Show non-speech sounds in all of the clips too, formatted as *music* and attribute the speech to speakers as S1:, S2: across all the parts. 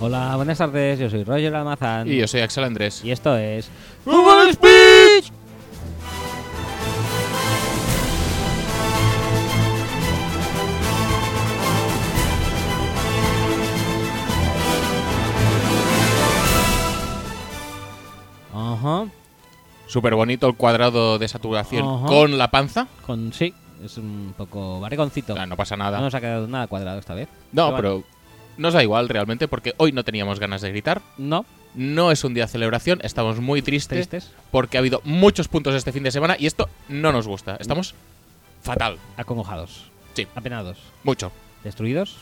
S1: Buenas tardes, yo soy Roger Almazán.
S2: Y yo soy Axel Andrés.
S1: Y esto es.
S2: ¡Human Speech!
S1: Ajá.
S2: Súper bonito el cuadrado de saturación
S1: Ajá.
S2: con la panza.
S1: Con sí, es un poco barrigoncito.
S2: Ah, no pasa
S1: No
S2: nada.
S1: nos ha quedado nada cuadrado esta vez.
S2: No,
S1: bueno,
S2: pero nos da igual realmente porque hoy no teníamos ganas de gritar.
S1: No,
S2: No es un día de celebración, estamos muy tristes
S1: tristes.
S2: porque ha habido muchos puntos este fin de semana y esto no nos gusta. Estamos fatal,
S1: Acongojados.
S2: Sí.
S1: Apenados.
S2: mucho.
S1: Destruidos.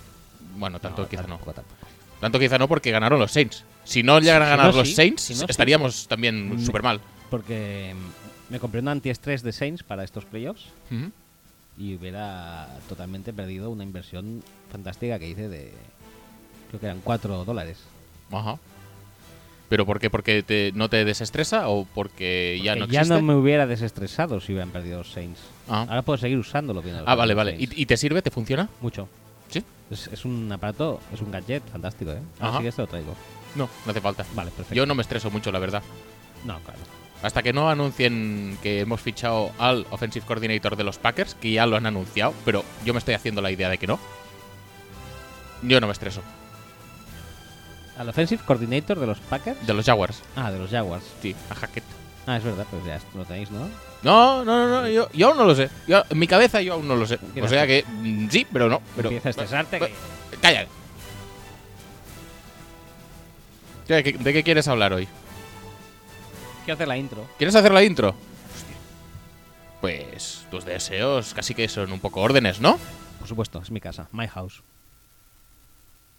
S2: Bueno, tanto quizá no.
S1: tampoco, tampoco.
S2: Tanto quizá no porque ganaron los Saints. Si no llegan a
S1: si
S2: ganar
S1: no,
S2: los
S1: sí.
S2: Saints,
S1: Si no, sí.
S2: estaríamos también
S1: Mm.
S2: súper mal.
S1: Porque mm, me compré un antiestrés de Saints para estos playoffs y hubiera totalmente perdido una inversión fantástica que hice de. Creo que eran 4 dólares.
S2: Ajá. ¿Pero por qué? ¿Porque te- no te desestresa o porque ya
S1: Que
S2: no
S1: ya
S2: existe?
S1: no me hubiera desestresado si hubieran perdido los Saints.
S2: Ah.
S1: Ahora puedo seguir usándolo. viendo los
S2: Ah, vale, vale.
S1: Saints.
S2: ¿Y, y te sirve? ¿Te funciona?
S1: Mucho.
S2: ¿Sí?
S1: Es, es un aparato, es un gadget fantástico, ¿eh? Así
S2: Ajá.
S1: que esto lo traigo.
S2: No, no hace falta.
S1: Vale, perfecto.
S2: Yo no me estreso mucho, la verdad.
S1: No, claro.
S2: Hasta que no anuncien que hemos fichado al offensive coordinator de los Packers, que ya lo han anunciado, pero yo me estoy haciendo la idea de que no. Yo no me estreso.
S1: Al offensive coordinator de los Packers.
S2: De los Jaguars,
S1: Ah, de los Jaguars.
S2: sí, a Hackett.
S1: Ah, es verdad, pues ya lo tenéis, ¿no?
S2: No, no, no, no, yo, yo aún no lo sé. Yo- en mi cabeza yo aún no lo sé. O
S1: Mira.
S2: sea que mm, sí, pero no. Pero,
S1: Empieza a estresarte.
S2: Bueno,
S1: que-
S2: Calla. ¿Qué- qué- ¿De qué quieres hablar hoy?
S1: Quiero hacer la intro.
S2: ¿Quieres hacer la intro? Hostia. Pues tus deseos casi que son un poco órdenes, ¿no?
S1: Por supuesto, es mi casa, my house.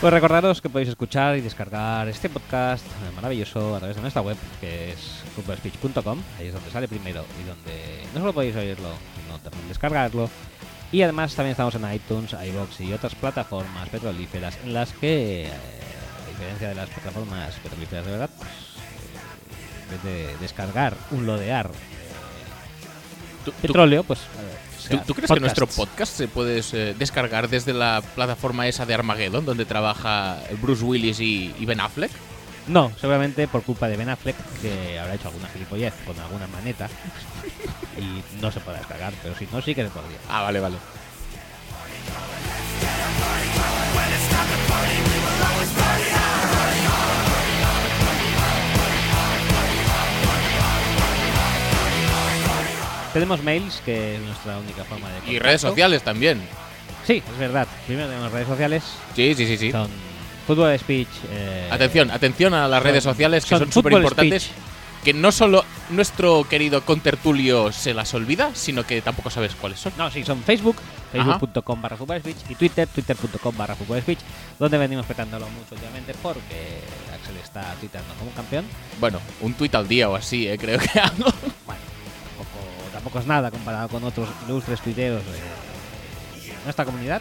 S1: Pues recordaros que podéis escuchar y descargar este podcast eh, maravilloso a través de nuestra web, que es footballspeech.com. Ahí es donde sale primero y donde no solo podéis oírlo, sino también descargarlo. Y además también estamos en iTunes, iBox y otras plataformas petrolíferas en las que, eh, a diferencia de las plataformas petrolíferas de verdad, pues, eh, en vez de descargar, un lodear
S2: ¿Tú, tú-
S1: petróleo, pues... eh,
S2: tú-
S1: sea
S2: tú crees que
S1: podcasts.
S2: nuestro podcast se puede eh, descargar desde la plataforma esa de Armageddon, donde trabaja Bruce Willis y, y Ben Affleck?
S1: No, seguramente por culpa de Ben Affleck, que habrá hecho alguna gilipollez con alguna maneta y no se podrá descargar, pero si no, sí que se podría.
S2: Ah, vale, vale.
S1: Tenemos mails, que es nuestra única forma de.
S2: Y
S1: contacto.
S2: redes sociales también.
S1: Sí, es verdad. Primero tenemos redes sociales,
S2: Sí, sí, sí, sí.
S1: son Fútbol de Speech. eh,
S2: Atención, atención a las
S1: son-
S2: redes sociales que
S1: son
S2: son súper
S1: Football
S2: importantes.
S1: Speech.
S2: Que no solo nuestro querido contertulio se las olvida, sino que tampoco sabes cuáles son.
S1: No, sí, son Facebook,
S2: Ajá.
S1: facebook.com barra Fútbol de Speech y Twitter, twitter.com barra Fútbol de Speech, donde venimos petándolo mucho últimamente porque Axel está tuitando como un campeón.
S2: Bueno, un tuit al día o así, eh, creo que hago.
S1: bueno, tampoco, tampoco es nada comparado con otros ilustres tuiteros de nuestra comunidad,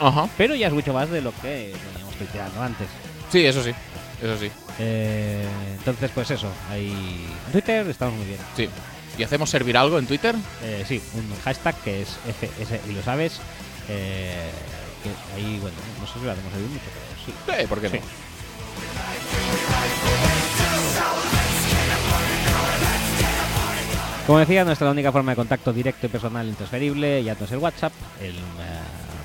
S2: Ajá.
S1: pero ya es mucho más de lo que veníamos tuiteando antes.
S2: Sí, eso sí. Eso sí.
S1: Eh, entonces, pues eso, ahí en Twitter estamos muy bien.
S2: Sí. ¿Y hacemos servir algo en Twitter?
S1: Eh, sí, un hashtag que es FS y lo sabes. eh, que ahí, bueno, no sé si lo hacemos ahí mucho, pero sí.
S2: Eh, ¿por qué no?
S1: Sí. Como decía, nuestra única forma de contacto directo y personal intransferible ya no es el WhatsApp, el eh,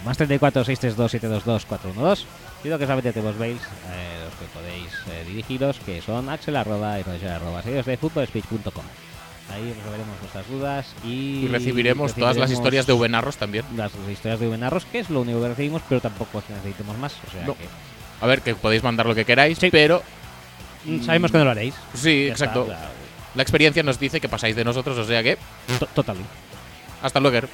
S1: más 34 632 722 412. Pido que solamente tenemos mails eh, los que podéis eh, dirigiros, que son axel arroba y roger arroba, seguidos de footballspeech.com. Ahí resolveremos nuestras dudas y,
S2: Y recibiremos todas las historias de
S1: recibiremos
S2: Ubenarros también.
S1: Las historias de Ubenarros, que es lo único que recibimos, pero tampoco es que necesitemos más. O sea
S2: No.
S1: que
S2: A ver, que podéis mandar lo que queráis,
S1: Sí.
S2: pero
S1: Mm, sabemos que no lo haréis.
S2: sí,
S1: Ya está,
S2: exacto.
S1: o sea,
S2: La experiencia nos dice que pasáis de nosotros, o sea que
S1: to- Totally.
S2: hasta luego.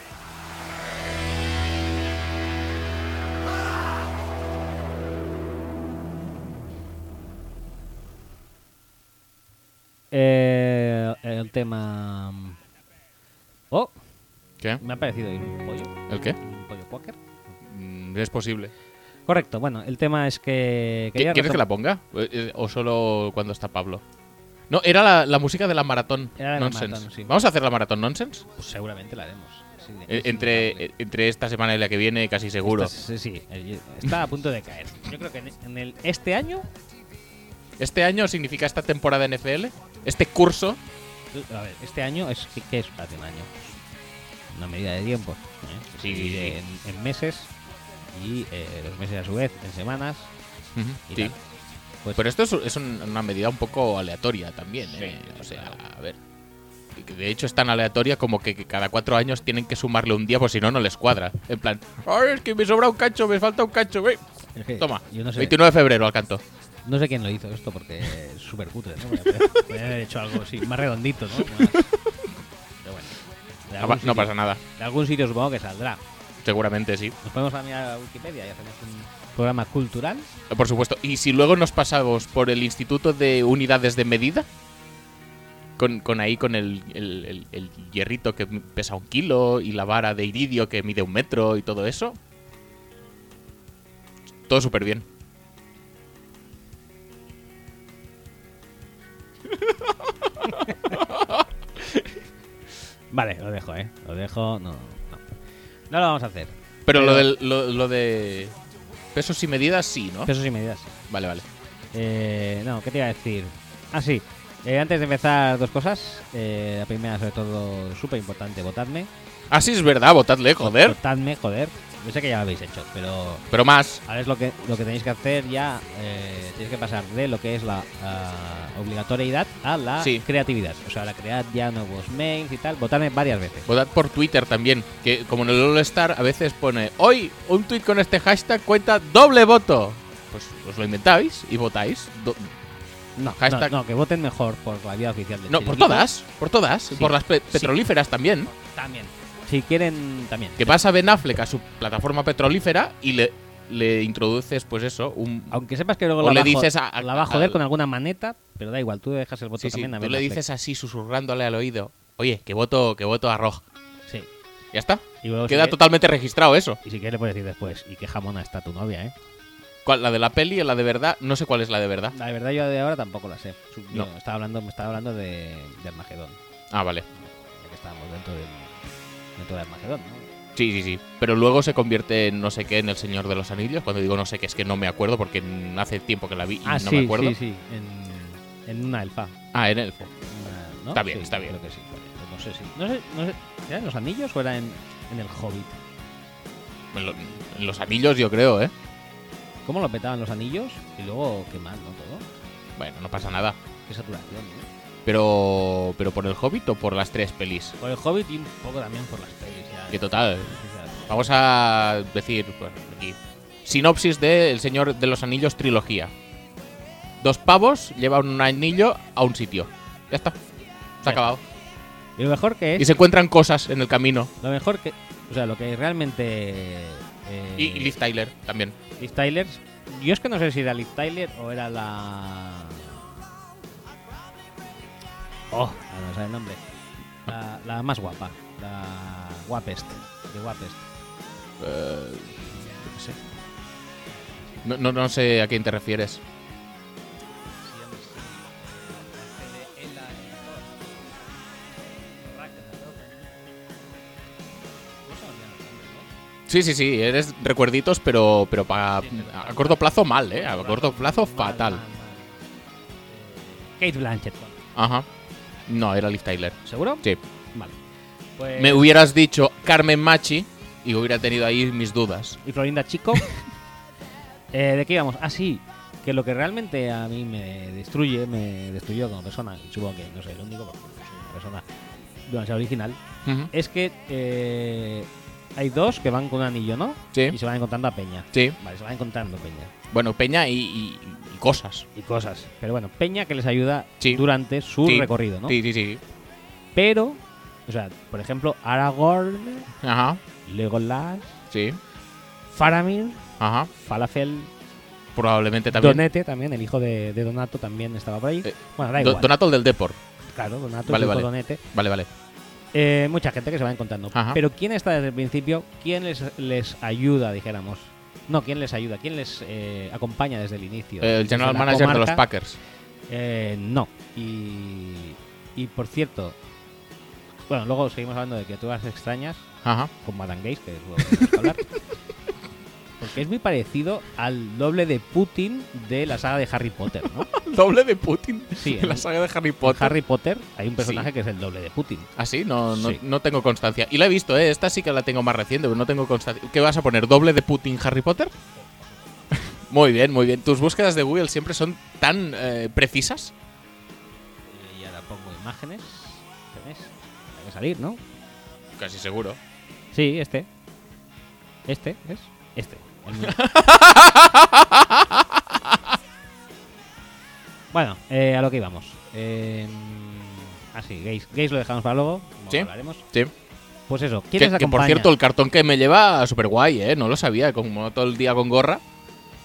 S1: Eh, tema. mm, Oh,
S2: ¿Qué?
S1: me ha parecido oír un pollo.
S2: ¿El qué?
S1: Un pollo quaker.
S2: Mm, Es posible.
S1: Correcto, bueno, el tema es que.
S2: ¿Qui-
S1: quería
S2: ¿Quieres que la ponga? Eh, eh, ¿O solo cuando está Pablo? No, era la, la música de la maratón
S1: Era de la
S2: Nonsense.
S1: maratón, sí.
S2: ¿Vamos a hacer la maratón Nonsense?
S1: Pues seguramente la haremos. sí, de-
S2: Eh,
S1: es
S2: entre,
S1: inevitable.
S2: eh, entre esta semana y la que viene, casi seguro.
S1: Está- sí, sí, eh, está a punto de caer. Yo creo que en, en el este año.
S2: ¿Este año significa esta temporada de NFL? ¿Este curso?
S1: A ver, este año es. ¿Qué, qué es para un año? Una medida de tiempo. ¿eh? Se
S2: Sí,
S1: divide
S2: sí.
S1: En, en meses y eh, los meses a su vez en semanas. y
S2: Sí.
S1: tal. Pues-
S2: Pero esto es, es un- una medida un poco aleatoria también, ¿eh?
S1: Sí,
S2: O sea,
S1: claro.
S2: a ver. Que De hecho, es tan aleatoria como que, que cada cuatro años tienen que sumarle un día, pues si no, no les cuadra. En plan, ¡ay, es que me sobra un cacho, me falta un cacho, güey!
S1: Es que
S2: Toma,
S1: Yo no sé,
S2: 29 de febrero al canto.
S1: no sé quién lo hizo esto porque es súper cutre. ¿no? *laughs* Podría haber hecho algo así, más redondito, ¿no? Más- Pero bueno. de
S2: No,
S1: algún
S2: pa- Ah, no
S1: sitio-
S2: pasa nada.
S1: De algún sitio supongo que saldrá.
S2: Seguramente sí.
S1: Nos podemos a mirar a Wikipedia y hacemos un programa cultural.
S2: Por supuesto. Y si luego nos pasamos por el Instituto de Unidades de Medida, con, con ahí con el, el- el- el hierrito que pesa un kilo y la vara de iridio que mide un metro y todo eso. Todo súper bien.
S1: Vale, lo dejo, ¿eh? Lo dejo, no, no. No lo vamos a hacer. Pero-
S2: Pero, lo, del- lo, lo de pesos y medidas, sí, ¿no?
S1: Pesos y medidas. sí.
S2: Vale, vale.
S1: Eh, no, ¿qué te iba a decir? Ah, sí. Eh, antes de empezar, dos cosas. Eh, la primera, sobre todo, súper importante, votadme.
S2: Ah, sí, es verdad, votadle, joder.
S1: Votadme, joder. Yo sé que ya lo habéis hecho, pero
S2: Pero más.
S1: Ahora es lo que, lo que tenéis que hacer ya, eh, tenéis que pasar de lo que es la ah, obligatoriedad a la
S2: Sí.
S1: creatividad. O sea, la cread ya nuevos mails y tal. Votadme varias veces.
S2: Votad por Twitter también, que como en el All Star a veces pone hoy un tweet con este hashtag cuenta doble voto. Pues os lo inventáis y votáis. Do-
S1: No, no,
S2: Hashtag-
S1: no, que voten mejor por la vía oficial del
S2: no, por
S1: chiringuito.
S2: todas, por todas,
S1: Sí.
S2: por las pe-
S1: Sí.
S2: petrolíferas también.
S1: También. Si quieren, también.
S2: Que pasa Ben Affleck a su plataforma petrolífera y le, le introduces, pues eso, un.
S1: Aunque sepas que luego
S2: O
S1: la
S2: le
S1: va a
S2: dices
S1: jo-
S2: a- a-
S1: la va a joder
S2: al-
S1: con alguna maneta, pero da igual, tú dejas el voto
S2: Sí, sí,
S1: también a
S2: tú
S1: Ben
S2: le
S1: Affleck.
S2: dices así susurrándole al oído, oye, que voto, que voto a Roj.
S1: Sí.
S2: Ya está.
S1: Y luego si
S2: Queda
S1: quieres-
S2: totalmente registrado eso.
S1: Y si quieres le puedes decir después, y qué jamona está tu novia, ¿eh?
S2: ¿Cuál, la de la peli o la de verdad, no sé cuál es la de verdad.
S1: La verdad yo de ahora tampoco la sé. Yo
S2: Ah. No.
S1: estaba hablando, me estaba hablando de, de Armagedón.
S2: Ah, vale.
S1: ya que estábamos dentro del dentro de Armagedón, ¿no?
S2: Sí, sí, sí. Pero luego se convierte en no sé qué en El Señor de los Anillos. Cuando digo no sé qué es que no me acuerdo porque mm, hace tiempo que la vi y no me acuerdo.
S1: Ah, sí, sí, en, en una elfa.
S2: Ah, en Elfo.
S1: Una- ¿no?
S2: Está bien,
S1: Sí,
S2: está
S1: yo
S2: bien.
S1: Creo que sí, vale, pues no sé si. No sé, no sé, ¿Era en los anillos o era en, en el Hobbit?
S2: En, lo- en Los Anillos yo creo, ¿eh?
S1: ¿Cómo lo petaban los anillos? Y luego qué mal, ¿no? Todo.
S2: Bueno, no pasa nada.
S1: Qué saturación, ¿no?
S2: Pero, pero por el Hobbit o por las tres pelis.
S1: Por el Hobbit y un poco también por las pelis. Ya,
S2: Que total.
S1: sinceramente.
S2: Vamos a decir pues, aquí. Sinopsis de El Señor de los Anillos trilogía. Dos pavos llevan un anillo a un sitio. Ya está. Se ha acabado.
S1: Y lo mejor que es.
S2: Y se encuentran cosas en el camino.
S1: Lo mejor que. O sea, lo que realmente. eh,
S2: Y, y Liv Tyler también.
S1: Liv Tyler. Yo es que no sé si era Liv Tyler o era la. Oh, ahora no sé el nombre. La, la más guapa. La guapest. De guapest.
S2: Eh, yo qué sé. No, no, no sé a quién te refieres. Sí, sí, sí, eres recuerditos, pero, pero pa-
S1: Sí, pero-
S2: a corto plazo mal, ¿eh? A corto plazo fatal.
S1: Kate Blanchett.
S2: Ajá. No, era Liv Tyler.
S1: ¿Seguro?
S2: Sí.
S1: Vale. Pues-
S2: Me hubieras dicho Carmen Machi y hubiera tenido ahí mis dudas.
S1: y Florinda
S2: *laughs*
S1: Chico. Eh, ¿De qué íbamos? Ah, sí, que lo que realmente a mí me destruye, me destruyó como persona, y supongo que no soy el único, porque no soy una persona demasiado original,
S2: Ujú.
S1: es que eh, hay dos que van con un anillo, ¿no? Y
S2: Sí,
S1: se van encontrando a Peña.
S2: sí.
S1: Vale, se van encontrando Peña.
S2: Bueno, Peña y, y- y cosas.
S1: Y cosas. Pero bueno, Peña que les ayuda
S2: Sí.
S1: durante su
S2: Sí.
S1: recorrido, ¿no?
S2: Sí, sí, sí.
S1: Pero, o sea, por ejemplo, Aragorn,
S2: Ajá,
S1: Legolas,
S2: sí.
S1: Faramir,
S2: Ajá.
S1: Falafel,
S2: Probablemente también.
S1: Donete también, el hijo de, de Donato también estaba por ahí.
S2: Eh,
S1: bueno, da
S2: Do-
S1: igual.
S2: Donato el del Depor.
S1: Claro, Donato y
S2: Vale,
S1: su
S2: vale.
S1: codonete.
S2: Vale, vale.
S1: Eh, mucha gente que se va encontrando.
S2: Ajá.
S1: Pero ¿quién está desde el principio? ¿Quién les, les ayuda, dijéramos? No, ¿quién les ayuda? ¿Quién les eh, acompaña desde el inicio?
S2: El
S1: Desde
S2: general
S1: la
S2: manager de los
S1: comarca.
S2: Packers.
S1: Eh, no. Y, y por cierto, bueno, luego seguimos hablando de criaturas extrañas
S2: Ajá.
S1: con Madame Gaze, que es lo que vamos a
S2: *laughs*
S1: hablar. Porque es muy parecido al doble de Putin de la saga de Harry Potter, ¿no?
S2: Doble de Putin.
S1: Sí,
S2: en la
S1: el-
S2: saga de Harry Potter.
S1: Harry Potter hay un personaje que es el doble de Putin.
S2: Ah, sí, no, no,
S1: Sí.
S2: no tengo constancia. Y la he visto, ¿eh? Esta sí que la tengo más reciente, pero no tengo constancia. ¿Qué vas a poner? ¿Doble de Putin Harry
S1: *laughs*
S2: Potter? muy bien, muy bien. Tus búsquedas de Google siempre son tan eh, precisas. Eh,
S1: Y ahora pongo imágenes. ¿Tenés? Hay que salir, ¿no?
S2: Casi seguro.
S1: Sí, este. Este, ¿es? Este. El
S2: *laughs*
S1: mío. bueno, eh, a lo que íbamos. Eh, ah, sí, Gaze. Gaze lo dejamos para luego. como
S2: Sí.
S1: hablaremos.
S2: Sí.
S1: Pues eso, ¿quién
S2: Que,
S1: les
S2: que, por
S1: acompaña?
S2: cierto, el cartón que me lleva, súper guay, ¿eh? No lo sabía, como todo el día con gorra.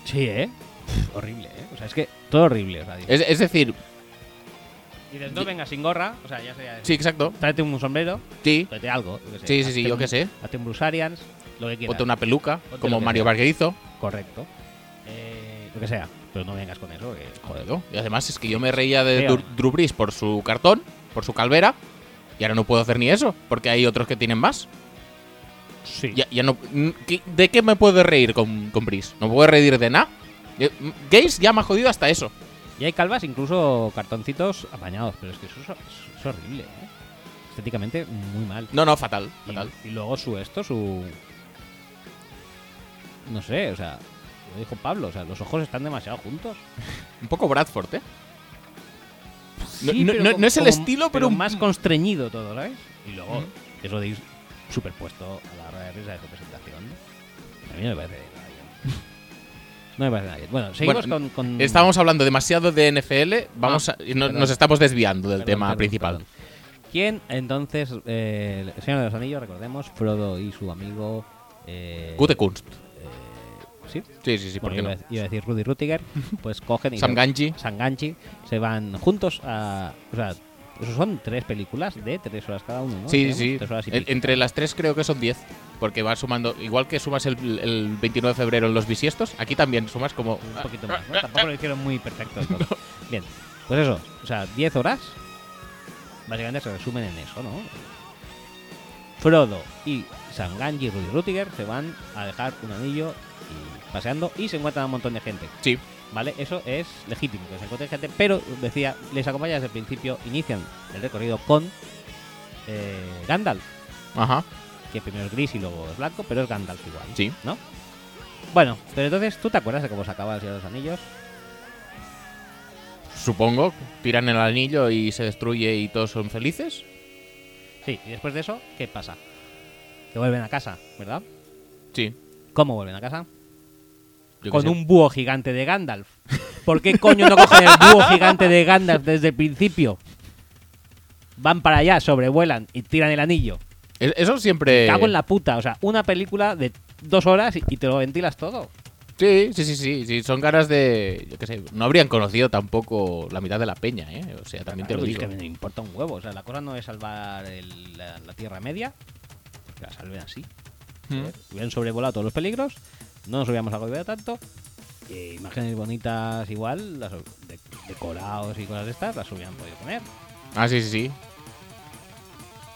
S1: Sí, ¿eh? Pff, horrible, ¿eh? O sea, es que todo horrible. O sea, dices,
S2: Es, es decir,
S1: dices, no venga sin gorra, o sea, ya sea...
S2: Eh, sí, exacto.
S1: Tráete un sombrero,
S2: Sí,
S1: tráete algo. yo
S2: sí, sí, sí,
S1: hazte
S2: yo
S1: un-
S2: qué sé.
S1: Hazte un Bruce Arians, lo que quieras.
S2: Ponte una peluca,
S1: Ponte lo
S2: como
S1: que
S2: Mario
S1: sea.
S2: Barguerizo.
S1: Correcto. Eh, lo que sea, pero no vengas con eso, que joder.
S2: Joder, Y además es que yo me reía de
S1: Feo.
S2: Dur- Drew Brees por su cartón, por su calvera, y ahora no puedo hacer ni eso, porque hay otros que tienen más.
S1: Sí.
S2: Ya, ya no, n- ¿qué- ¿De qué me puedo reír con, con Brees? No puedo reír de nada. Yo- m- Gaze ya me ha jodido hasta eso.
S1: Y hay calvas, incluso cartoncitos apañados, pero es que eso es, es- es horrible, ¿eh? Estéticamente, muy mal.
S2: No, no, fatal,
S1: Y-
S2: fatal.
S1: Y, luego su esto, su. No sé, o sea, lo dijo Pablo, o sea, los ojos están demasiado juntos.
S2: Un poco Bradford, ¿eh? No-
S1: Sí,
S2: no-
S1: pero
S2: no-
S1: con-
S2: no es el
S1: como-
S2: estilo, pero un-
S1: más constreñido todo, ¿sabes? Y luego, eso de ir superpuesto a la hora de risa de su presentación. A mí no me parece nada bien. *laughs* No me parece nada bien. Bueno, seguimos
S2: Bueno,
S1: con, con-
S2: Estábamos hablando demasiado de NFL, vamos
S1: Mm. Ah,
S2: a- y no-
S1: perdón.
S2: nos estamos desviando del
S1: Perdón,
S2: tema
S1: perdón,
S2: principal.
S1: perdón. ¿Quién entonces, eh, el Señor de los Anillos, recordemos, Frodo y su amigo. Eh,
S2: Gute Kunst.
S1: ¿sí?
S2: Sí, sí, sí, ¿por
S1: Bueno,
S2: qué
S1: iba,
S2: no?
S1: a, iba a decir Rudy *laughs* Rutiger, pues cogen y.
S2: Sam
S1: se-
S2: Ganji.
S1: Sam Ganji, se van juntos a. O sea, eso son tres películas de tres horas cada uno, ¿no?
S2: Sí,
S1: Digamos,
S2: sí.
S1: Tres horas y
S2: En-
S1: pico.
S2: Entre las tres creo que son 10. Porque vas sumando, igual que sumas el, el 29 de febrero en los bisiestos, aquí también sumas como.
S1: un poquito
S2: Ah,
S1: más, ¿no? Tampoco lo hicieron muy
S2: *laughs*
S1: perfecto del todo. Bien, pues eso, o sea, 10 horas básicamente se resumen en eso, ¿no? Frodo y Sanganji y Rudy Rutiger se van a dejar un anillo y paseando y se encuentran a un montón de gente,
S2: Sí,
S1: ¿vale? Eso es legítimo, que se encuentre gente, pero decía, les acompaña desde el principio, inician el recorrido con eh, Gandalf,
S2: ajá,
S1: que primero es gris y luego es blanco, pero es Gandalf igual.
S2: sí.
S1: ¿no? Bueno, pero entonces, ¿tú te acuerdas de cómo se acaba el Señor de los Anillos?
S2: Supongo, tiran el anillo y se destruye y todos son felices.
S1: Sí, y después de eso, ¿qué pasa? Que vuelven a casa, ¿verdad?
S2: Sí.
S1: ¿Cómo vuelven a casa?
S2: yo qué
S1: Con
S2: sé.
S1: un búho gigante de Gandalf. ¿Por qué coño no cogen el búho gigante de Gandalf desde el principio? Van para allá, sobrevuelan y tiran el anillo.
S2: E- Eso siempre.
S1: Cago en la puta. O sea, una película de dos horas y- y te lo ventilas todo.
S2: Sí, sí, sí, sí, sí, Son ganas de. Yo qué sé. No habrían conocido tampoco la mitad de la peña, ¿eh? O sea, también te
S1: Claro,
S2: lo
S1: y
S2: digo.
S1: Es que me importa un huevo. O sea, la cosa no es salvar el- la, la Tierra Media, que la salven así.
S2: Mm.
S1: ¿eh? Hubieran sobrevolado todos los peligros, no nos hubiéramos agobiado tanto. e imágenes bonitas igual, las, de- decorados y cosas de estas, las hubieran podido poner.
S2: Ah, sí, sí, sí.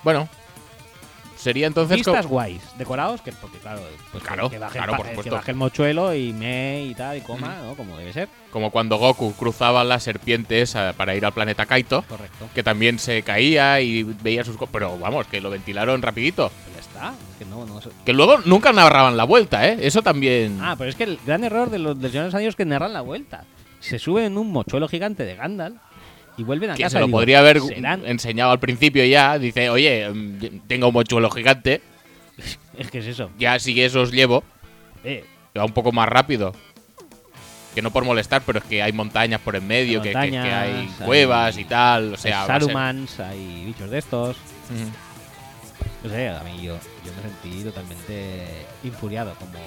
S2: Bueno. Sería entonces. co-
S1: Vistas guays, decorados, que porque claro, pues que-
S2: Claro,
S1: que, baje el,
S2: claro,
S1: pa-
S2: por
S1: eh, que
S2: supuesto.
S1: baje el mochuelo y me y tal y coma, ¿no? Como debe ser.
S2: Como cuando Goku cruzaba la serpiente esa para ir al planeta Kaito,
S1: Correcto.
S2: que también se caía y veía sus... co- Pero vamos, que lo ventilaron rapidito.
S1: Pues ya está. Es que no, no sé.
S2: Que luego nunca narraban la vuelta, ¿eh? Eso también...
S1: Ah, pero es que el gran error de los del Señor de los Anillos es que narran la vuelta. Se suben en un mochuelo gigante de Gandalf y vuelven a
S2: que
S1: casa.
S2: se lo
S1: digo,
S2: podría haber
S1: pues serán-
S2: enseñado al principio ya. Dice, oye, mm, tengo un mochuelo gigante,
S1: Es que es eso.
S2: ya si eso os llevo,
S1: Eh,
S2: va un poco más rápido. Que no por molestar, pero es que hay montañas por en medio, que- que- que, hay
S1: montañas,
S2: cuevas
S1: hay-
S2: y tal, o sea...
S1: hay
S2: va a ser-
S1: Sarumans, hay bichos de estos.
S2: Ujú.
S1: No sé, a mí yo, yo me sentí totalmente infuriado. Como.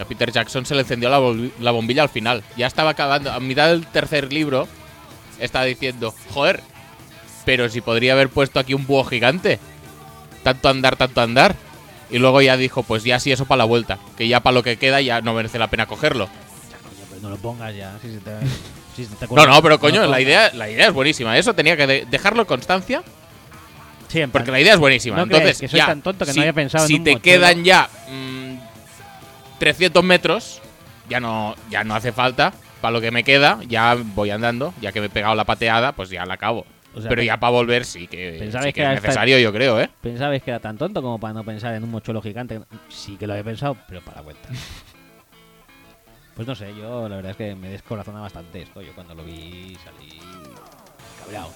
S2: A Peter Jackson se le encendió la, bol- la bombilla al final. Ya estaba acabando. A mitad del tercer libro estaba diciendo, joder, Pero si podría haber puesto aquí un búho gigante. Tanto andar, tanto andar. Y luego ya dijo, pues ya sí, eso para la vuelta. Que ya para lo que queda ya no merece la pena cogerlo.
S1: Ya, coño, pero no lo pongas ya. Si se te, si se te
S2: No,
S1: ocurre-
S2: no, pero coño,
S1: lo
S2: la
S1: pongas.
S2: idea, la idea es buenísima. Eso tenía que de- dejarlo en constancia.
S1: Sí, en
S2: Porque
S1: plan,
S2: la idea es buenísima.
S1: No
S2: Entonces,
S1: creáis que soy
S2: ya,
S1: tan tonto que no
S2: si,
S1: había pensado en
S2: si
S1: un
S2: te
S1: mochuelo.
S2: quedan ya mm, 300 metros, ya no, ya no hace falta. Para lo que me queda, ya voy andando. Ya que me he pegado la pateada, pues ya la acabo.
S1: O sea,
S2: Pero
S1: pe-
S2: ya para volver sí que,
S1: pensabais
S2: sí que
S1: que
S2: es
S1: hasta-
S2: necesario, yo creo, ¿eh?
S1: ¿Pensabais que era tan tonto como para no pensar en un mochuelo gigante? Sí que lo había pensado, pero para la
S2: *laughs*
S1: vuelta. Pues no sé, yo la verdad es que me descorazona bastante esto. Yo cuando lo vi salí cabreado.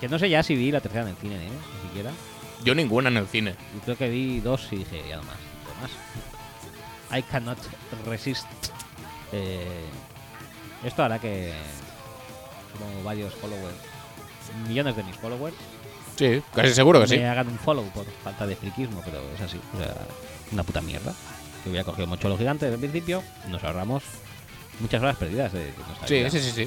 S1: Que no sé ya si vi la tercera en el cine, ¿eh? Ni siquiera.
S2: Yo ninguna en el cine.
S1: Yo creo que vi dos y dije, ya no más, no más. I cannot resist. Eh, esto hará que, como varios followers, millones de mis followers,
S2: Sí, casi seguro que sí.
S1: me hagan un follow por falta de friquismo, pero es así. o sea, una puta mierda. Yo hubiera cogido mocholo gigante desde el principio, nos ahorramos muchas horas perdidas de de nuestra
S2: Sí,
S1: vida.
S2: sí, sí, sí.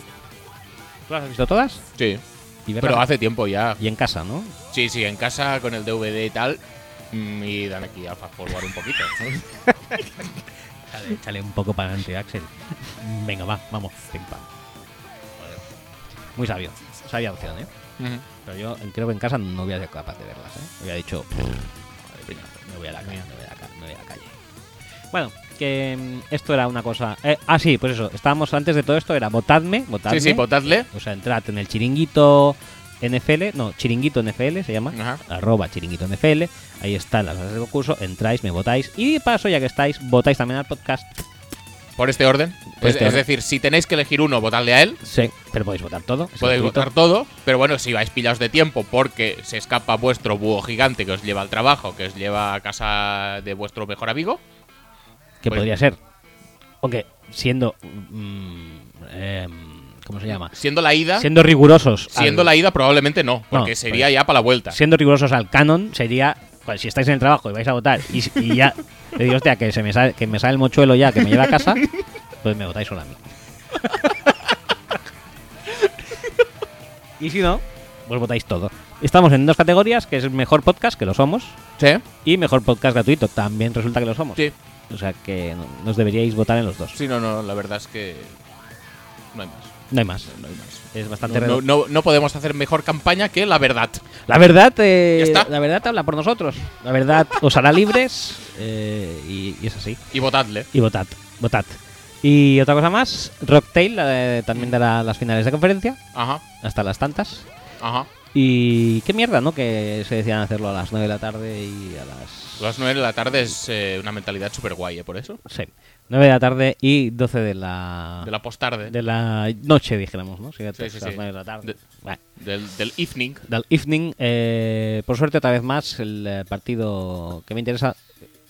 S1: ¿Tú las has visto todas?
S2: sí.
S1: Y, verlas-
S2: Pero hace tiempo ya.
S1: y en casa, ¿no?
S2: Sí, sí, en casa con el DVD y tal. mm, Y dan aquí a fast forward un *laughs* poquito.
S1: Échale, échale un poco para adelante, Axel. Venga, va, vamos, pim pam. Muy sabio, sabia opción, ¿eh?
S2: Ujú.
S1: Pero yo eh, creo que en casa no voy a ser capaz de verlas, ¿eh? Hubiera dicho, "Pff, madre mía, me voy a la calle, me voy a la, ca- me voy a la calle. Bueno, que mm, esto era una cosa. eh, ah, sí, pues eso, estábamos antes de todo esto, era votadme, votadme.
S2: Sí, sí, votadle.
S1: o sea, entrad en el chiringuito NFL, no, chiringuito NFL se llama
S2: Ajá.
S1: arroba chiringuito NFL. Ahí están las bases de concurso. Entráis, me votáis. Y de paso, ya que estáis, votáis también al podcast.
S2: Por este orden.
S1: Por
S2: es,
S1: este
S2: es
S1: orden.
S2: decir, si tenéis que elegir uno, votadle a él.
S1: Sí, pero podéis votar todo. es
S2: Podéis
S1: gratuito.
S2: votar todo, pero bueno, si vais pillados de tiempo porque se escapa vuestro búho gigante que os lleva al trabajo, que os lleva a casa de vuestro mejor amigo,
S1: Que
S2: Pues-
S1: podría ser. Aunque siendo. mm, em, ¿Cómo se llama?
S2: siendo la ida,
S1: Siendo rigurosos. al-
S2: siendo la ida probablemente no, porque
S1: No,
S2: sería
S1: pues-
S2: ya para la vuelta.
S1: siendo rigurosos al canon, sería. pues, si estáis en el trabajo y vais a votar y, y
S2: *laughs*
S1: ya. Le digo, hostia, que, se me sale, que me sale el mochuelo ya, que me lleva a casa. Pues me votáis solo a mí. y si no, pues votáis todo. Estamos en dos categorías, que es mejor podcast, que lo somos,
S2: Sí,
S1: y mejor podcast gratuito, también resulta que lo somos.
S2: sí,
S1: O sea que no- nos deberíais votar en los dos.
S2: sí, no, no, la verdad es que no hay más.
S1: No hay más.
S2: No, hay más.
S1: Es
S2: No-
S1: bastante
S2: No,
S1: redondo.
S2: no- no podemos hacer mejor campaña que la verdad.
S1: La verdad, eh,
S2: Ya está.
S1: la verdad habla por nosotros. La verdad os hará libres eh, y, y es así.
S2: Y votadle.
S1: Y votad, votad. Y otra cosa más, Rocktail eh, también dará las finales de conferencia,
S2: Ajá,
S1: hasta las tantas.
S2: ajá.
S1: Y qué mierda, ¿no? Que se decían hacerlo a las 9 de la tarde y a las...
S2: Las 9 de la tarde es eh, una mentalidad súper guay, ¿eh? Por eso.
S1: Sí, 9 de la tarde y 12 de la...
S2: De la postarde.
S1: de la noche, dijéramos, ¿no? Sí,
S2: Sí, sí,
S1: a las
S2: sí.
S1: 9 de la tarde.
S2: De-
S1: Bueno.
S2: Del, del evening.
S1: del evening. eh, por suerte, otra vez más, el eh, partido que me interesa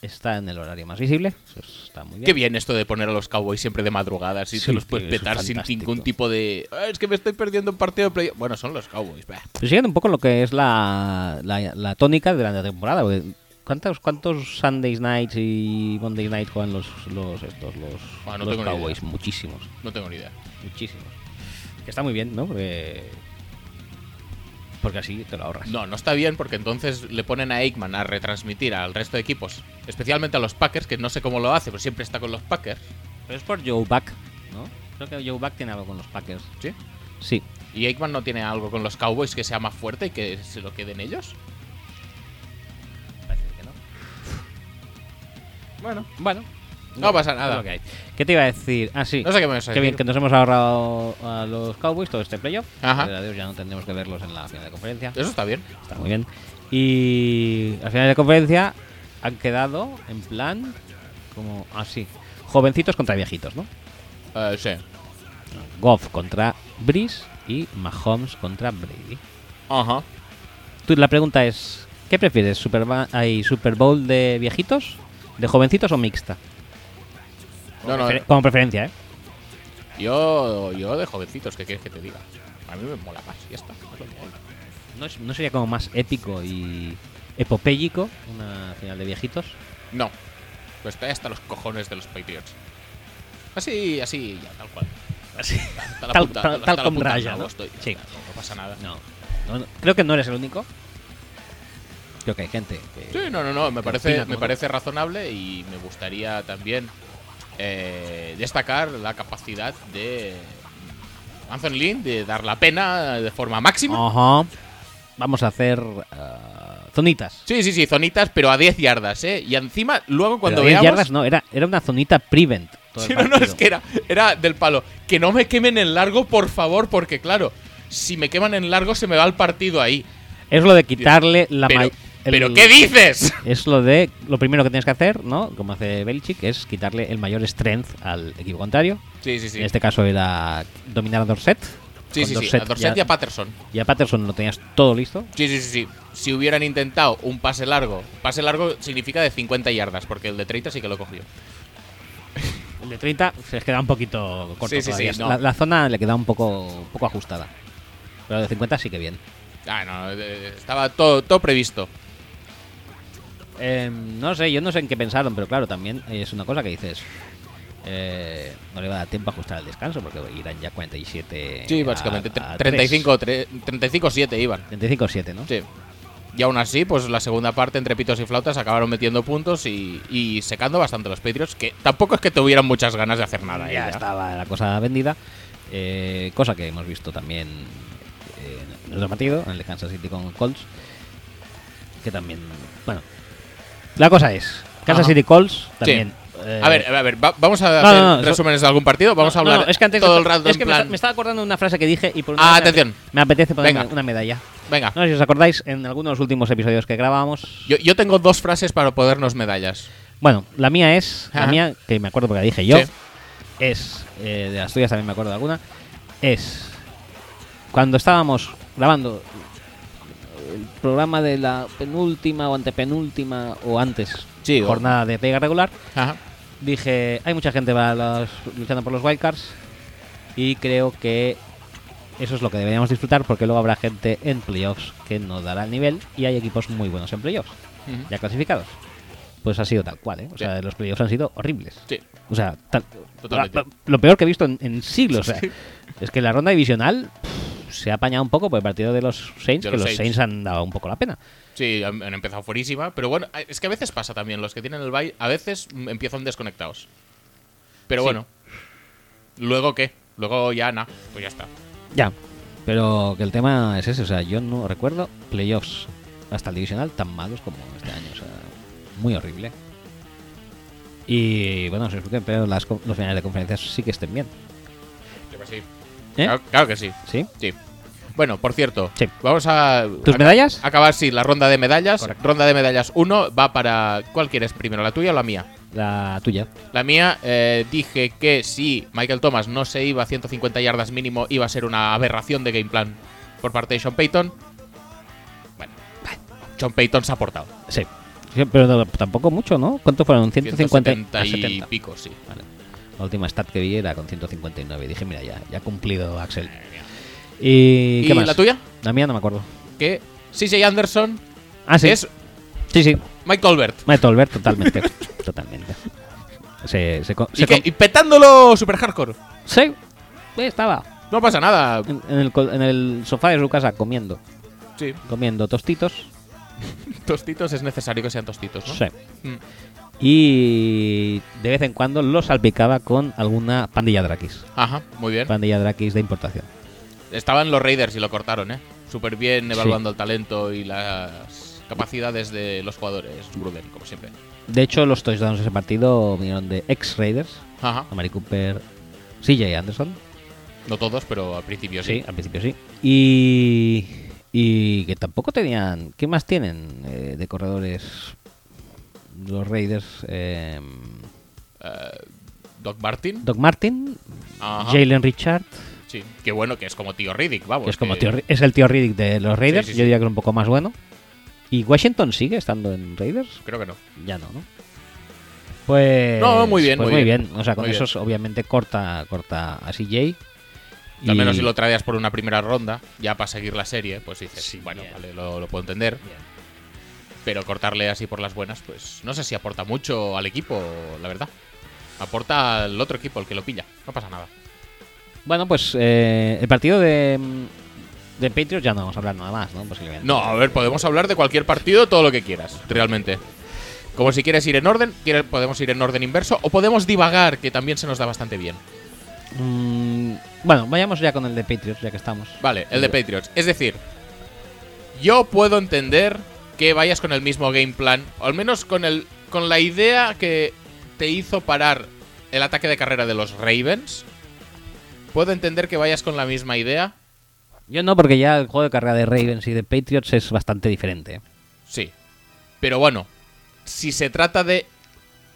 S1: está en el horario más visible. Eso está muy bien.
S2: Qué bien esto de poner a los Cowboys siempre de madrugada, así
S1: Sí,
S2: te los
S1: tío,
S2: puedes
S1: eso es
S2: petar sin
S1: fantástico.
S2: ningún tipo de. "Ah, es que me estoy perdiendo un partido de play. Bueno, son los Cowboys. bah.
S1: Pero siguiendo un poco lo que es la, la, la tónica de la temporada. porque ¿Cuántos, ¿Cuántos Sundays nights y Monday nights juegan los, los, estos, los,
S2: Ah, no
S1: los
S2: tengo ni
S1: Cowboys?
S2: idea.
S1: Muchísimos,
S2: No tengo ni idea.
S1: muchísimos. Que está muy bien, ¿no? Porque, porque así te lo ahorras.
S2: No, no está bien porque entonces le ponen a Aikman a retransmitir al resto de equipos, especialmente a los Packers, que no sé cómo lo hace, pero siempre está con los Packers.
S1: Pero es por Joe Buck, ¿no? Creo que Joe Buck tiene algo con los Packers.
S2: ¿Sí?
S1: Sí,
S2: ¿Y Aikman no tiene algo con los Cowboys que sea más fuerte y que se lo queden ellos?
S1: Parece que no. Bueno, bueno.
S2: No pasa nada.
S1: es lo que hay. ¿Qué te iba a decir? Ah, sí.
S2: No sé qué me vas a
S1: Qué bien, que
S2: decir.
S1: nos hemos ahorrado a los Cowboys todo este playoff.
S2: Ajá.
S1: Gracias a Dios ya no tendremos que verlos en la final de conferencia.
S2: Eso está bien.
S1: Está muy bien. Y al final de conferencia han quedado en plan como así. Jovencitos contra viejitos, ¿no?
S2: Eh, sí.
S1: Goff contra Breeze y Mahomes contra Brady.
S2: Ajá.
S1: Tú- la pregunta es, ¿qué prefieres? Superba- ay, ¿Super Bowl de viejitos, de jovencitos o mixta?
S2: No, no.
S1: Prefer- Como preferencia, ¿eh?
S2: Yo, yo de jovencitos, ¿qué quieres que te diga? A mí me mola más, ya está. es lo que hay.
S1: ¿No, es- no sería como más épico y epopéyico una final de viejitos?
S2: No. Pues estoy hasta los cojones de los Patriots. Así, así, ya, tal cual. Así. Hasta la
S1: Tal-
S2: punta-
S1: tal-
S2: hasta
S1: tal
S2: la
S1: como
S2: punta del
S1: raya,
S2: rabo
S1: ¿no?
S2: estoy.
S1: Sí.
S2: No, no pasa nada.
S1: No. no- creo que no eres el único. Creo que hay gente que.
S2: Sí, no, no, no, me
S1: Que
S2: parece,
S1: opina
S2: me
S1: como
S2: parece razonable y me gustaría también eh, destacar la capacidad de Anthony Lynn de dar la pena de forma máxima.
S1: Ajá. Vamos a hacer ah, zonitas.
S2: Sí, sí, sí, zonitas, pero a 10 yardas, ¿eh? Y encima, luego cuando
S1: Pero diez
S2: veamos...
S1: yardas no, era, era una zonita prevent. todo el
S2: Sí, no, no,
S1: partido.
S2: es que era, era del palo. Que no me quemen en largo, por favor, porque claro, si me queman en largo se me va el partido ahí.
S1: Es lo de quitarle la
S2: pero,
S1: may- el-
S2: ¿pero ¿qué dices?
S1: Es lo de. Lo primero que tienes que hacer, ¿no? Como hace Belichick, es quitarle el mayor strength al equipo contrario.
S2: Sí, sí, sí.
S1: En este caso era dominar a Dorset.
S2: Sí,
S1: Con
S2: sí, sí.
S1: Dorsett
S2: A Dorset y
S1: ya-
S2: a Patterson.
S1: Y a Patterson lo tenías todo listo.
S2: Sí, sí, sí, sí. Si hubieran intentado un pase largo, pase largo significa de 50 yardas, porque el de 30 sí que lo cogió.
S1: El de 30 se queda un poquito corto.
S2: Sí, sí,
S1: todavía.
S2: sí, no.
S1: la, la zona le queda un poco, un poco ajustada. Pero de 50 sí que bien.
S2: Ah, no, eh, estaba todo, todo previsto.
S1: Eh, no sé, yo no sé en qué pensaron, pero claro, también es una cosa que dices. eh, no le va a dar tiempo a ajustar el descanso porque irán ya 47.
S2: Sí,
S1: a-
S2: básicamente.
S1: a
S2: 35-7 iban.
S1: 3. 35-7, ¿no?
S2: Sí. Y aún así, pues la segunda parte, entre pitos y flautas, acabaron metiendo puntos y, y secando bastante los Patriots, que tampoco es que tuvieran muchas ganas de hacer nada.
S1: ya,
S2: eh, ya.
S1: estaba la cosa vendida. Eh, cosa que hemos visto también eh, en otro partido, en el de Kansas City con Colts. Que también. Bueno. La cosa es: Kansas
S2: Ajá.
S1: City Colts también. eh,
S2: A ver, a ver, va- vamos a
S1: No,
S2: hacer
S1: no, no,
S2: resúmenes de algún partido. Vamos a
S1: no, no,
S2: hablar
S1: no, es que antes
S2: todo
S1: de-
S2: el rato
S1: es
S2: en
S1: que me
S2: plan.
S1: sa- me, estaba acordando de una frase que dije y por una
S2: Ah,
S1: vez me-
S2: atención.
S1: Me apetece ponerme
S2: Venga.
S1: una medalla.
S2: Venga,
S1: No sé si os acordáis, en algunos de los últimos episodios que grabábamos.
S2: yo, yo tengo dos frases para podernos medallas.
S1: Bueno, la mía es. La
S2: Ajá.
S1: mía, que me acuerdo porque la dije yo.
S2: Sí.
S1: Es. eh, de las tuyas también me acuerdo de alguna. Es. Cuando estábamos grabando el programa de la penúltima o antepenúltima o antes
S2: Sí, o-
S1: jornada de pega regular,
S2: Ajá.
S1: dije: hay mucha gente va a los- luchando por los wildcards. Y creo que. Eso es lo que deberíamos disfrutar porque luego habrá gente en playoffs que no dará el nivel y hay equipos muy buenos en playoffs
S2: Ujú.
S1: ya clasificados. Pues ha sido tal cual, ¿eh? O
S2: Sí.
S1: sea, los playoffs han sido horribles.
S2: Sí.
S1: O sea, tal-
S2: Totalmente.
S1: la- la- lo peor que he visto en, en siglos. o sea, es que la ronda divisional pff, se ha apañado un poco por el partido de los Saints,
S2: De
S1: que
S2: los
S1: los
S2: Saints.
S1: Saints. han dado un poco la pena.
S2: Sí, han, han empezado fuerísima. Pero bueno, es que a veces pasa también. Los que tienen el bye, a veces mm, empiezan desconectados. Pero
S1: Sí.
S2: bueno. ¿Luego qué? Luego ya, na. Pues ya está.
S1: Ya. Pero que el tema es ese. O sea, yo no recuerdo playoffs hasta el divisional tan malos como este año. O sea, muy horrible. Y bueno, se disculpen, pero las, co- los finales de conferencias sí que estén bien.
S2: Sí, pues sí.
S1: ¿Eh?
S2: Claro, claro que sí.
S1: ¿Sí?
S2: Sí. Bueno, por cierto,
S1: Sí.
S2: vamos a
S1: ¿Tus
S2: aca-
S1: medallas?
S2: acabar, sí, la ronda de medallas.
S1: Correcto.
S2: Ronda de medallas 1 va para... ¿Cuál quieres primero, la tuya o la mía?
S1: La tuya.
S2: La mía, eh, dije que si Michael Thomas no se iba a 150 yardas mínimo, iba a ser una aberración de game plan por parte de Sean Payton. Bueno, Sean Payton se ha aportado.
S1: Sí. Sí, Pero no- tampoco mucho, ¿no? ¿Cuánto fueron? 150
S2: 170
S1: a
S2: y
S1: 70.
S2: pico, sí.
S1: Vale. La última stat que vi era con 159. Dije, mira, ya, ya ha cumplido Axel. ¿Y,
S2: ¿Y,
S1: qué más?
S2: la tuya?
S1: La mía no me acuerdo.
S2: Que CJ Anderson
S1: Ah, sí.
S2: es
S1: Sí, sí.
S2: Mike Colbert.
S1: Matt Tolbert,
S2: *laughs*
S1: totalmente. totalmente. Se, se, co-
S2: ¿Y,
S1: se
S2: que-
S1: com-
S2: y petándolo super hardcore.
S1: Sí. Eh, Estaba
S2: No pasa nada.
S1: en, en el, col- en el sofá de su casa comiendo.
S2: Sí,
S1: Comiendo tostitos.
S2: tostitos es necesario que sean tostitos, ¿no?
S1: Sí.
S2: Mm.
S1: Y de vez en cuando lo salpicaba con alguna pandilla Drakis.
S2: Ajá, muy bien.
S1: Pandilla Drakis de importación.
S2: Estaban los Raiders y lo cortaron, ¿eh? Súper bien evaluando el talento y las capacidades de los jugadores. Gruden, como siempre.
S1: De hecho, los touchdowns de ese partido vinieron de ex-Raiders,
S2: Ajá.
S1: Amari Cooper, CJ Anderson.
S2: No todos, pero al principio sí.
S1: Sí, al principio sí. Y, y que tampoco tenían... ¿Qué más tienen eh, de corredores los Raiders? Eh,
S2: Eh, Doc Martin.
S1: Doc Martin,
S2: Ajá.
S1: Jalen Richard,
S2: Sí. Qué bueno que es como tío Riddick, vamos.
S1: que es, como
S2: que-
S1: tío Ri- es el tío Riddick de los Raiders,
S2: sí, sí.
S1: yo diría que es un poco más bueno. ¿Y Washington sigue estando en Raiders?
S2: Creo que no.
S1: Ya no, ¿no? Pues.
S2: No, muy bien,
S1: pues
S2: muy
S1: muy
S2: bien.
S1: bien. O sea, con
S2: Muy bien.
S1: esos, obviamente, corta, corta a CJ.
S2: Al menos si lo traías por una primera ronda, ya para seguir la serie, pues dices,
S1: Sí,
S2: bueno,
S1: bien.
S2: vale, lo, lo puedo entender.
S1: Bien.
S2: Pero cortarle así por las buenas, pues no sé si aporta mucho al equipo, la verdad. Aporta al otro equipo, el que lo pilla. No pasa nada.
S1: Bueno, pues eh, el partido de, De Patriots ya no vamos a hablar nada más, ¿no? Posiblemente.
S2: No, a ver, podemos hablar de cualquier partido, todo lo que quieras, realmente. Como si quieres ir en orden, quiere- podemos ir en orden inverso o podemos divagar, que también se nos da bastante bien.
S1: Mm, bueno, vayamos ya con el de Patriots, ya que estamos.
S2: Vale, el de Patriots. Es decir, yo puedo entender que vayas con el mismo game plan, o al menos con, el, con la idea que te hizo parar el ataque de carrera de los Ravens. Puedo entender que vayas con la misma idea.
S1: Yo no, porque ya el juego de carrera de Ravens y de Patriots es bastante diferente.
S2: Sí. Pero bueno, si se trata de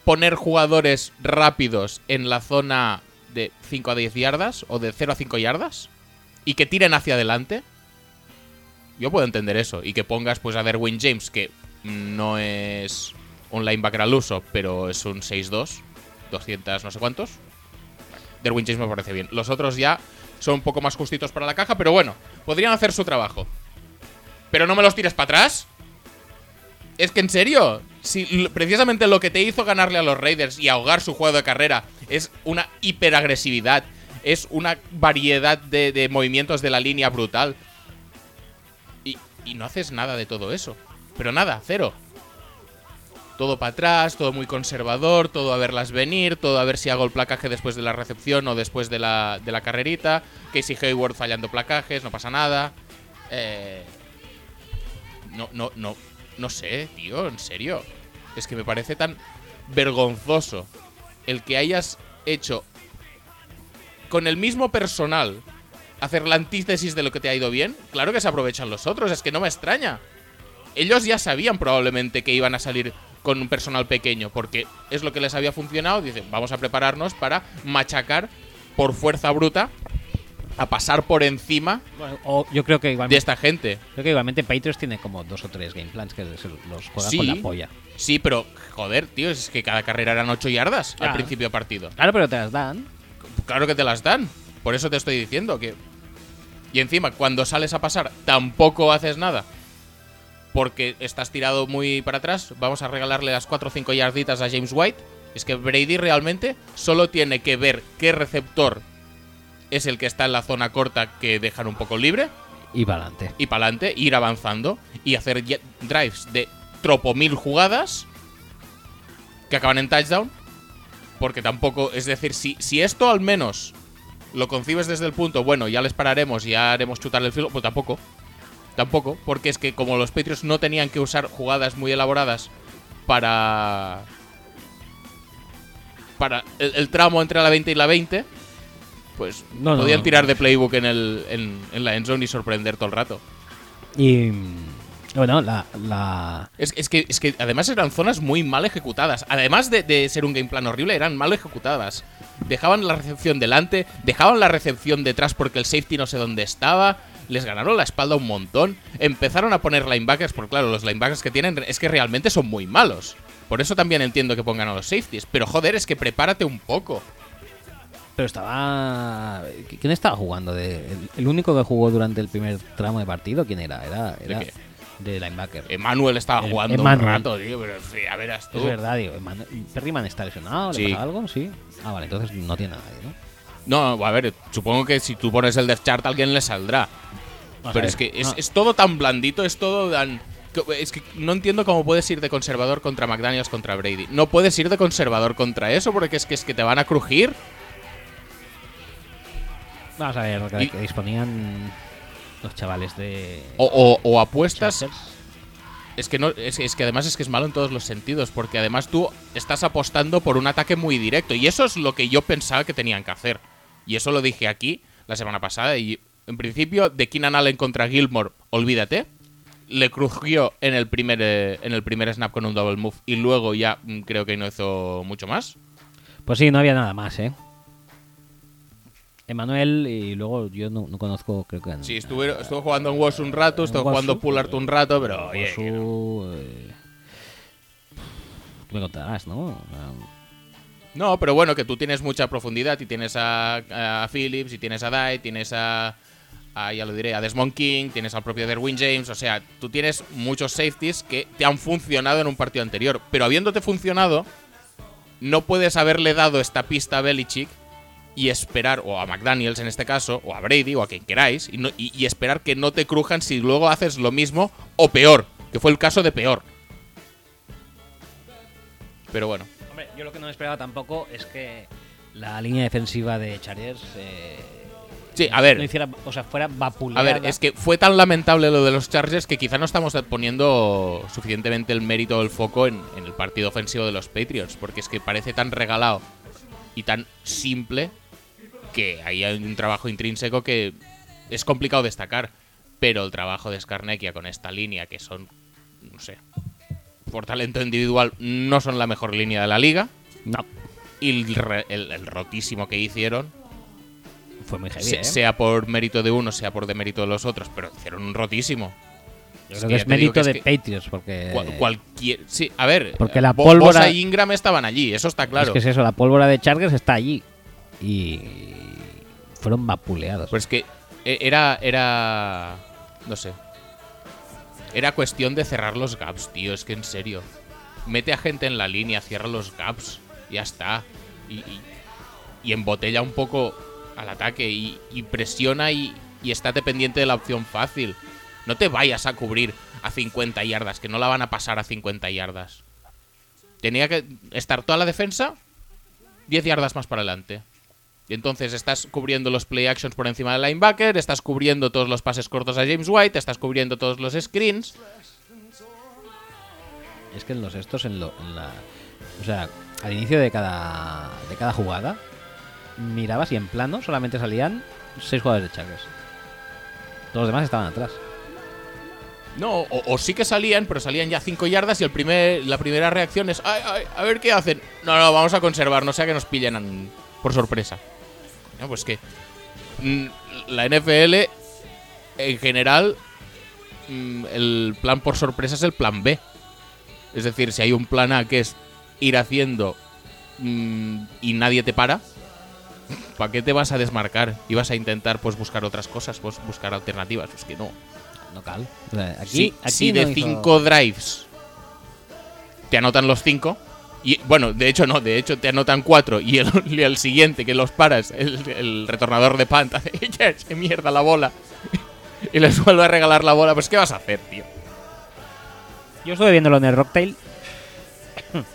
S2: poner jugadores rápidos en la zona de 5 a 10 yardas o de 0 a 5 yardas y que tiren hacia adelante, yo puedo entender eso. Y que pongas pues a Derwin James, que no es un linebacker al uso, pero es un 6-2, 200 no sé cuántos. Derwin James me parece bien. Los otros ya son un poco más justitos para la caja, pero bueno, podrían hacer su trabajo. Pero no me los tires para atrás. Es que en serio, si l- precisamente lo que te hizo ganarle a los Raiders y ahogar su juego de carrera es una hiperagresividad, es una variedad de, de movimientos de la línea brutal. Y, y no haces nada de todo eso. Pero nada, cero. Todo para atrás, todo muy conservador, todo a verlas venir, todo a ver si hago el placaje después de la recepción o después de la, de la carrerita. Casey Hayward fallando placajes, no pasa nada. Eh, no, no, no, no sé, tío, en serio. Es que me parece tan vergonzoso el que hayas hecho con el mismo personal hacer la antítesis de lo que te ha ido bien. Claro que se aprovechan los otros, es que no me extraña. Ellos ya sabían probablemente que iban a salir con un personal pequeño, porque es lo que les había funcionado. Dicen, vamos a prepararnos para machacar por fuerza bruta, a pasar por encima
S1: Bueno, o yo creo que
S2: de
S1: igualmente,
S2: esta gente.
S1: creo que igualmente Patriots tiene como dos o tres game plans que se los juega
S2: Sí.
S1: con la polla.
S2: Sí, pero joder, tío, es que cada carrera eran 8 yardas al
S1: Ya.
S2: principio de partido.
S1: Claro, pero te las dan.
S2: Claro que te las dan. Por eso te estoy diciendo que. Y encima, cuando sales a pasar, tampoco haces nada. Porque estás tirado muy para atrás. Vamos a regalarle las 4 o 5 yarditas a James White. Es que Brady realmente solo tiene que ver qué receptor es el que está en la zona corta que dejan un poco libre
S1: Y para adelante.
S2: y para adelante, ir avanzando y hacer ye- drives de tropo mil jugadas que acaban en touchdown. Porque tampoco, es decir, si, si esto al menos lo concibes desde el punto, bueno, ya les pararemos, ya haremos chutar el filo, pues tampoco. Tampoco, porque es que como los Patriots no tenían que usar jugadas muy elaboradas para. para el, el tramo entre la 20 y la 20, pues
S1: No, no,
S2: podían
S1: no.
S2: tirar de playbook en, el, en, en la endzone y sorprender todo el rato.
S1: Y. mm, Bueno, la. la
S2: Es, es que, es que además eran zonas muy mal ejecutadas. Además de, de ser un game plan horrible, eran mal ejecutadas. Dejaban la recepción delante, dejaban la recepción detrás porque el safety no sé dónde estaba. Les ganaron la espalda un montón. Empezaron a poner linebackers, porque claro, los linebackers que tienen es que realmente son muy malos. Por eso también entiendo que pongan a los safeties. Pero joder, es que prepárate un poco.
S1: pero estaba. ¿Quién estaba jugando? De, el, el único que jugó durante el primer tramo de partido, ¿quién era? Era. era
S2: qué? Eh,
S1: de linebacker.
S2: Emmanuel estaba
S1: Em-
S2: jugando
S1: Emmanuel.
S2: un rato, tío, pero sí, a verás tú.
S1: Es verdad, digo, Emmanuel- Perryman está lesionado, ¿le
S2: oh. Sí.
S1: pasa algo? Sí. Ah, vale, entonces no tiene a nadie, ¿no?
S2: No, a ver, supongo que si tú pones el death chart alguien le saldrá.
S1: Vamos a
S2: Pero
S1: ver.
S2: es que es,
S1: Ah.
S2: es todo tan blandito, es todo tan... que- Es que no entiendo cómo puedes ir de conservador contra McDaniels contra Brady. No puedes ir de conservador contra eso porque es que, es que te van a crujir.
S1: Vamos a ver, que,
S2: Y-
S1: que disponían los chavales de.
S2: O, o- o apuestas.
S1: Chargers.
S2: Es que, no, es, es que además es que es malo en todos los sentidos porque además tú estás apostando por un ataque muy directo. Y eso es lo que yo pensaba que tenían que hacer. Y eso lo dije aquí la semana pasada. Y en principio, de Keenan Allen contra Gilmore, olvídate. le crujió en el primer eh, en el primer snap con un double move y luego ya mm, creo que no hizo mucho más.
S1: Pues sí, no había nada más, ¿eh? Emanuel y luego yo no, no conozco, creo que...
S2: Sí, estuvieron- estuvo jugando en Wash un rato, estuvo
S1: Wasu.
S2: jugando Pullard un rato, pero oye,
S1: Wasu,
S2: que no.
S1: eh, Tú me contarás, ¿no? Ah,
S2: no, pero bueno, que tú tienes mucha profundidad y tienes a, a Phillips y tienes a Dye, tienes a, a- ya lo diré, a Desmond King, tienes al propio Derwin James, o sea, tú tienes muchos safeties que te han funcionado en un partido anterior, pero habiéndote funcionado no puedes haberle dado esta pista a Belichick y esperar, o a McDaniels en este caso, o a Brady, o a quien queráis, y, no- y- y esperar que no te crujan si luego haces lo mismo o peor, que fue el caso de peor. Pero bueno,
S1: Hombre, yo lo que no me esperaba tampoco es que la línea defensiva de Chargers eh,
S2: sí, a ver.
S1: no hiciera, o sea, fuera
S2: A
S1: vapuleada.
S2: ver, es que fue tan lamentable lo de los Chargers que quizá no estamos poniendo suficientemente el mérito o el foco en, en el partido ofensivo de los Patriots, porque es que parece tan regalado y tan simple que ahí hay un trabajo intrínseco que es complicado destacar. Pero el trabajo de Skarnekia con esta línea, que son, no sé, por talento individual, no son la mejor línea de la liga.
S1: No,
S2: Y el, re- el- el rotísimo que hicieron,
S1: fue muy heavy,
S2: se-
S1: ¿eh?
S2: sea por mérito de uno, sea por demérito de los otros, pero hicieron un rotísimo.
S1: Yo creo
S2: es que
S1: que
S2: ya
S1: es
S2: te
S1: mérito
S2: digo que
S1: de
S2: es
S1: Patriots, porque...
S2: Cual- cualquier. Sí, a ver. eh,
S1: Porque la
S2: Bo-
S1: pólvora-
S2: Bosa y Ingram estaban allí, eso está claro.
S1: Es que es eso, la pólvora de Chargers está allí. Y fueron vapuleados.
S2: Pero es que e- era. Era. No sé. Era cuestión de cerrar los gaps, tío. Es que en serio. Mete a gente en la línea, cierra los gaps. Ya está. Y, y- y embotella un poco al ataque. Y, y presiona y, y estate pendiente de la opción fácil. No te vayas a cubrir a 50 yardas, que no la van a pasar a 50 yardas. Tenía que estar toda la defensa 10 yardas más para adelante. Y entonces estás cubriendo los play actions por encima del linebacker, estás cubriendo todos los pases cortos a James White, estás cubriendo todos los screens.
S1: Es que en los estos, en, lo- en la. O sea, al inicio de cada, de cada jugada, mirabas y en plano solamente salían seis jugadores de Chargers. Todos los demás estaban atrás.
S2: No, o, o sí que salían, pero salían ya 5 yardas y el primer, la primera reacción es, ay, ay, a ver qué hacen. No, no, vamos a conservar, no sea que nos pillen an- por sorpresa. No, pues que mm, la NFL, en general, mm, el plan por sorpresa es el plan B. Es decir, si hay un plan A que es ir haciendo mm, y nadie te para, ¿para qué te vas a desmarcar? Y vas a intentar pues buscar otras cosas, pues buscar alternativas. Pues que no.
S1: No cal. O sea, aquí,
S2: Si-
S1: aquí
S2: si
S1: no
S2: de
S1: hizo-
S2: 5 drives te anotan los 5, y bueno, de hecho no, de hecho te anotan 4 y el, *laughs* y el siguiente que los paras, el, el retornador de panta, *laughs* hace "Yes, qué mierda la bola, *laughs* y les vuelve a regalar la bola, pues ¿qué vas a hacer, tío?
S1: Yo estuve viéndolo en el Rocktail. *coughs*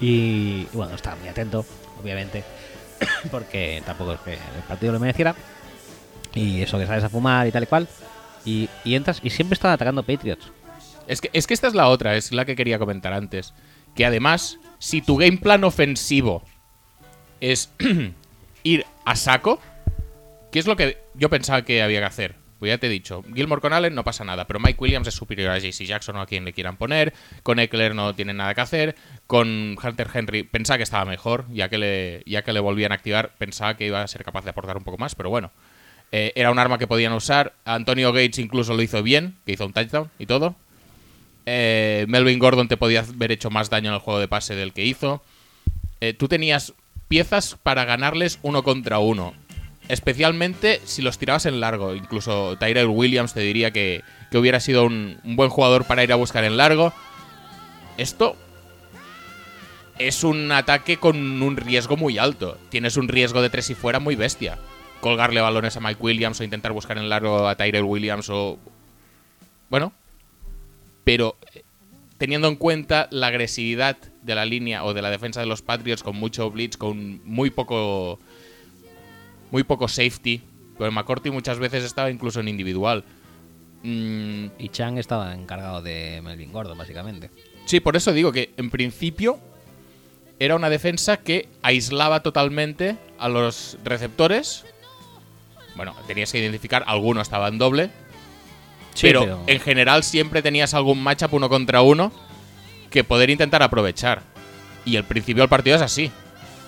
S1: y bueno, estaba muy atento, obviamente. *coughs* porque tampoco es que el partido lo mereciera. Y eso que sales a fumar y tal y cual. Y, y entras y siempre están atacando Patriots.
S2: Es que, es que esta es la otra, es la que quería comentar antes. Que además, si tu game plan ofensivo es *clears throat* ir a saco, que es lo que yo pensaba que había que hacer. Pues ya te he dicho, Gilmore con Allen no pasa nada, pero Mike Williams es superior a JC Jackson o a quien le quieran poner. Con Eckler no tiene nada que hacer. Con Hunter Henry pensaba que estaba mejor, ya que le, ya que le volvían a activar, pensaba que iba a ser capaz de aportar un poco más, pero bueno. Eh, era un arma que podían usar. Antonio Gates incluso lo hizo bien, que hizo un touchdown y todo. Eh, Melvin Gordon te podía haber hecho más daño en el juego de pase del que hizo. Eh, tú tenías piezas para ganarles uno contra uno. Especialmente si los tirabas en largo. Incluso Tyrell Williams te diría que, que hubiera sido un, un buen jugador para ir a buscar en largo. Esto es un ataque con un riesgo muy alto. Tienes un riesgo de tres y fuera muy bestia. Colgarle balones a Mike Williams o intentar buscar en largo a Tyrell Williams o... Bueno, pero eh, teniendo en cuenta la agresividad de la línea o de la defensa de los Patriots con mucho blitz, con muy poco muy poco safety, porque McCourty muchas veces estaba incluso en individual. Mm,
S1: Y Chang estaba encargado de Melvin Gordon, básicamente.
S2: Sí, por eso digo que en principio era una defensa que aislaba totalmente a los receptores. Bueno, tenías que identificar, alguno estaba en doble.
S1: Sí,
S2: pero,
S1: pero-
S2: en general siempre tenías algún matchup uno contra uno que poder intentar aprovechar. Y el principio del partido es así.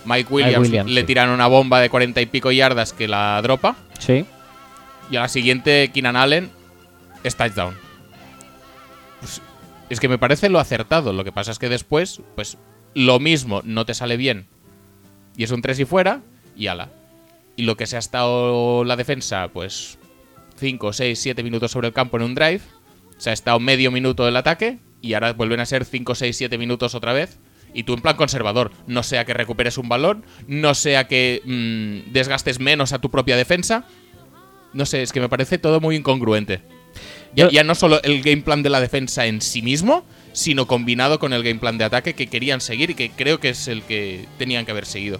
S2: Mike Williams,
S1: Williams,
S2: le
S1: sí.
S2: tiran una bomba de cuarenta y pico yardas que la dropa.
S1: Sí.
S2: Y a la siguiente, Keenan Allen es touchdown. Pues, es que me parece lo acertado. Lo que pasa es que después, pues lo mismo, no te sale bien. Y es un 3 y fuera, y ala. Y lo que se ha estado la defensa, pues 5, 6, 7 minutos sobre el campo en un drive. Se ha estado medio minuto del ataque. Y ahora vuelven a ser 5, 6, 7 minutos otra vez. Y tú en plan conservador, no sea que recuperes un balón, no sea que mm, desgastes menos a tu propia defensa. No sé, es que me parece todo muy incongruente. Ya,
S1: Yo-
S2: ya no solo el game plan de la defensa en sí mismo, sino combinado con el game plan de ataque que querían seguir y que creo que es el que tenían que haber seguido.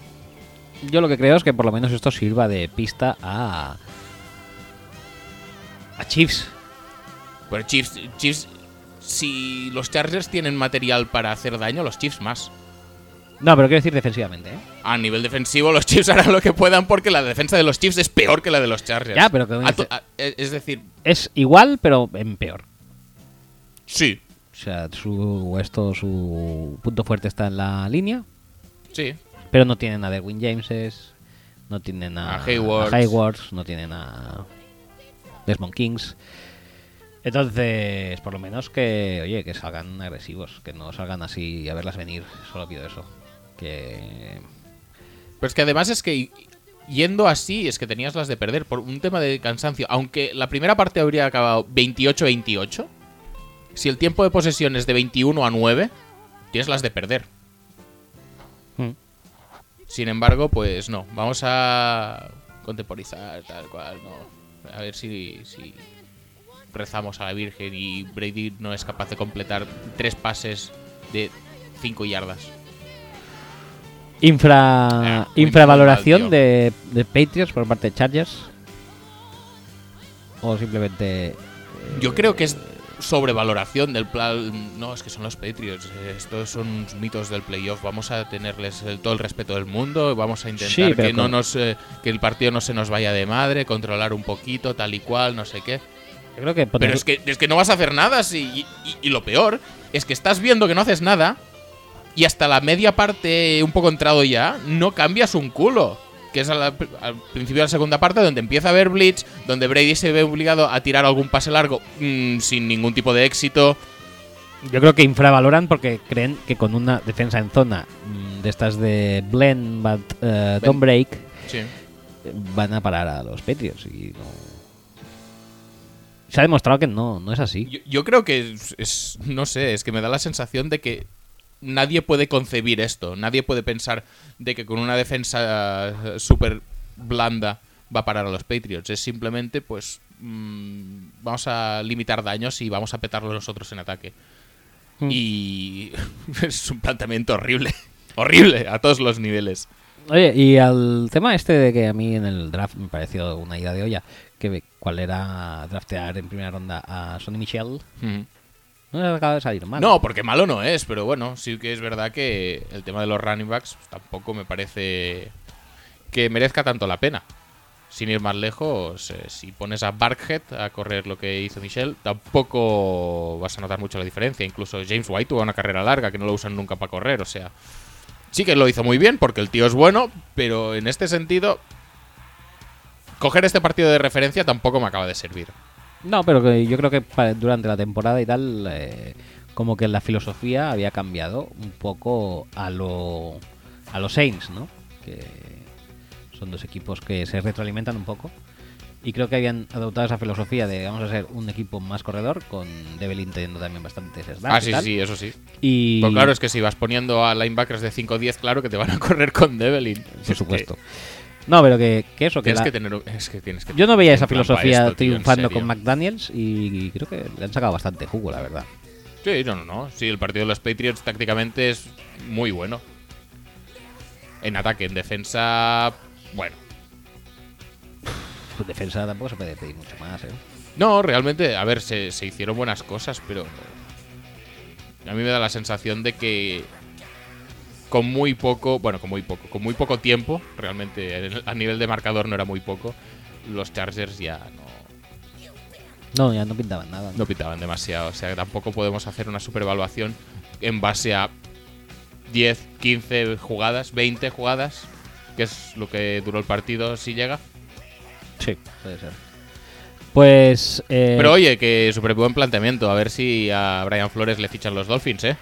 S1: Yo lo que creo es que por lo menos esto sirva de pista a. a Chiefs.
S2: Pero Chiefs, Chiefs, si los Chargers tienen material para hacer daño, los Chiefs más.
S1: No, pero quiero decir defensivamente, ¿eh?
S2: A nivel defensivo, los Chiefs *laughs* harán lo que puedan porque la defensa de los Chiefs es peor que la de los Chargers.
S1: Ya, pero que me
S2: A to-
S1: dice-
S2: a- e- es decir,
S1: Es igual, pero en peor.
S2: sí,
S1: O sea, su, esto, su punto fuerte está en la línea,
S2: sí.
S1: pero no tienen a Derwin Jameses, no tienen a,
S2: A Haywards.
S1: a Haywards, no tienen a Desmond Kings. Entonces, por lo menos que, oye, que salgan agresivos, que no salgan así a verlas venir, solo pido eso. Que...
S2: Pero es que además es que yendo así es que tenías las de perder por un tema de cansancio. Aunque la primera parte habría acabado 28-28, si el tiempo de posesión es de 21 a 9, tienes las de perder.
S1: Mm.
S2: Sin embargo, pues no. Vamos a contemporizar, tal cual, no. A ver si, si rezamos a la Virgen y Brady no es capaz de completar tres pases de 5 yardas.
S1: Infra,
S2: Ah, muy
S1: infravaloración
S2: mal, tío.
S1: de, de Patriots por parte de Chargers. O simplemente... eh,
S2: Yo creo que es sobrevaloración del plan. No, es que son los Patriots. eh, Estos son unos mitos del playoff. Vamos a tenerles el- todo el respeto del mundo. Vamos a intentar
S1: Sí, pero
S2: que, no
S1: con-
S2: nos, eh, que el partido no se nos vaya de madre, controlar un poquito, tal y cual, no sé qué.
S1: Yo creo que poner-
S2: Pero es que, es que no vas a hacer nada. sí, y, y- y lo peor es que estás viendo que no haces nada. Y hasta la media parte, un poco entrado ya, no cambias un culo. Que es a la- al principio de la segunda parte donde empieza a haber blitz, donde Brady se ve obligado a tirar algún pase largo mm, sin ningún tipo de éxito.
S1: Yo creo que infravaloran porque creen que con una defensa en zona mm, de estas de blend but eh, don't break
S2: Sí.
S1: eh, van a parar a los Patriots y no... Se ha demostrado que no, no es así.
S2: Yo, yo creo que es, es- no sé, es que me da la sensación de que nadie puede concebir esto, nadie puede pensar de que con una defensa eh, súper blanda va a parar a los Patriots, es simplemente pues mm, vamos a limitar daños y vamos a petarlo nosotros en ataque.
S1: Mm.
S2: Y *laughs* es un planteamiento horrible, *laughs* horrible a todos los niveles.
S1: Oye, y al tema este de que a mí en el draft me pareció una idea de olla, que cuál era draftear en primera ronda a Sonny Michel,
S2: Mm.
S1: no les acaba de salir mal.
S2: No, porque malo no es, pero bueno, sí que es verdad que el tema de los running backs pues, tampoco me parece que merezca tanto la pena. Sin ir más lejos, eh, si pones a Barkhead a correr lo que hizo Michel, tampoco vas a notar mucho la diferencia. Incluso James White tuvo una carrera larga que no lo usan nunca para correr, o sea. Sí que lo hizo muy bien porque el tío es bueno, pero en este sentido, coger este partido de referencia tampoco me acaba de servir.
S1: No, pero que yo creo que pa- durante la temporada y tal, eh, como que la filosofía había cambiado un poco a lo a los Saints, ¿no? Que son dos equipos que se retroalimentan un poco. Y creo que habían adoptado esa filosofía de vamos a ser un equipo más corredor, con Develin teniendo también bastantes snaps.
S2: Ah,
S1: y
S2: sí,
S1: tal.
S2: sí, eso sí.
S1: Y,
S2: Pues claro, es que si vas poniendo a linebackers de 5-10, claro que te van a *laughs* correr con Develin. Es que
S1: por supuesto. No, pero que, que eso, que,
S2: Tienes
S1: la-
S2: que tener. un- Es que tienes que
S1: yo no veía
S2: tener
S1: esa
S2: un plan para
S1: filosofía
S2: esto, tío, en
S1: triunfando
S2: serio.
S1: con McDaniels y, y creo que le han sacado bastante jugo, la verdad.
S2: Sí, no, no, no. Sí, el partido de los Patriots tácticamente es muy bueno. En ataque, en defensa. Bueno.
S1: Su Pues defensa tampoco se puede pedir mucho más, ¿eh?
S2: No, realmente, a ver, se, se hicieron buenas cosas, pero. A mí me da la sensación de que. Con muy poco, bueno, con muy poco, con muy poco tiempo, realmente en el- a nivel de marcador no era muy poco, los Chargers ya no,
S1: No, ya no pintaban nada. ¿no?
S2: no pitaban demasiado. O sea, que tampoco podemos hacer una supervaluación en base a 10, 15 jugadas, 20 jugadas, que es lo que duró el partido si llega.
S1: Sí, puede ser. Pues. eh,
S2: Pero oye, que súper buen planteamiento. A ver si a Brian Flores le fichan los Dolphins, ¿eh?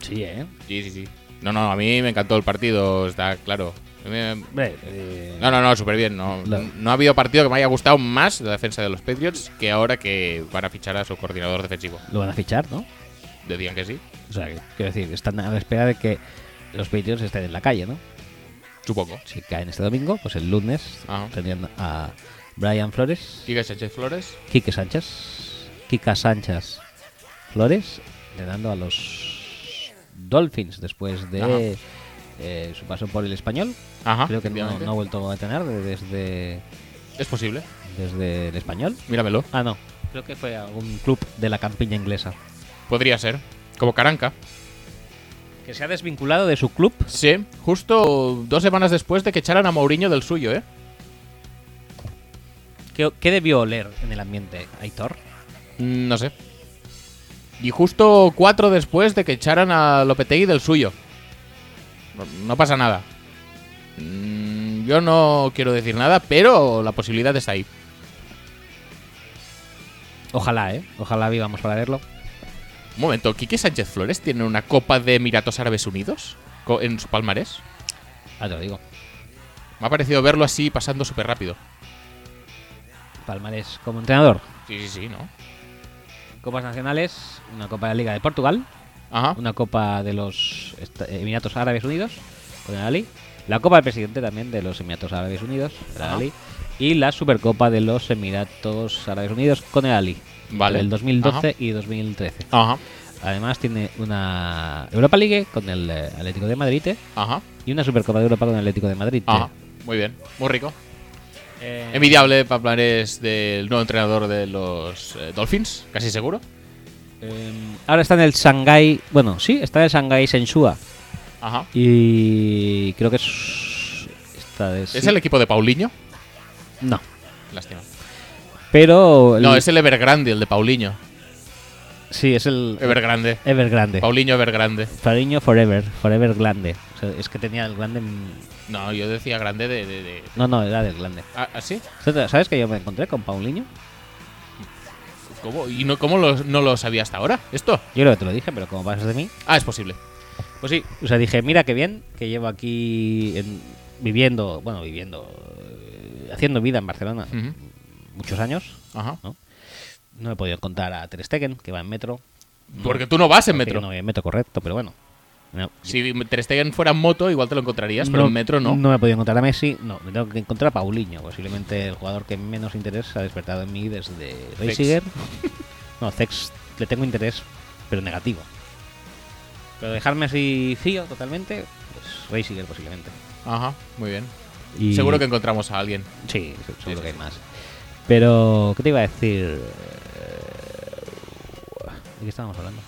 S1: Sí, ¿eh?
S2: Sí, sí, sí. No, no, a mí me encantó el partido, está claro. A mí me-
S1: Hombre, eh,
S2: No, no, no, súper bien. No,
S1: Claro.
S2: no ha habido partido que me haya gustado más de la defensa de los Patriots que ahora que van a fichar a su coordinador defensivo.
S1: Lo van a fichar, ¿no?
S2: decían que sí,
S1: O sea, que, quiero decir, están a la espera de que los Patriots estén en la calle, ¿no?
S2: supongo.
S1: Si caen este domingo, pues el lunes
S2: Ajá.
S1: tendrían a Brian Flores,
S2: Kika Sánchez Flores,
S1: Quique Sánchez, Kika Sánchez Flores, entrenando a los Dolphins después de
S2: Ajá.
S1: eh, su paso por el español.
S2: ajá,
S1: Creo que no,
S2: Ah, efectivamente.
S1: no ha vuelto a entrenar de- desde,
S2: es posible,
S1: desde el español.
S2: míramelo,
S1: Ah, no. Creo que fue a algún club de la campiña inglesa.
S2: podría ser, como Caranca.
S1: Que se ha desvinculado de su club.
S2: Sí, justo dos semanas después de que echaran a Mourinho del suyo, ¿eh?
S1: ¿Qué, qué debió oler en el ambiente, Aitor?
S2: Mm, No sé. Y justo cuatro después de que echaran a Lopetegui del suyo. No, no pasa nada. Mm, Yo no quiero decir nada, pero la posibilidad está ahí.
S1: Ojalá, ¿eh? Ojalá vivamos para verlo.
S2: Un momento, ¿Quique Sánchez Flores tiene una Copa de Emiratos Árabes Unidos co- en su palmarés?
S1: Ah, te lo digo.
S2: Me ha parecido verlo así pasando súper rápido.
S1: Palmares como entrenador.
S2: Sí, sí, sí, ¿no?
S1: Copas nacionales, una Copa de la Liga de Portugal,
S2: Ajá.
S1: una Copa de los Est- Emiratos Árabes Unidos, con el Ali, la Copa del Presidente también de los Emiratos Árabes Unidos, con el
S2: Ajá.
S1: Ali, y la Supercopa de los Emiratos Árabes Unidos con el Ali,
S2: Vale.
S1: del 2012 y 2013.
S2: Ajá.
S1: Además tiene una Europa League con el eh, Atlético de Madrid eh,
S2: Ajá.
S1: y una Supercopa de Europa con el Atlético de Madrid. eh.
S2: Ajá. Muy bien. Muy rico.
S1: Eh,
S2: Envidiable palmarés del nuevo entrenador de los eh, Dolphins, casi seguro.
S1: em, ahora está en el Shanghai, bueno, sí, está en el Shanghai Sensua.
S2: Ajá.
S1: Y creo que es. Esta es.
S2: ¿Es el equipo de Paulinho?
S1: No.
S2: Lástima.
S1: Pero. el-
S2: No, es el Evergrande, el de Paulinho.
S1: Sí, es el.
S2: Evergrande.
S1: Evergrande.
S2: Paulinho Evergrande.
S1: Fariño Forever. Forever Grande. O sea, es que tenía el grande. en-
S2: No, yo decía grande de. de, de-
S1: No, no, era del grande.
S2: Ah, ¿ah, sí?
S1: ¿Sabes que yo me encontré con Paulinho?
S2: ¿Cómo? ¿Y no, cómo lo- no lo sabía hasta ahora? ¿Esto?
S1: Yo creo que te lo dije, pero como pasas de mí.
S2: Ah, es posible.
S1: Pues sí. O sea, dije, mira qué bien que llevo aquí en- viviendo. Bueno, viviendo. eh, haciendo vida en Barcelona
S2: Ujú.
S1: muchos años.
S2: Ajá.
S1: ¿no? No he podido contar a Ter Stegen, que va en metro.
S2: Porque tú no vas en
S1: Así que
S2: metro.
S1: No voy en metro correcto, pero bueno. No,
S2: Si Ter Stegen fuera en moto, igual te lo encontrarías, pero en metro no.
S1: No me he podido encontrar a Messi, no, me tengo que encontrar a Paulinho, posiblemente el jugador que menos interés ha despertado en mí desde Reisiger. No, Zex le tengo interés, pero negativo. Pero dejarme así frío totalmente, pues Reisiger posiblemente.
S2: Ajá, muy bien.
S1: Y-
S2: Seguro que encontramos a alguien.
S1: Sí, se- seguro
S2: sí,
S1: que hay más. Pero, ¿qué te iba a decir? Eh, ¿De qué estábamos hablando?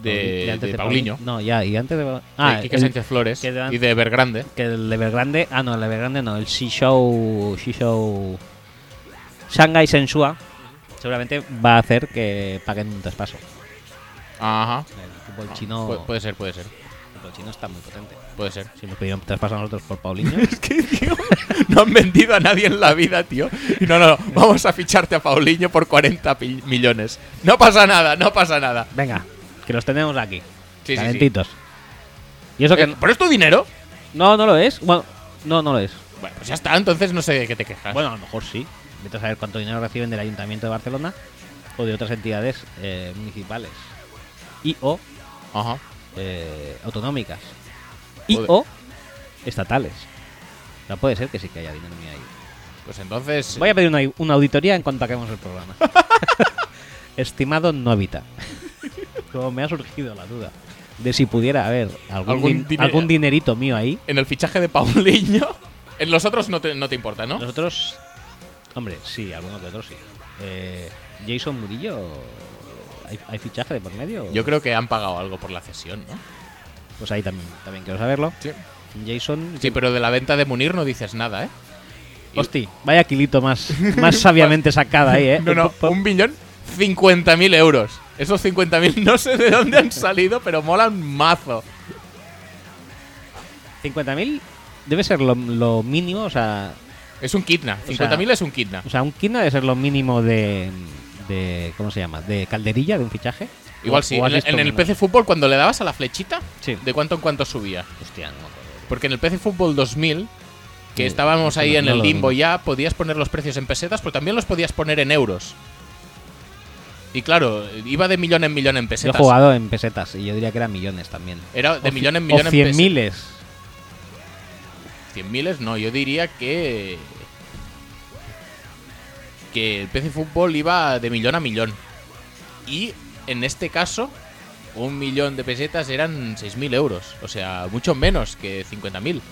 S2: De,
S1: antes Pauli-
S2: de Paulinho. Eh,
S1: No, ya, y antes de. Ah,
S2: de Quique
S1: el-
S2: Sánchez Flores
S1: que dan-
S2: y de Evergrande.
S1: Que el Evergrande. Ah, no, el Evergrande no. El Shishou. Shishou. Shanghai Sensua. Seguramente va a hacer que paguen un traspaso.
S2: Ajá.
S1: El fútbol
S2: Ah,
S1: chino.
S2: pu- puede ser, puede ser.
S1: el fútbol chino está muy potente.
S2: Puede ser.
S1: Si nos pidieron traspaso a nosotros por Paulinho.
S2: *laughs* Es que, tío, *laughs* no han vendido a nadie en la vida, tío. Y no, no, no, vamos a ficharte a Paulinho por 40 pi- millones. No pasa nada, no pasa nada.
S1: Venga, que los tenemos aquí.
S2: Sí, sí, sí.
S1: calentitos. Y eso que.
S2: Eh, ¿Pero es tu dinero?
S1: No, no lo es. Bueno, no, no lo es.
S2: Bueno, pues ya está, entonces no sé de qué te quejas.
S1: Bueno, a lo mejor sí. Vete a saber cuánto dinero reciben del Ayuntamiento de Barcelona o de otras entidades eh, municipales y o
S2: Ajá.
S1: eh, autonómicas y
S2: Joder.
S1: o estatales. No puede ser que sí que haya dinero mío ahí.
S2: Pues entonces.
S1: Voy a pedir una, una auditoría en cuanto acabemos el
S2: *laughs*
S1: programa. Estimado no habita. Como me ha surgido la duda de si pudiera haber algún,
S2: Algún
S1: din-
S2: dinero.
S1: algún dinerito mío ahí.
S2: En el fichaje de Paulinho. En los otros no te, no te importa, ¿no?
S1: Nosotros, hombre, sí, algunos de otros sí. Eh, Jason Murillo, ¿hay, hay fichaje de por medio?
S2: Yo creo que han pagado algo por la cesión, ¿no?
S1: Pues ahí también, también quiero saberlo.
S2: Sí.
S1: Jason,
S2: Sí, pero de la venta de Munir no dices nada, ¿eh?
S1: Hosti, vaya kilito más, más sabiamente sacada ahí, ¿eh?
S2: *laughs* No, no, un millón, 50.000 euros. Esos 50.000 no sé de dónde han salido, pero molan mazo.
S1: 50.000 debe ser lo, lo mínimo, o sea,
S2: Es un kidna.
S1: sea-
S2: 50.000 es un kidna.
S1: o sea, un quina debe ser lo mínimo de, de- ¿Cómo se llama? ¿De calderilla, de un fichaje?
S2: Igual
S1: ¿O-
S2: sí.
S1: o has
S2: En,
S1: visto
S2: en el
S1: menos?
S2: PC Fútbol, cuando le dabas a la flechita,
S1: Sí.
S2: de cuánto en cuánto subía.
S1: Hostia, no me acuerdo.
S2: Porque en el PC Fútbol 2000, que
S1: Sí,
S2: estábamos
S1: eso
S2: ahí
S1: no-
S2: en
S1: no
S2: el
S1: lo
S2: limbo
S1: domino.
S2: ya, podías poner los precios en pesetas, pero también los podías poner en euros. Y claro, iba de millón en millón en
S1: Yo he
S2: pesetas.
S1: jugado en pesetas y yo diría que eran millones también.
S2: Era de
S1: O
S2: millón
S1: ci-
S2: en millón
S1: o
S2: en
S1: cien
S2: pesetas.
S1: miles.
S2: Cien miles, no, yo diría que. Que el PC Fútbol iba de millón a millón. Y en este caso, un millón de pesetas eran 6.000 euros. O sea, mucho menos que 50.000.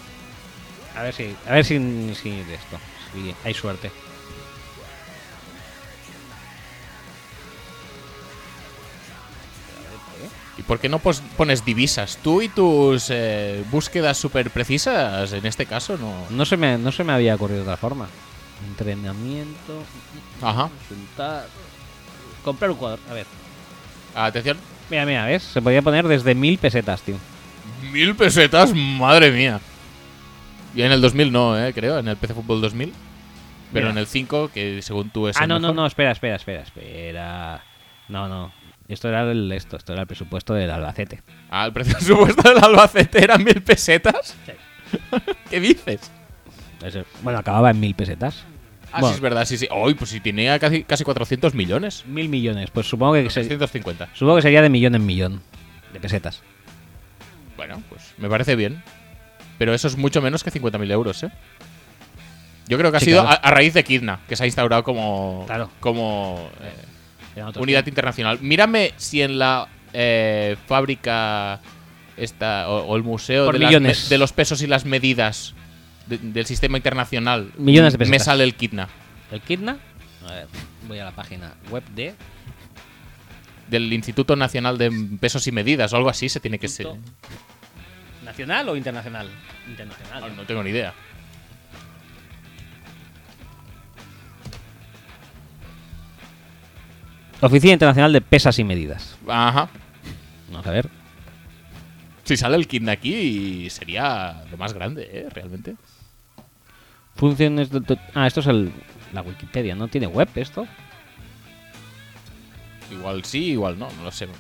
S1: A ver si, a ver si, si de esto. Si hay suerte.
S2: ¿Y por qué no pos- pones divisas? Tú y tus eh, búsquedas súper precisas, en este caso, no.
S1: No se me, no se me había ocurrido otra forma. Entrenamiento,
S2: Ajá.
S1: consultar, comprar un jugador. A ver.
S2: Atención.
S1: Mira, mira, ¿ves? Se podía poner desde mil pesetas, tío.
S2: Mil pesetas, madre mía. Y en el 2000 no, eh, creo, en el PC Fútbol 2000. Pero
S1: Mira.
S2: en el 5, que según tú es
S1: Ah,
S2: el
S1: no, no,
S2: Pues mejor.
S1: no, espera, espera, espera, espera. No, no. Esto era el esto, esto era el presupuesto del Albacete.
S2: Ah, el *laughs* presupuesto del Albacete eran mil pesetas. *laughs* ¿Qué dices?
S1: Ese- Bueno, acababa en mil pesetas.
S2: Ah,
S1: Bueno,
S2: sí, es verdad, sí, sí. Hoy, pues si tenía casi, casi 400 millones.
S1: Mil millones, pues supongo que, se-
S2: 650.
S1: supongo que sería de millón en millón de pesetas.
S2: Bueno, pues me parece bien. Pero eso es mucho menos que 50.000 euros, ¿eh? Yo creo que ha
S1: Sí,
S2: sido
S1: claro.
S2: a, a raíz de Kidna, que se ha instaurado como,
S1: Claro.
S2: como eh,
S1: Eran otros
S2: unidad internacional. Mírame si en la eh, fábrica esta, o, o el museo
S1: Por
S2: de, las
S1: millones.
S2: me- de los pesos y las medidas de- del sistema internacional
S1: Millones de
S2: me
S1: pesetas.
S2: sale el Kidna.
S1: ¿El Kidna? A ver, voy a la página web de.
S2: del Instituto Nacional de Pesos y Medidas o algo así se tiene que ser.
S1: Instituto. ¿Nacional o internacional? Internacional.
S2: No, no tengo ni idea.
S1: Oficina Internacional de Pesas y Medidas.
S2: Ajá.
S1: Vamos a ver.
S2: Si sale el Kidna aquí sería lo más grande, ¿eh? Realmente.
S1: Funciones. de- de- Ah, esto es el, la Wikipedia, ¿no? ¿Tiene web esto?
S2: Igual sí, igual no, no lo sabemos.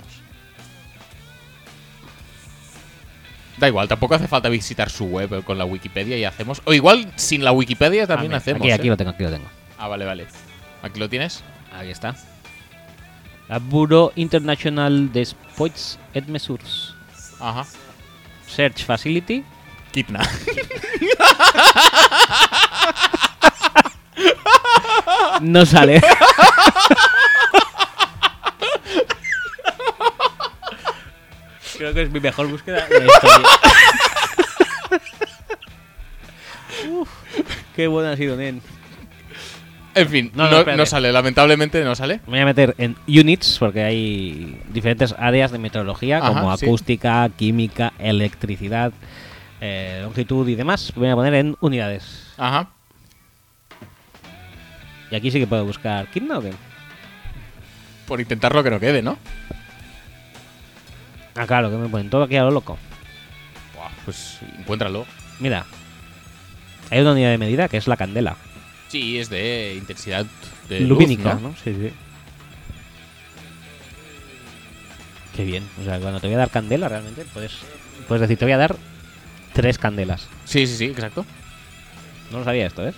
S2: Da igual, tampoco hace falta visitar su web con la Wikipedia y hacemos. O igual sin la Wikipedia también
S1: Ah, mira,
S2: hacemos.
S1: Aquí, aquí
S2: ¿eh?
S1: lo tengo, aquí lo tengo.
S2: Ah, vale, vale. Aquí lo tienes.
S1: Aquí está. La Bureau International de Sports et Mesures.
S2: Ajá.
S1: Search Facility.
S2: Kidna.
S1: No sale. Creo que es mi mejor búsqueda de la historia. Uf, qué buena ha sido, Nen.
S2: *laughs* En fin,
S1: No,
S2: no,
S1: no, espérate.
S2: no sale, lamentablemente no sale.
S1: Me voy a meter en units porque hay diferentes áreas de meteorología
S2: Ajá,
S1: como
S2: sí.
S1: acústica, química, electricidad, eh, longitud y demás. Me voy a poner en unidades.
S2: Ajá.
S1: Y aquí sí que puedo buscar Kidna o qué?
S2: Por intentarlo que no quede, ¿no?
S1: Ah, claro, que me ponen todo aquí a lo loco.
S2: Buah, pues encuéntralo.
S1: Mira, hay una unidad de medida que es la candela.
S2: Sí, es de intensidad de luz,
S1: lumínica,
S2: ¿no?
S1: ¿no? Sí, sí. Qué bien. O sea, cuando te voy a dar candela, realmente, puedes, puedes decir, te voy a dar tres candelas.
S2: Sí, sí, sí, exacto.
S1: No lo sabía esto, ¿eh? ¿ves?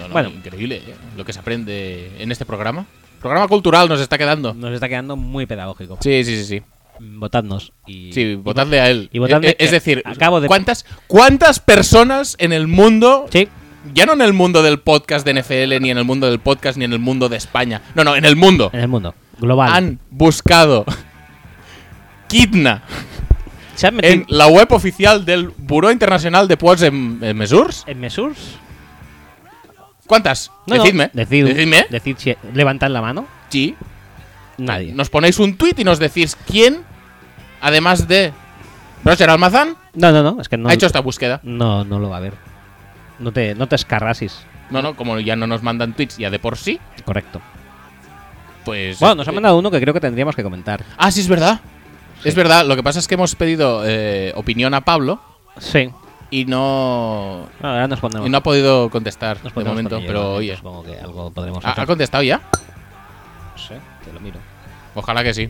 S2: No, no,
S1: Bueno.
S2: increíble ¿eh? lo que se aprende en este programa. Programa cultural nos está quedando.
S1: Nos está quedando muy pedagógico.
S2: Sí, sí, sí, sí.
S1: Mm, Votadnos. Y...
S2: Sí, votadle a él.
S1: y votadle-
S2: Eh, eh, es decir,
S1: acabo de-
S2: ¿cuántas, ¿cuántas personas en el mundo,
S1: Sí,
S2: ya no en el mundo del podcast de NFL, ni en el mundo del podcast, ni en el mundo de España, no, no, en el mundo,
S1: en el mundo. Global.
S2: han buscado Kidna
S1: Se han metido
S2: en la web oficial del Buró Internacional de Puerts en, en Mesurs?
S1: en Mesurs.
S2: ¿Cuántas?
S1: No, no,
S2: Decidme.
S1: Decid,
S2: Decidme.
S1: decid si levantan la mano.
S2: Sí.
S1: Nadie.
S2: Nos ponéis un tuit y nos decís quién, además de Roger Almazán,
S1: No, no, no. Es que no.
S2: ha hecho esta búsqueda.
S1: No, no lo va a ver. No te, no te escarrasis.
S2: No, no, como ya no nos mandan tweets ya de por sí,
S1: Correcto.
S2: pues.
S1: Bueno, nos
S2: eh,
S1: han mandado uno que creo que tendríamos que comentar.
S2: Ah, sí, es verdad.
S1: Sí.
S2: Es verdad, lo que pasa es que hemos pedido eh, opinión a Pablo
S1: Sí.
S2: y no,
S1: Bueno, ahora nos pondremos.
S2: y no ha podido contestar
S1: nos
S2: de
S1: pondremos
S2: momento,
S1: con ello,
S2: pero
S1: ¿vale?
S2: oye,
S1: Supongo que Ah, algo podremos
S2: ¿ha, ha
S1: hacer.
S2: contestado ya?
S1: No sé, te lo miro.
S2: Ojalá que sí.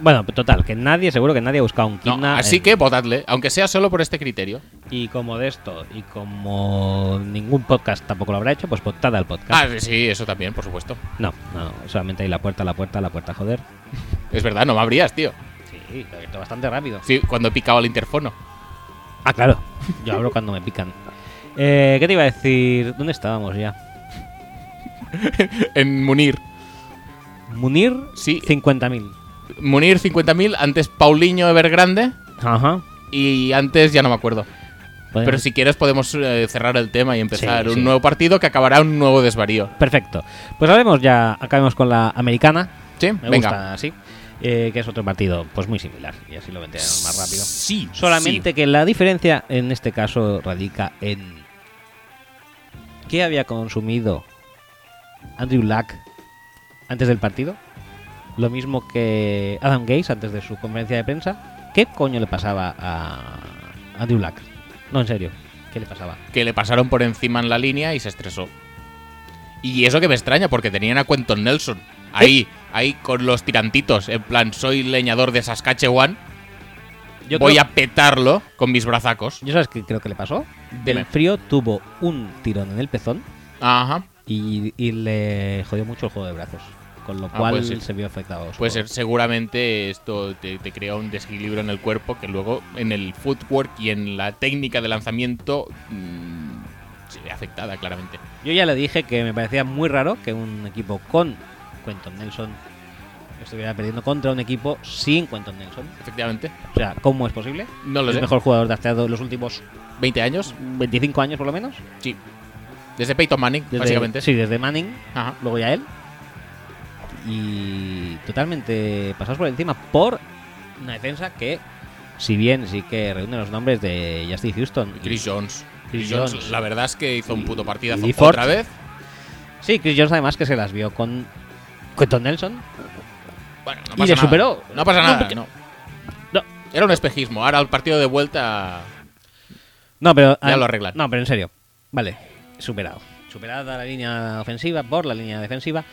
S1: Bueno, total, que nadie, seguro que nadie ha buscado un
S2: No,
S1: Kidna.
S2: así
S1: en-
S2: que votadle, aunque sea solo por este criterio.
S1: Y como de esto, y como ningún podcast tampoco lo habrá hecho, pues votad al podcast.
S2: Ah, sí, eso también, por supuesto.
S1: No, no, solamente hay la puerta, la puerta, la puerta, joder.
S2: Es verdad, no me abrías, tío.
S1: Sí, lo he abierto bastante rápido.
S2: Sí, cuando he picado al interfono. *laughs*
S1: Ah, claro. Yo abro cuando me pican. Eh, ¿Qué te iba a decir? ¿Dónde estábamos ya?
S2: En Munir.
S1: Munir,
S2: Sí.
S1: 50.000.
S2: Munir 50.000, antes Paulinho Evergrande
S1: Ajá.
S2: y antes ya no me acuerdo.
S1: Podemos-
S2: Pero si quieres podemos eh, cerrar el tema y empezar
S1: Sí,
S2: un
S1: sí.
S2: nuevo partido que acabará un nuevo desvarío.
S1: Perfecto. Pues hablemos ya, acabemos con la americana.
S2: ¿Sí?
S1: Me
S2: Venga.
S1: gusta así. eh, que es otro partido pues muy similar y así lo
S2: eh,
S1: vendrían más rápido.
S2: Sí.
S1: Solamente
S2: sí.
S1: que la diferencia en este caso radica en qué había consumido Andrew Luck antes del partido, lo mismo que Adam Gaze antes de su conferencia de prensa. ¿Qué coño le pasaba a Andrew Luck? No, en serio, ¿qué le pasaba?
S2: Que le pasaron por encima en la línea y se estresó. Y eso que me extraña porque tenían a Quentin Nelson. Ahí, ahí con los tirantitos. En plan, soy leñador de Saskatchewan. voy a petarlo con mis brazacos.
S1: ¿Yo sabes qué creo que le pasó?
S2: Dime.
S1: Del frío tuvo un tirón en el pezón
S2: Ajá.
S1: y, y le jodió mucho el juego de brazos, con lo
S2: Ah,
S1: cual
S2: puede ser.
S1: se vio afectado. su
S2: Puede
S1: juego.
S2: ser, seguramente esto te, te crea un desequilibrio en el cuerpo que luego en el footwork y en la técnica de lanzamiento mm, se ve afectada claramente.
S1: Yo ya le dije que me parecía muy raro que un equipo con Quentin Nelson estuviera perdiendo contra un equipo sin Quentin Nelson.
S2: Efectivamente.
S1: O sea, ¿cómo es posible?
S2: No lo
S1: es
S2: sé.
S1: el mejor jugador de Asteado de los últimos
S2: ¿20 años?
S1: 25 años por lo menos.
S2: Sí. Desde Peyton Manning,
S1: Desde-
S2: básicamente.
S1: Sí, desde Manning,
S2: Ajá.
S1: luego ya él. Y totalmente pasados por encima por una defensa que, si bien sí que reúne los nombres de Justin Houston. y-
S2: Chris Jones.
S1: Chris Jones.
S2: la verdad es que hizo un puto partidazo
S1: y Lee
S2: otra
S1: Ford.
S2: vez.
S1: sí, Chris Jones además que se las vio con Quentin Nelson.
S2: Bueno, no
S1: Y
S2: pasa
S1: le
S2: nada.
S1: superó.
S2: No pasa
S1: No,
S2: nada.
S1: porque-
S2: no.
S1: No.
S2: Era un espejismo. Ahora el partido de vuelta.
S1: No, pero.
S2: Ya
S1: ah,
S2: lo arreglan.
S1: No, pero en serio. Vale, superado. Superada la línea ofensiva por la línea defensiva.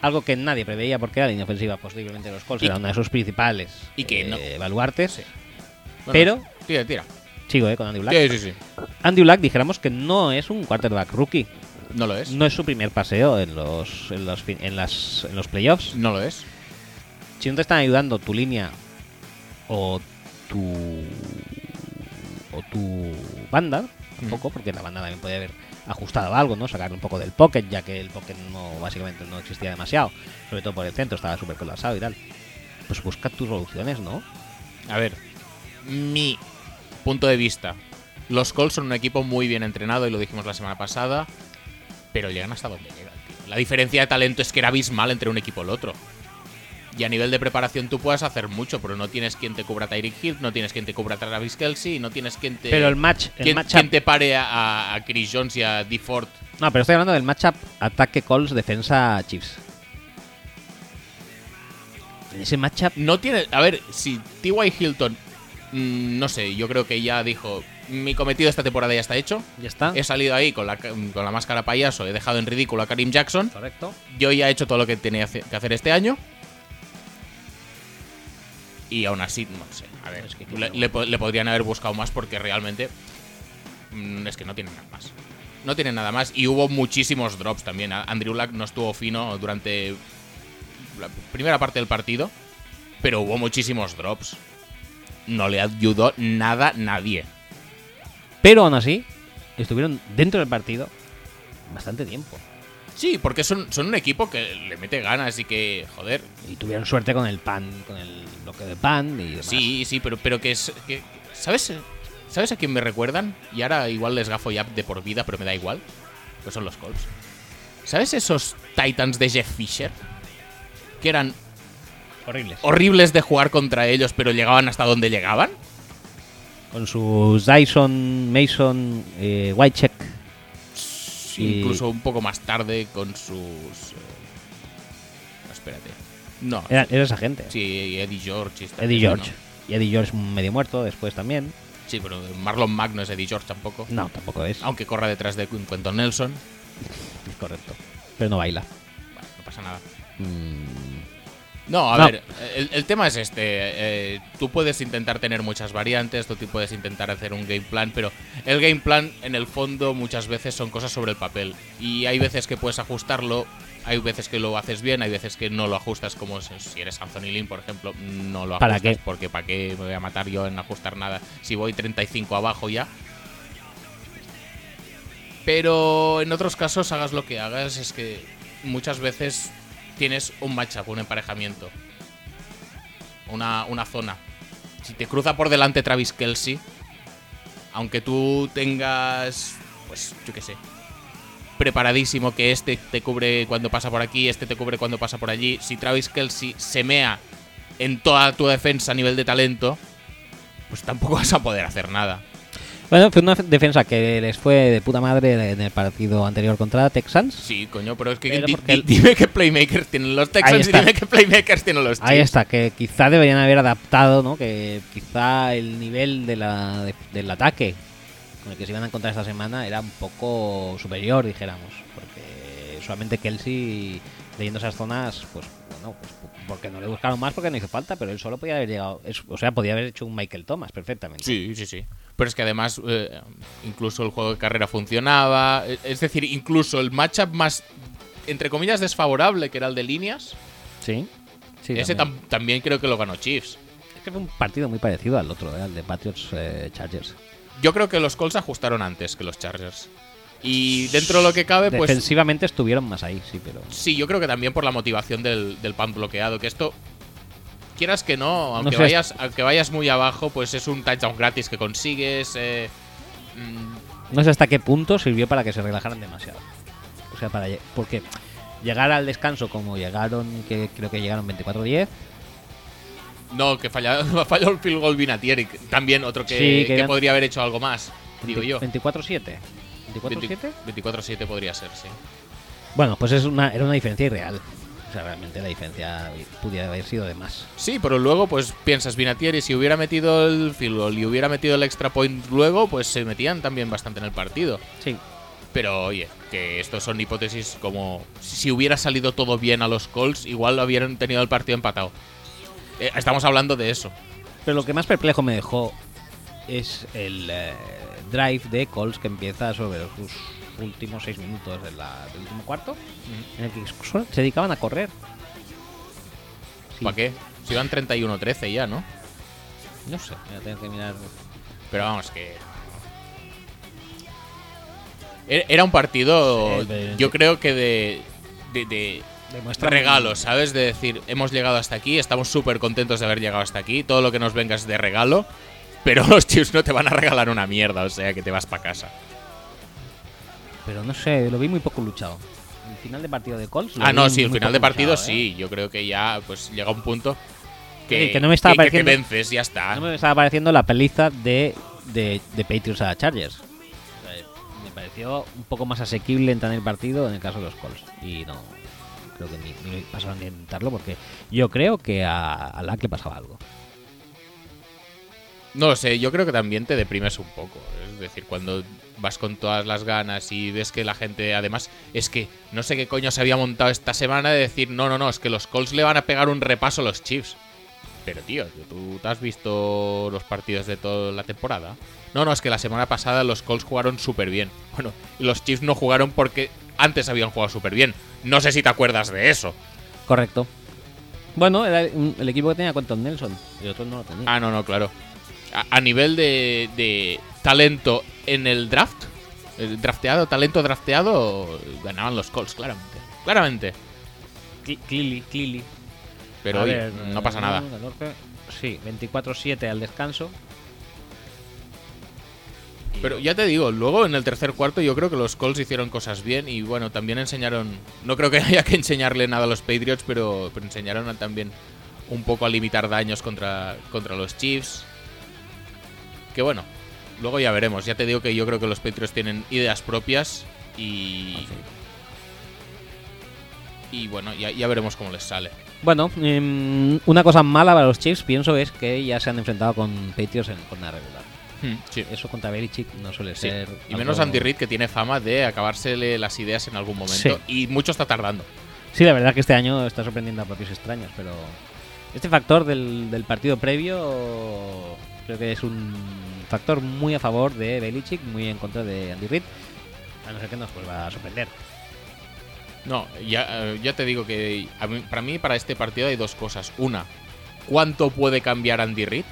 S1: Algo que nadie preveía porque la línea ofensiva posiblemente de los Colts
S2: Y-
S1: era una de sus principales eh,
S2: y que no.
S1: baluartes.
S2: Bueno,
S1: Pero-
S2: Tira, tira.
S1: Sigo, eh, con Andy Black.
S2: Sí, sí, sí.
S1: Andy Black dijéramos que no es un quarterback rookie.
S2: No lo es.
S1: No es su primer paseo en los, en los, fin- en las, en los playoffs.
S2: No lo es.
S1: Si no te están ayudando tu línea o tu o tu banda, tampoco, porque la banda también puede haber ajustado algo, ¿no? Sacarle un poco del pocket, ya que el pocket no básicamente no existía demasiado, sobre todo por el centro, estaba súper colapsado y tal. Pues busca tus soluciones, ¿no?
S2: A ver, mi punto de vista. Los Colts son un equipo muy bien entrenado y lo dijimos la semana pasada, pero llegan hasta donde llegan. tío. La diferencia de talento es que era abismal entre un equipo y el otro. Y a nivel de preparación tú puedes hacer mucho, pero no tienes quien te cubra a Tyreek Hill, no tienes quien te cubra a Travis Kelsey, no tienes quien te,
S1: Pero el match, el
S2: quien,
S1: matchup-
S2: quien te pare a, a Chris Jones y a Dee Ford.
S1: no, pero estoy hablando del matchup ataque Colts defensa Chiefs. En ese matchup
S2: No tiene. A ver, si T.Y. Hilton. mm, No sé, yo creo que ya dijo. Mi cometido esta temporada ya está hecho.
S1: ya está.
S2: He salido ahí con la, ca- con la máscara payaso, he dejado en ridículo a Karim Jackson.
S1: correcto.
S2: Yo ya he hecho todo lo que tenía hace- que hacer este año. Y aún así, no sé. A ver,
S1: Es que-
S2: le, le po- le podrían haber buscado más porque realmente. mm, Es que no tienen nada más. No tienen nada más. Y hubo muchísimos drops también. A- Andrew Luck no estuvo fino durante la primera parte del partido. Pero hubo muchísimos drops. No le ayudó nada nadie.
S1: Pero aún así, estuvieron dentro del partido bastante tiempo.
S2: Sí, porque son, son un equipo que le mete ganas y que, joder,
S1: Y tuvieron suerte con el pan, con el bloque de pan y demás.
S2: sí, sí, pero, pero que es... que- ¿Sabes? ¿Sabes a quién me recuerdan? Y ahora igual les gafo ya de por vida, pero me da igual. Pues son los Colts. ¿Sabes esos Titans de Jeff Fisher? Que eran
S1: Horribles.
S2: horribles de jugar contra ellos, pero llegaban hasta donde llegaban.
S1: Con sus Dyson, Mason, eh, Whitecheck. Sí.
S2: Incluso un poco más tarde con sus... eh, no, espérate. No.
S1: Era, era esa gente.
S2: Sí, Eddie George. y esta
S1: Eh. Eddie
S2: gente, ¿no?
S1: George. Y Eddie George medio muerto después también.
S2: Sí, pero Marlon Mack no es Eddie George tampoco.
S1: No, tampoco es.
S2: Aunque corra detrás de Quentin Nelson,
S1: Es correcto. Pero no baila.
S2: bueno, no pasa nada.
S1: Mm,
S2: No, a
S1: No.
S2: ver, el, el tema es este. eh, tú puedes intentar tener muchas variantes, tú te puedes intentar hacer un game plan, pero el game plan en el fondo muchas veces son cosas sobre el papel. Y hay veces que puedes ajustarlo, hay veces que lo haces bien, hay veces que no lo ajustas, como si- si eres Anthony Lynn, por ejemplo, no lo
S1: ¿Para
S2: ajustas.
S1: qué?
S2: Porque ¿para qué me voy a matar yo en ajustar nada si voy 35 abajo ya? Pero en otros casos, hagas lo que hagas, es que muchas veces tienes un matchup, un emparejamiento, una, una zona. Si te cruza por delante Travis Kelsey, aunque tú tengas, pues yo qué sé, preparadísimo que este te cubre cuando pasa por aquí, este te cubre cuando pasa por allí, si Travis Kelsey se mea en toda tu defensa a nivel de talento, pues tampoco vas a poder hacer nada.
S1: Bueno, fue una defensa que les fue de puta madre en el partido anterior contra Texans.
S2: Sí, coño, pero es que
S1: Pero
S2: di-
S1: porque
S2: di-
S1: el-
S2: dime qué playmakers tienen los Texans y
S1: está.
S2: dime qué playmakers tienen los
S1: Ahí
S2: Chiefs.
S1: está, que quizá deberían haber adaptado, ¿no? Que quizá el nivel de la, de- del ataque con el que se iban a encontrar esta semana era un poco superior, dijéramos. Porque solamente Kelsey, leyendo esas zonas, pues bueno, pues po- porque no le buscaron más porque no hizo falta, pero él solo podía haber llegado, es- o sea, podía haber hecho un Michael Thomas perfectamente.
S2: Sí, sí, sí. Pero es que además, eh, incluso el juego de carrera funcionaba. Eh, Es decir, incluso el matchup más, entre comillas, desfavorable, que era el de líneas,
S1: Sí. Sí,
S2: ese
S1: también.
S2: tam- también creo que lo ganó Chiefs.
S1: Es que fue un partido muy parecido al otro, ¿eh? al de Patriots eh, Chargers.
S2: Yo creo que los Colts ajustaron antes que los Chargers. Y dentro de lo que cabe, pues
S1: Defensivamente estuvieron más ahí, sí, pero.
S2: Sí, yo creo que también por la motivación del, del pan bloqueado, que esto, quieras que no, aunque,
S1: sé.
S2: vayas, aunque vayas muy abajo, pues es un touchdown gratis que consigues. eh, mm,
S1: No sé hasta qué punto sirvió para que se relajaran demasiado. O sea, para lle- porque llegar al descanso como llegaron, que creo que llegaron 24-10,
S2: no, que falla- *laughs* falló el field goal Vinatieri, que también otro que,
S1: Sí, que
S2: que
S1: eran-
S2: podría haber hecho algo más, digo yo.
S1: 24-7. 24-7.
S2: 24-7 podría ser, sí.
S1: Bueno, pues es una, era una diferencia irreal. O sea, realmente la diferencia pudiera haber sido de más.
S2: Sí, pero luego pues piensas Vinatieri, si hubiera metido el field goal y hubiera metido el extra point luego, pues se metían también bastante en el partido.
S1: Sí.
S2: Pero oye, que estos son hipótesis como si hubiera salido todo bien a los Colts, igual lo hubieran tenido el partido empatado. Eh, estamos hablando de eso.
S1: Pero lo que más perplejo me dejó es el eh, drive de Colts que empieza sobre sus últimos 6 minutos del la- del último cuarto, en el que solo se dedicaban a correr. Sí.
S2: ¿Para qué? Si van 31-13 ya, ¿no?
S1: No sé, voy a tener que mirar.
S2: Pero vamos, que... Era E-, era un partido,
S1: Sí, pero-
S2: yo creo que de, de, de
S1: Demuestra
S2: regalo, ¿sabes? De decir, hemos llegado hasta aquí, estamos súper contentos de haber llegado hasta aquí, todo lo que nos venga es de regalo, pero *laughs* los Chiefs no te van a regalar una mierda, o sea que te vas para casa.
S1: Pero no sé, lo vi muy poco luchado. El final de partido de Colts. lo
S2: Ah,
S1: vi
S2: no, sí, el
S1: muy
S2: final
S1: poco
S2: de partido
S1: luchado, ¿eh?
S2: sí. Yo creo que ya pues llega un punto que,
S1: Sí, que no me estaba
S2: que- que te
S1: pareciendo-
S2: vences, ya está.
S1: No me estaba pareciendo la peliza de, de, de Patriots a Chargers. O sea, Me pareció un poco más asequible en el partido en el caso de los Colts. Y no creo que ni, ni pasaron a intentarlo porque yo creo que a, a Lack le pasaba algo.
S2: No lo sé, yo creo que también te deprimes un poco. Es decir, cuando vas con todas las ganas y ves que la gente, además, es que no sé qué coño se había montado esta semana de decir, no, no, no, es que los Colts le van a pegar un repaso a los Chiefs. Pero tío, tú te has visto los partidos de toda la temporada. No, no, es que la semana pasada los Colts jugaron súper bien. Bueno, y los Chiefs no jugaron porque antes habían jugado súper bien. No sé si te acuerdas de eso.
S1: Correcto. Bueno, era un- el equipo que tenía Quentin Nelson. El otro no lo tenía.
S2: Ah, no, no, claro. A, a nivel de, de talento en el draft, el drafteado, talento drafteado, ganaban los Colts, claramente. Claramente.
S1: Clearly, clearly.
S2: Pero
S1: A
S2: oye,
S1: ver,
S2: no pasa nada.
S1: 14, sí, 24-7 al descanso. Y-
S2: Pero ya te digo, luego en el tercer cuarto yo creo que los Colts hicieron cosas bien y bueno, también enseñaron, no creo que *laughs* haya que enseñarle nada a los Patriots, pero, pero enseñaron a- también un poco a limitar daños contra, contra los Chiefs. Que bueno, luego ya veremos, ya te digo que yo creo que los Patriots tienen ideas propias y... Y bueno, ya, ya veremos cómo les sale.
S1: Bueno, em, una cosa mala para los Chiefs, pienso, es que ya se han enfrentado con Patriots en jornada regular.
S2: Hmm, sí.
S1: Eso contra Belichick no suele
S2: Sí.
S1: ser.
S2: Y menos
S1: algo-
S2: Andy Reid que tiene fama de acabársele las ideas en algún momento. Y mucho está tardando.
S1: Sí, la verdad que este año está sorprendiendo a propios extraños, pero este factor del, del partido previo creo que es un factor muy a favor de Belichick, muy en contra de Andy Reid, a no ser que nos vuelva a sorprender.
S2: No, ya, eh, ya te digo que a mí- para mí, para este partido hay dos cosas. Una, ¿cuánto puede cambiar Andy Reid?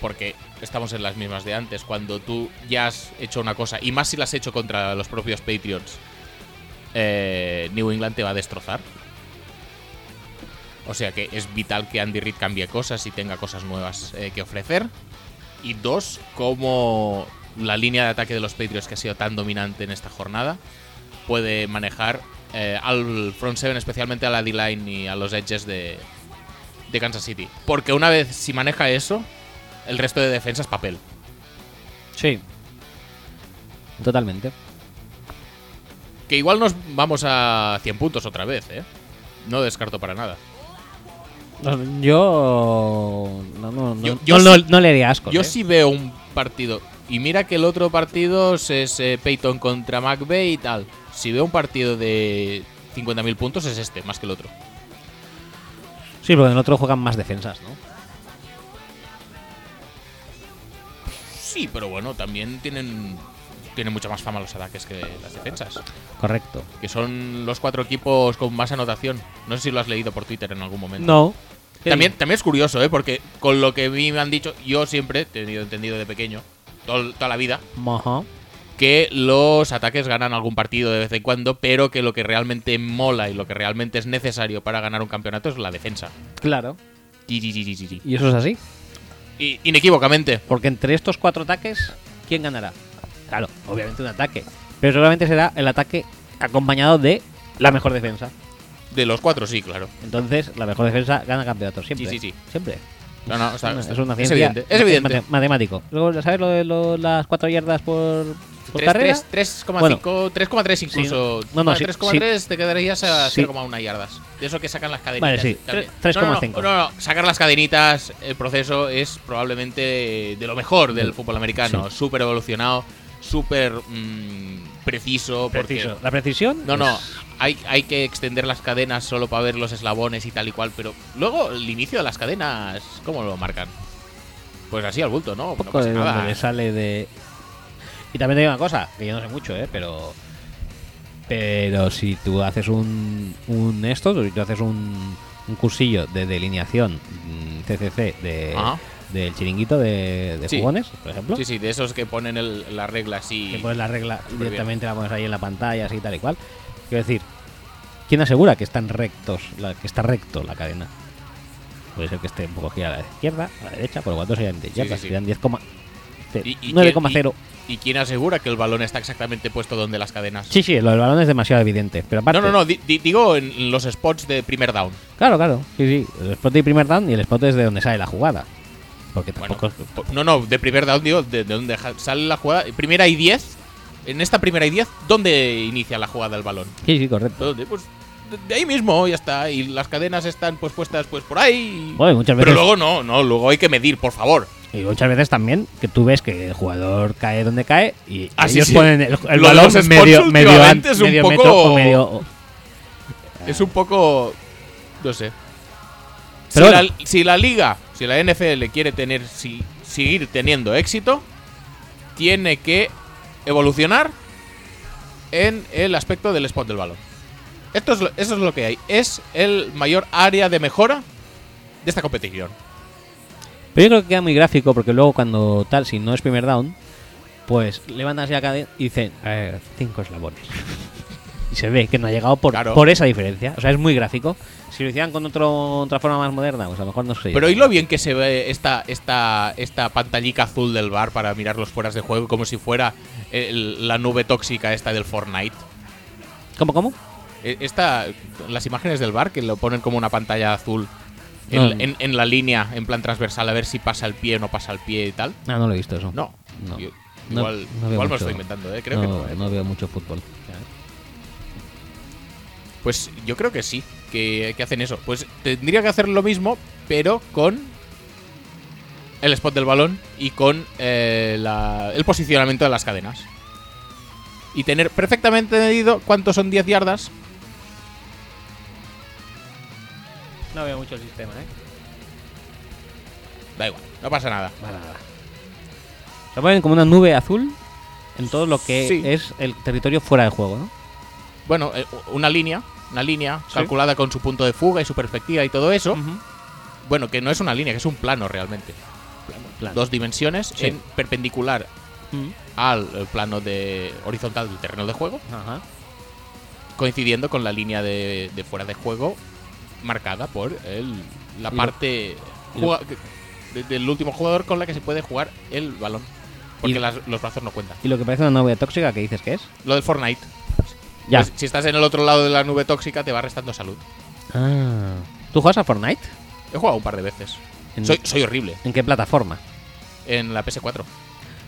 S2: Porque estamos en las mismas de antes. Cuando tú ya has hecho una cosa, y más si la has hecho contra los propios Patriots, eh, New England te va a destrozar. O sea que es vital que Andy Reid cambie cosas y tenga cosas nuevas eh, que ofrecer. Y dos, cómo la línea de ataque de los Patriots, que ha sido tan dominante en esta jornada, puede manejar eh, al front seven, especialmente a la D-line y a los edges de, de Kansas City. Porque una vez si maneja eso, el resto de defensa es papel.
S1: Sí. Totalmente.
S2: Que igual nos vamos a 100 puntos otra vez, ¿eh? No descarto para nada.
S1: No, Yo no, no, no,
S2: Yo- yo
S1: no-
S2: sí-
S1: no le dé asco. ¿eh?
S2: Yo sí veo un partido. Y mira que el otro partido es eh, Peyton contra McVeigh y tal. Si veo un partido de 50.000 puntos es este, más que el otro.
S1: Sí, porque en el otro juegan más defensas, ¿no?
S2: Sí, pero bueno, también tienen, tienen mucha más fama los ataques que las defensas.
S1: Correcto.
S2: que son los cuatro equipos con más anotación. No sé si lo has leído por Twitter en algún momento.
S1: No.
S2: También, también es curioso, ¿eh? porque con lo que a mí me han dicho, yo siempre he tenido entendido de pequeño, tol- toda la vida,
S1: Ajá.
S2: que los ataques ganan algún partido de vez en cuando, pero que lo que realmente mola y lo que realmente es necesario para ganar un campeonato es la defensa.
S1: Claro.
S2: Yi, yi, yi, yi, yi, yi.
S1: Y eso es así.
S2: Y- inequívocamente.
S1: Porque entre estos cuatro ataques, ¿quién ganará? Claro, obviamente un ataque. Pero seguramente será el ataque acompañado de la mejor defensa.
S2: De los cuatro, sí, claro.
S1: Entonces, la mejor defensa gana campeonato siempre.
S2: Sí, sí,
S1: Siempre.
S2: No, no, está-
S1: Es
S2: está-
S1: una
S2: es
S1: ciencia
S2: evidente. Es evidente.
S1: mate- matemático. Luego, ya ¿sabes lo de lo- las cuatro yardas por, por
S2: Tres-
S1: Pues carrera?
S2: tres- 3,5, 3,3 incluso.
S1: Sí. No, no,
S2: Ah,
S1: sí,
S2: 3,3 te quedarías a
S1: Sí.
S2: 0,1 yardas. De eso que sacan las cadenitas.
S1: Vale, sí,
S2: también.
S1: tres-
S2: No, no, no,
S1: 3,5.
S2: No, no, sacar las cadenitas, el proceso es probablemente de lo mejor del fútbol americano. Súper evolucionado, súper mm, preciso. porque-
S1: Preciso. La precisión.
S2: No, no,
S1: es-
S2: hay, hay que extender las cadenas solo para ver los eslabones y tal y cual, pero luego el inicio de las cadenas, ¿cómo lo marcan? Pues así al bulto, ¿no?
S1: Un
S2: no
S1: poco
S2: pasa
S1: de
S2: nada. ¿eh?
S1: donde le sale de. Y también te digo una cosa, que yo no sé mucho, ¿eh? Pero. Pero si tú haces un. Un esto, si tú haces un. Un cursillo de delineación mm, CCC de,
S2: Ajá.
S1: del chiringuito de, de
S2: Sí.
S1: jugones, por ejemplo.
S2: Sí, sí, de esos que ponen el- la regla así.
S1: que pones la regla
S2: Muy
S1: directamente la pones ahí en la pantalla, así tal y cual. Quiero decir, ¿quién asegura que están rectos, la, que está recto la cadena? Puede ser que esté un poco girada a la izquierda, a la derecha, por lo cuanto serían 10
S2: Sí,
S1: yardas,
S2: sí, sí.
S1: serían 10, coma- este,
S2: Y- y
S1: 9,0.
S2: ¿Y quién asegura que el balón está exactamente puesto donde las cadenas?
S1: Sí, sí, lo del balón es demasiado evidente. Pero aparte,
S2: no, no, no, di- di- digo en los spots de primer down.
S1: Claro, claro. Sí, sí. El spot de primer down y el spot es de donde sale la jugada. Porque
S2: Bueno,
S1: tampoco.
S2: po- no, no, de primer down, digo, de, de donde ja- sale la jugada. Primera y 10. En esta primera y 10, ¿dónde inicia la jugada el balón?
S1: Sí, sí, correcto.
S2: ¿Dónde? Pues de- de ahí mismo, ya está. Y las cadenas están pues puestas pues por ahí.
S1: Bueno, y muchas
S2: Pero
S1: veces.
S2: luego no, no, luego hay que medir, por favor.
S1: Y muchas veces también que tú ves que el jugador cae donde cae y
S2: Ah, sí,
S1: ellos
S2: sí.
S1: ponen el, el
S2: Lo de
S1: balón
S2: los spots
S1: medio, medio, an-
S2: últimamente es un
S1: medio
S2: poco-
S1: metro o medio. o-
S2: Es un poco. No sé. Si,
S1: Pero
S2: la,
S1: bueno.
S2: si la liga, si la NFL quiere tener, si, seguir teniendo éxito, tiene que evolucionar en el aspecto del spot del balón. Esto es lo- eso es lo que hay. Es el mayor área de mejora de esta competición.
S1: Pero yo creo que queda muy gráfico porque luego cuando tal, si no es primer down, pues levantan así la cadena y dicen eh, cinco *laughs* eslabones. y se ve que no ha llegado por,
S2: Claro.
S1: por esa diferencia. O sea, es muy gráfico. Si lo hicieran con otro, otra forma más moderna, pues a lo mejor no sé.
S2: Pero ¿y lo bien que se ve esta, esta, esta pantallica azul del bar para mirar los fueras de juego como si fuera el- la nube tóxica esta del Fortnite?
S1: ¿Cómo, cómo?
S2: Eh, Esta, las imágenes del bar que lo ponen como una pantalla azul en,
S1: No.
S2: en- en la línea, en plan transversal, a ver si pasa el pie o no pasa el pie y tal.
S1: Ah, no lo he visto eso.
S2: No,
S1: No.
S2: Yo-
S1: No,
S2: igual,
S1: no veo
S2: igual me lo
S1: mucho.
S2: estoy inventando, ¿eh? creo
S1: no,
S2: que no. ¿eh?
S1: no veo mucho fútbol.
S2: Pues yo creo que sí, que, que hacen eso. Pues tendría que hacer lo mismo, pero con el spot del balón y con eh, la- el posicionamiento de las cadenas. Y tener perfectamente medido cuánto son 10 yardas
S3: No veo mucho el sistema, ¿eh?
S2: Da igual, no pasa nada.
S1: Para nada. Se ponen como una nube azul en todo lo que
S2: Sí.
S1: es el territorio fuera de juego, ¿no?
S2: Bueno, eh, una línea, una línea
S1: Sí. Mm.
S2: calculada con su punto de fuga y su perspectiva y todo eso. Bueno, que no es una línea, que es un plano realmente.
S1: Plan.
S2: Dos dimensiones
S1: Sí.
S2: en perpendicular
S1: Mm.
S2: al eh, plano de horizontal del terreno de juego,
S1: Ajá.
S2: coincidiendo con la línea de, de fuera de juego marcada por el- la
S1: Y lo-
S2: parte
S1: y lo-
S2: juga- de- del último jugador con la que se puede jugar el balón. Porque
S1: Y-
S2: las- los brazos no cuentan.
S1: Y lo que parece una nube tóxica que dices que es.
S2: Lo del Fortnite.
S1: Ya.
S2: Pues, si estás en el otro lado de la nube tóxica, te va restando salud.
S1: Ah. ¿Tú juegas a Fortnite?
S2: He jugado un par de veces.
S1: ¿En,
S2: Soy, soy horrible.
S1: ¿en qué plataforma?
S2: En la PS4.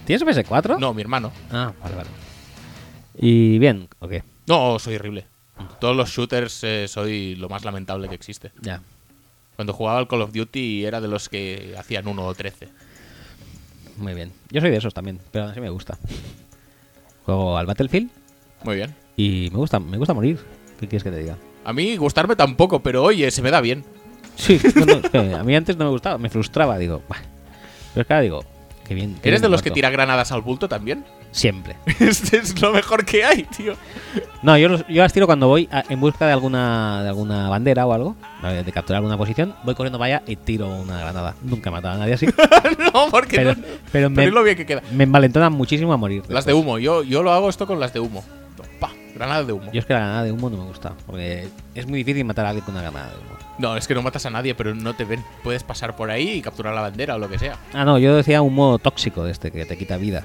S1: ¿Tienes PS4?
S2: No, mi hermano.
S1: Ah, vale, vale. Y bien, ok.
S2: No, soy horrible. Todos los shooters eh, soy lo más lamentable que existe.
S1: Ya.
S2: Cuando jugaba al Call of Duty era de los que hacían 1 o 13.
S1: Muy bien. Yo soy de esos también, pero así me gusta. Juego al Battlefield
S2: Muy bien.
S1: y me gusta, me gusta morir. ¿Qué quieres que te diga?
S2: A mí gustarme tampoco, pero oye, se me da bien.
S1: Sí, no, no, es que a mí antes no me gustaba, me frustraba, digo. "Bah". Pero es que ahora digo, qué bien. qué
S2: ¿Eres
S1: bien
S2: de los
S1: muerto".
S2: que tira granadas al bulto también? *laughs*
S1: Siempre.
S2: Este es lo mejor que hay, tío. *laughs*
S1: No, yo, los- yo las tiro cuando voy a- en busca de alguna, de alguna bandera o algo, de de capturar alguna posición, voy corriendo vaya y tiro una granada. Nunca he matado a
S2: *laughs*
S1: nadie así,
S2: no, porque
S1: pero,
S2: no-
S1: pero
S2: pero
S1: me,
S2: es lo bien que queda.
S1: me envalentonan muchísimo a morir.
S2: Las de humo. Yo, yo lo hago esto con las de humo. Pa, granada de humo.
S1: Yo es que la granada de humo no me gusta, porque es muy difícil matar a alguien con una granada de humo.
S2: No, es que no matas a nadie, pero no te ven. Puedes pasar por ahí y capturar la bandera o lo que sea.
S1: Ah, no, yo decía un modo tóxico de este que te quita vida.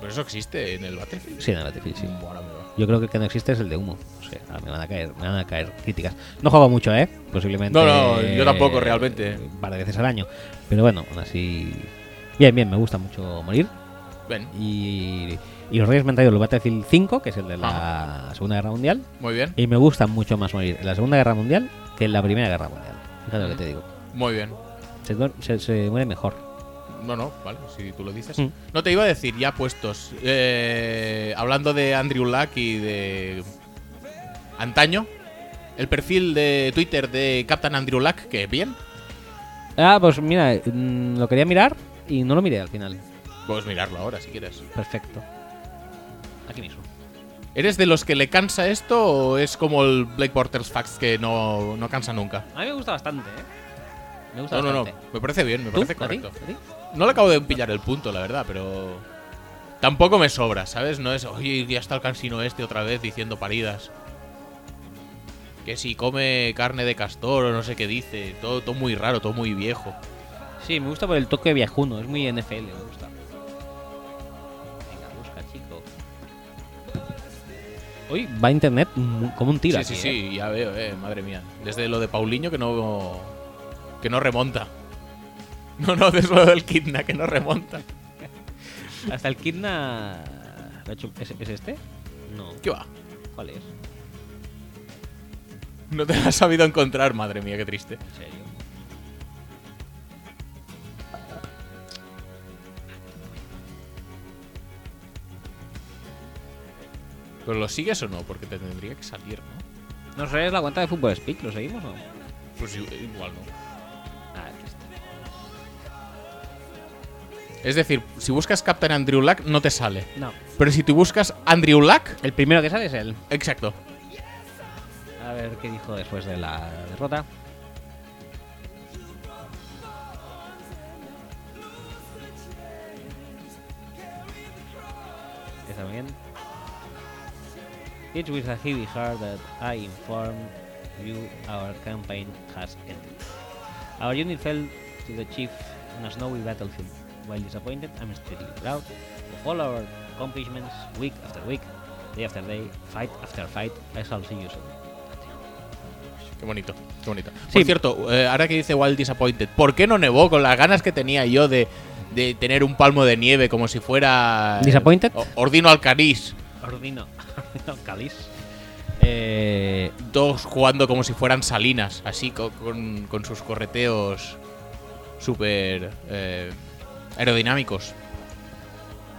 S2: Pero eso existe en el Battlefield.
S1: Sí, en el Battlefield, sí.
S2: Buah, ahora me va.
S1: Yo creo que el que no existe es el de humo. No sé, ahora me van a caer, me van a caer críticas. No juego mucho, ¿eh? Posiblemente.
S2: No, no, yo tampoco,
S1: eh,
S2: realmente.
S1: Un par de veces al año. Pero bueno, aún así. Bien, bien, me gusta mucho morir.
S2: Ven,
S1: Y, y los Reyes me han traído el Battlefield 5, que es el de la Segunda Guerra Mundial.
S2: muy bien,
S1: Y me gusta mucho más morir en la Segunda Guerra Mundial que en la Primera Guerra Mundial. Fíjate lo que te digo.
S2: muy bien.
S1: Se, duer- se- se muere mejor.
S2: No, no, vale, si tú lo dices.
S1: Mm.
S2: No te iba a decir, ya puestos. eh, hablando de Andrew Luck y de. Antaño, el perfil de Twitter de Captain Andrew Luck, que bien.
S1: Ah, pues mira, mm, lo quería mirar y no lo miré al final.
S2: Puedes mirarlo ahora si quieres.
S1: Perfecto. Aquí mismo.
S2: ¿Eres de los que le cansa esto o es como el Blake Bortles Facts que no, no cansa nunca?
S1: A mí me gusta bastante, ¿eh? Me gusta
S2: No, no, no.
S1: bastante.
S2: Me parece bien, me
S1: ¿Tú?
S2: parece
S1: ¿A ti?
S2: correcto.
S1: ¿A ti?
S2: No le acabo de pillar el punto, la verdad, pero. Tampoco me sobra, ¿sabes? No es, oye, ya está el cansino este otra vez diciendo paridas. Que si come carne de castor o no sé qué dice. Todo, todo muy raro, todo muy viejo.
S1: Sí, me gusta por el toque viajuno. Es muy NFL, me gusta. Venga, busca, chico. Hoy va internet mu- como un tiro.
S2: sí,
S1: aquí,
S2: sí,
S1: ¿eh?
S2: sí, ya veo, eh, madre mía. Desde lo de Paulinho que no. que no remonta. *laughs* No, no, desde lo del Kidna que no remonta.
S1: Hasta el Kidna. lo ha hecho- ¿Es, es este? No.
S2: ¿Qué va?
S1: ¿Cuál es?
S2: No te lo has sabido encontrar, madre mía, qué triste.
S1: ¿En serio?
S2: ¿Pero lo sigues o no? Porque te tendría que salir, ¿no?
S1: No sé, es la cuenta de Fútbol Speak. ¿Lo seguimos o no?
S2: Pues i- igual no.
S1: Ah, aquí está.
S2: Es decir, si buscas Captain Andrew Luck, no te sale.
S1: No.
S2: Pero si tú buscas Andrew Luck,
S1: El primero que sale es él.
S2: exacto.
S1: A ver qué dijo después de la derrota. Está muy bien. It's with a heavy heart that I inform you our campaign has ended. Our unit fell to the chief on a snowy battlefield. While disappointed, I'm extremely proud of all our accomplishments week after week, day after day, fight after fight. I shall see you soon.
S2: Qué bonito, qué bonito.
S1: Sí.
S2: Por cierto, eh, ahora que dice Wild Disappointed, ¿por qué no nevó con las ganas que tenía yo de, de tener un palmo de nieve como si fuera. eh,
S1: ¿Disappointed?
S2: o- Ordino Alcanis,
S1: Ah, oh, Ordino. *laughs* Ordino Calis. Eh,
S2: dos jugando como si fueran salinas, así co- con, con sus correteos súper eh, aerodinámicos.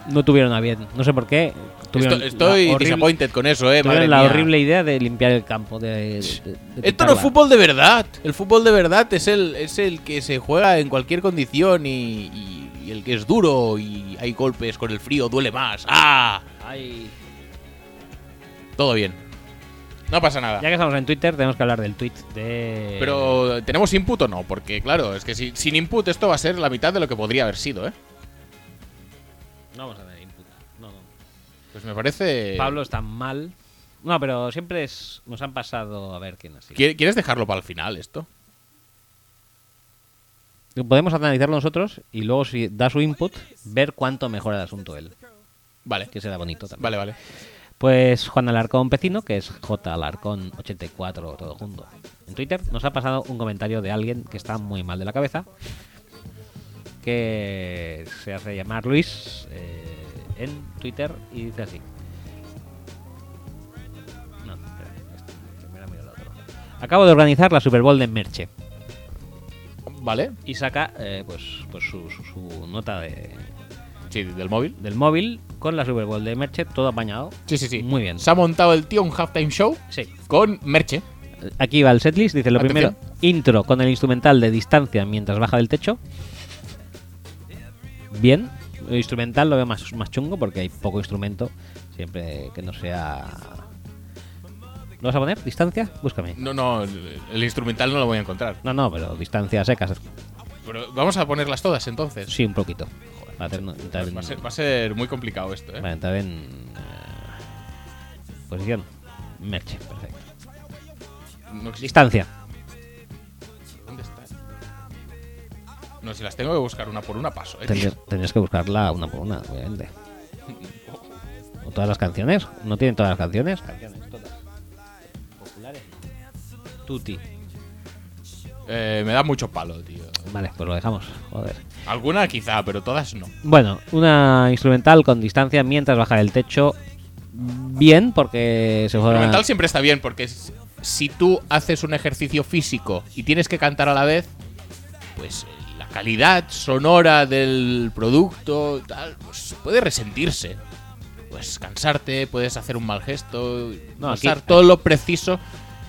S1: no tuvieron a bien. No sé por qué. Tuvieron
S2: Esto- estoy
S1: la horrible-
S2: disappointed con eso, eh,
S1: tuvieron
S2: madre
S1: la
S2: mía.
S1: horrible idea de limpiar el campo. De, de- de- de
S2: Esto no
S1: quitarla.
S2: es fútbol de verdad. El fútbol de verdad es el, es el que se juega en cualquier condición y, y- y el que es duro y hay golpes con el frío, duele más. ¡Ah!
S1: Ay.
S2: Todo bien. No pasa nada.
S1: Ya que estamos en Twitter, tenemos que hablar del tweet de.
S2: Pero ¿tenemos input o no? Porque claro, es que si- sin input esto va a ser la mitad de lo que podría haber sido, ¿eh?
S1: No vamos a tener input. No, no.
S2: Pues me parece...
S1: Pablo está mal. No, pero siempre es, nos han pasado a ver quién así.
S2: ¿Qui- ¿Quieres dejarlo para el final esto?
S1: Podemos analizarlo nosotros y luego, si da su input, ver cuánto mejora el asunto él.
S2: Vale.
S1: Que será bonito también.
S2: Vale, vale.
S1: Pues Juan Alarcón Pecino, que es J Alarcón84, todo junto. En Twitter nos ha pasado un comentario de alguien que está muy mal de la cabeza, que se hace llamar Luis eh, en Twitter y dice así. No, espera, este, primero miro el otro. Acabo de organizar la Super Bowl de Merche
S2: Vale.
S1: y saca eh, pues, pues su, su- su nota de-
S2: Sí, del móvil.
S1: del móvil con la Super Bowl de Merche, todo apañado.
S2: Sí, sí, sí.
S1: Muy bien.
S2: Se ha montado el tío un halftime show
S1: Sí.
S2: con merche.
S1: Aquí va el setlist, dice lo
S2: Atención.
S1: primero, intro con el instrumental de distancia mientras baja del techo. Bien, el instrumental lo veo más, más chungo porque hay poco instrumento, siempre que no sea... ¿Lo vas a poner? ¿Distancia? Búscame.
S2: No, no, el el instrumental no lo voy a encontrar.
S1: No, no, pero distancia secas.
S2: Pero vamos a ponerlas todas entonces.
S1: Sí, un poquito. Para hacer- entrar en-
S2: Va a ser, va a ser muy complicado esto, ¿eh?
S1: para entrar en... eh, Posición. Merche, perfecto.
S2: No existe.
S1: Distancia.
S2: ¿Dónde está? ¿eh? No, si las tengo que buscar una por una paso, ¿eh?
S1: Tendrías, tendrías que buscarla una por una, obviamente. ¿O todas las canciones? ¿No tienen todas las canciones? Canciones, todas. Populares. Tutti.
S2: Eh, me da mucho palo, tío.
S1: Vale, pues lo dejamos. Joder.
S2: Alguna quizá, pero todas no.
S1: Bueno, una instrumental con distancia mientras baja el techo. Bien, porque se juega.
S2: Instrumental siempre está bien porque s- si tú haces un ejercicio físico y tienes que cantar a la vez, pues eh, la calidad sonora del producto tal, pues, puede resentirse. Puedes cansarte, puedes hacer un mal gesto,
S1: No,
S2: no,
S1: aquí-
S2: estar todo lo preciso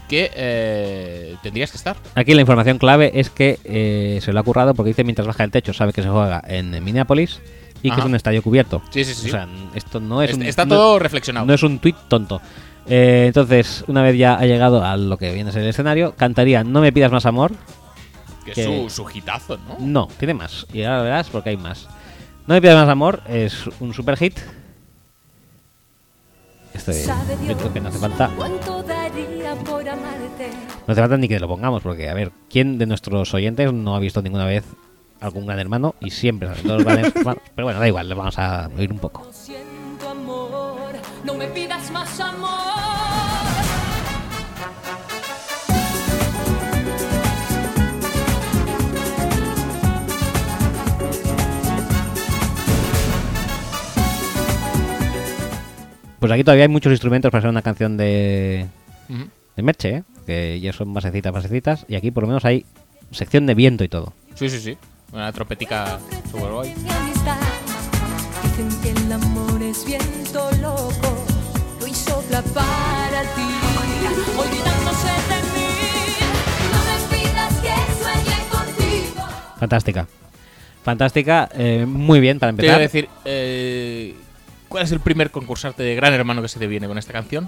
S2: que eh, tendrías que estar.
S1: Aquí la información clave es que eh, se lo ha currado porque dice mientras baja el techo. Sabe que se juega en Minneapolis y que
S2: Ajá.
S1: es un estadio cubierto.
S2: Sí, sí, sí.
S1: O sea, esto no es
S2: Est-
S1: un.
S2: está
S1: no-
S2: todo reflexionado.
S1: No es un tuit tonto. Eh, entonces, una vez ya ha llegado a lo que viene a ser el escenario, cantaría No me pidas más amor.
S2: que es
S1: que-
S2: su, su hitazo, ¿no?
S1: No, tiene más. Y ahora lo verás porque hay más. No me pidas más amor es un super hit. Este yo creo que no hace falta. No
S3: ¿Cuánto daría por amarte?
S1: hace falta ni que lo pongamos porque, a ver, ¿quién de nuestros oyentes no ha visto ninguna vez algún gran hermano? Y siempre salen todos los grandes hermanos. Pero bueno, da igual, lo vamos a oír un poco.
S3: No siento amor, no me pidas más amor.
S1: Pues aquí todavía hay muchos instrumentos para hacer una canción de,
S2: Ujú.
S1: de Merche, ¿eh? que ya son basecitas, basecitas, y aquí por lo menos hay sección de viento y todo.
S2: Sí, sí, sí. Una trompetica super guay.
S3: Mi amistad. Dicen que el amor es viento loco, lo hizo para ti, olvidándose de mí. No me pidas que sueñe contigo.
S1: Fantástica. Fantástica, eh, muy bien para
S2: Te iba
S1: empezar.
S2: a decir, eh, ¿cuál es el primer concursante de Gran Hermano que se te viene con esta canción?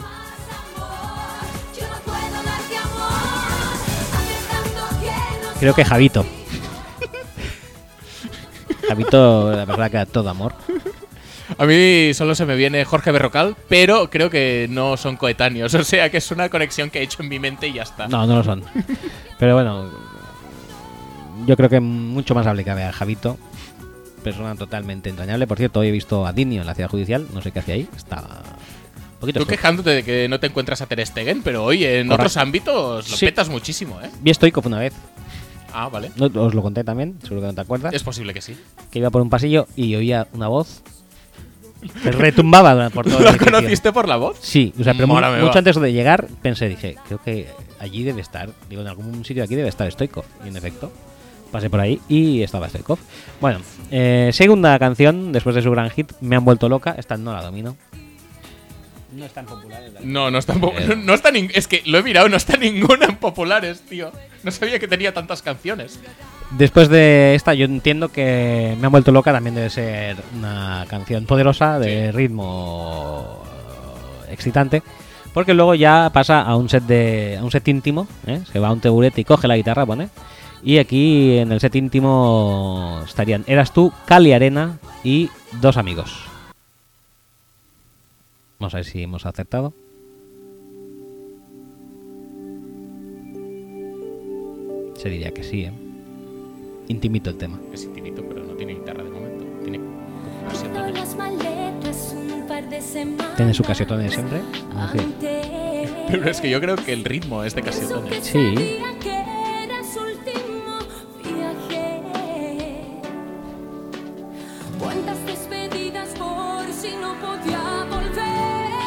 S3: Más amor, yo no puedo darte amor, hace tanto que no
S1: Creo que
S3: soy
S1: Javito.
S3: así.
S1: Javito, la persona que da todo amor.
S2: A mí solo se me viene Jorge Berrocal, pero creo que no son coetáneos, *laughs* o sea que es una conexión que he hecho en mi mente y ya está.
S1: No, no lo son. Pero bueno, yo creo que mucho más aplicable a Javito. Persona totalmente entrañable. Por cierto, hoy he visto a Dinio en la ciudad judicial. No sé qué hace ahí. Está un poquito
S2: Tú
S1: estoico.
S2: quejándote de que no te encuentras a Ter Stegen, pero oye, en
S1: Correcto.
S2: otros ámbitos lo
S1: Sí.
S2: petas muchísimo, ¿eh?
S1: Vi estoico una vez.
S2: Ah, vale.
S1: No- os lo conté también. Seguro que no te acuerdas.
S2: Es posible que sí.
S1: que iba por un pasillo y oía una voz
S2: *laughs*
S1: que retumbaba dura- por todo el
S2: ¿Lo
S1: edificio.
S2: conociste por la voz?
S1: Sí, o sea, pero mu-
S2: Mola, me
S1: mucho
S2: va.
S1: antes de llegar pensé, dije, creo que allí debe estar, digo, en algún sitio de aquí debe estar estoico. Y en efecto, pasé por ahí y estaba Stoikov. Bueno, eh, segunda canción, después de su gran hit, Me han vuelto loca. Esta no la domino. No es tan popular.
S2: No, no está en po- no, *laughs* no está nin- Es que lo he mirado, no está ninguna en populares, tío. No sabía que tenía tantas canciones.
S1: Después de esta, yo entiendo que Me han vuelto loca también debe ser una canción poderosa de ritmo excitante. Porque luego ya pasa a un set de a un set íntimo, ¿eh? se va a un taburete y coge la guitarra, pone. Y aquí en el set íntimo estarían Eras tú, Cali Arena y dos amigos. Vamos a ver si hemos acertado. Se diría que sí, ¿eh? Intimito el tema.
S2: Es intimito, pero no tiene guitarra de momento. Tiene como
S3: Quito
S2: casetones.
S3: las maletas un par de semanas.
S1: Tiene su casetón de siempre. Ah, sí.
S3: antes.
S2: *laughs* Pero es que yo creo que el ritmo es de
S3: Eso que
S2: casetones.
S1: Sí.
S3: sabía que era su último viaje. Cuántas despedidas por si no podía volver.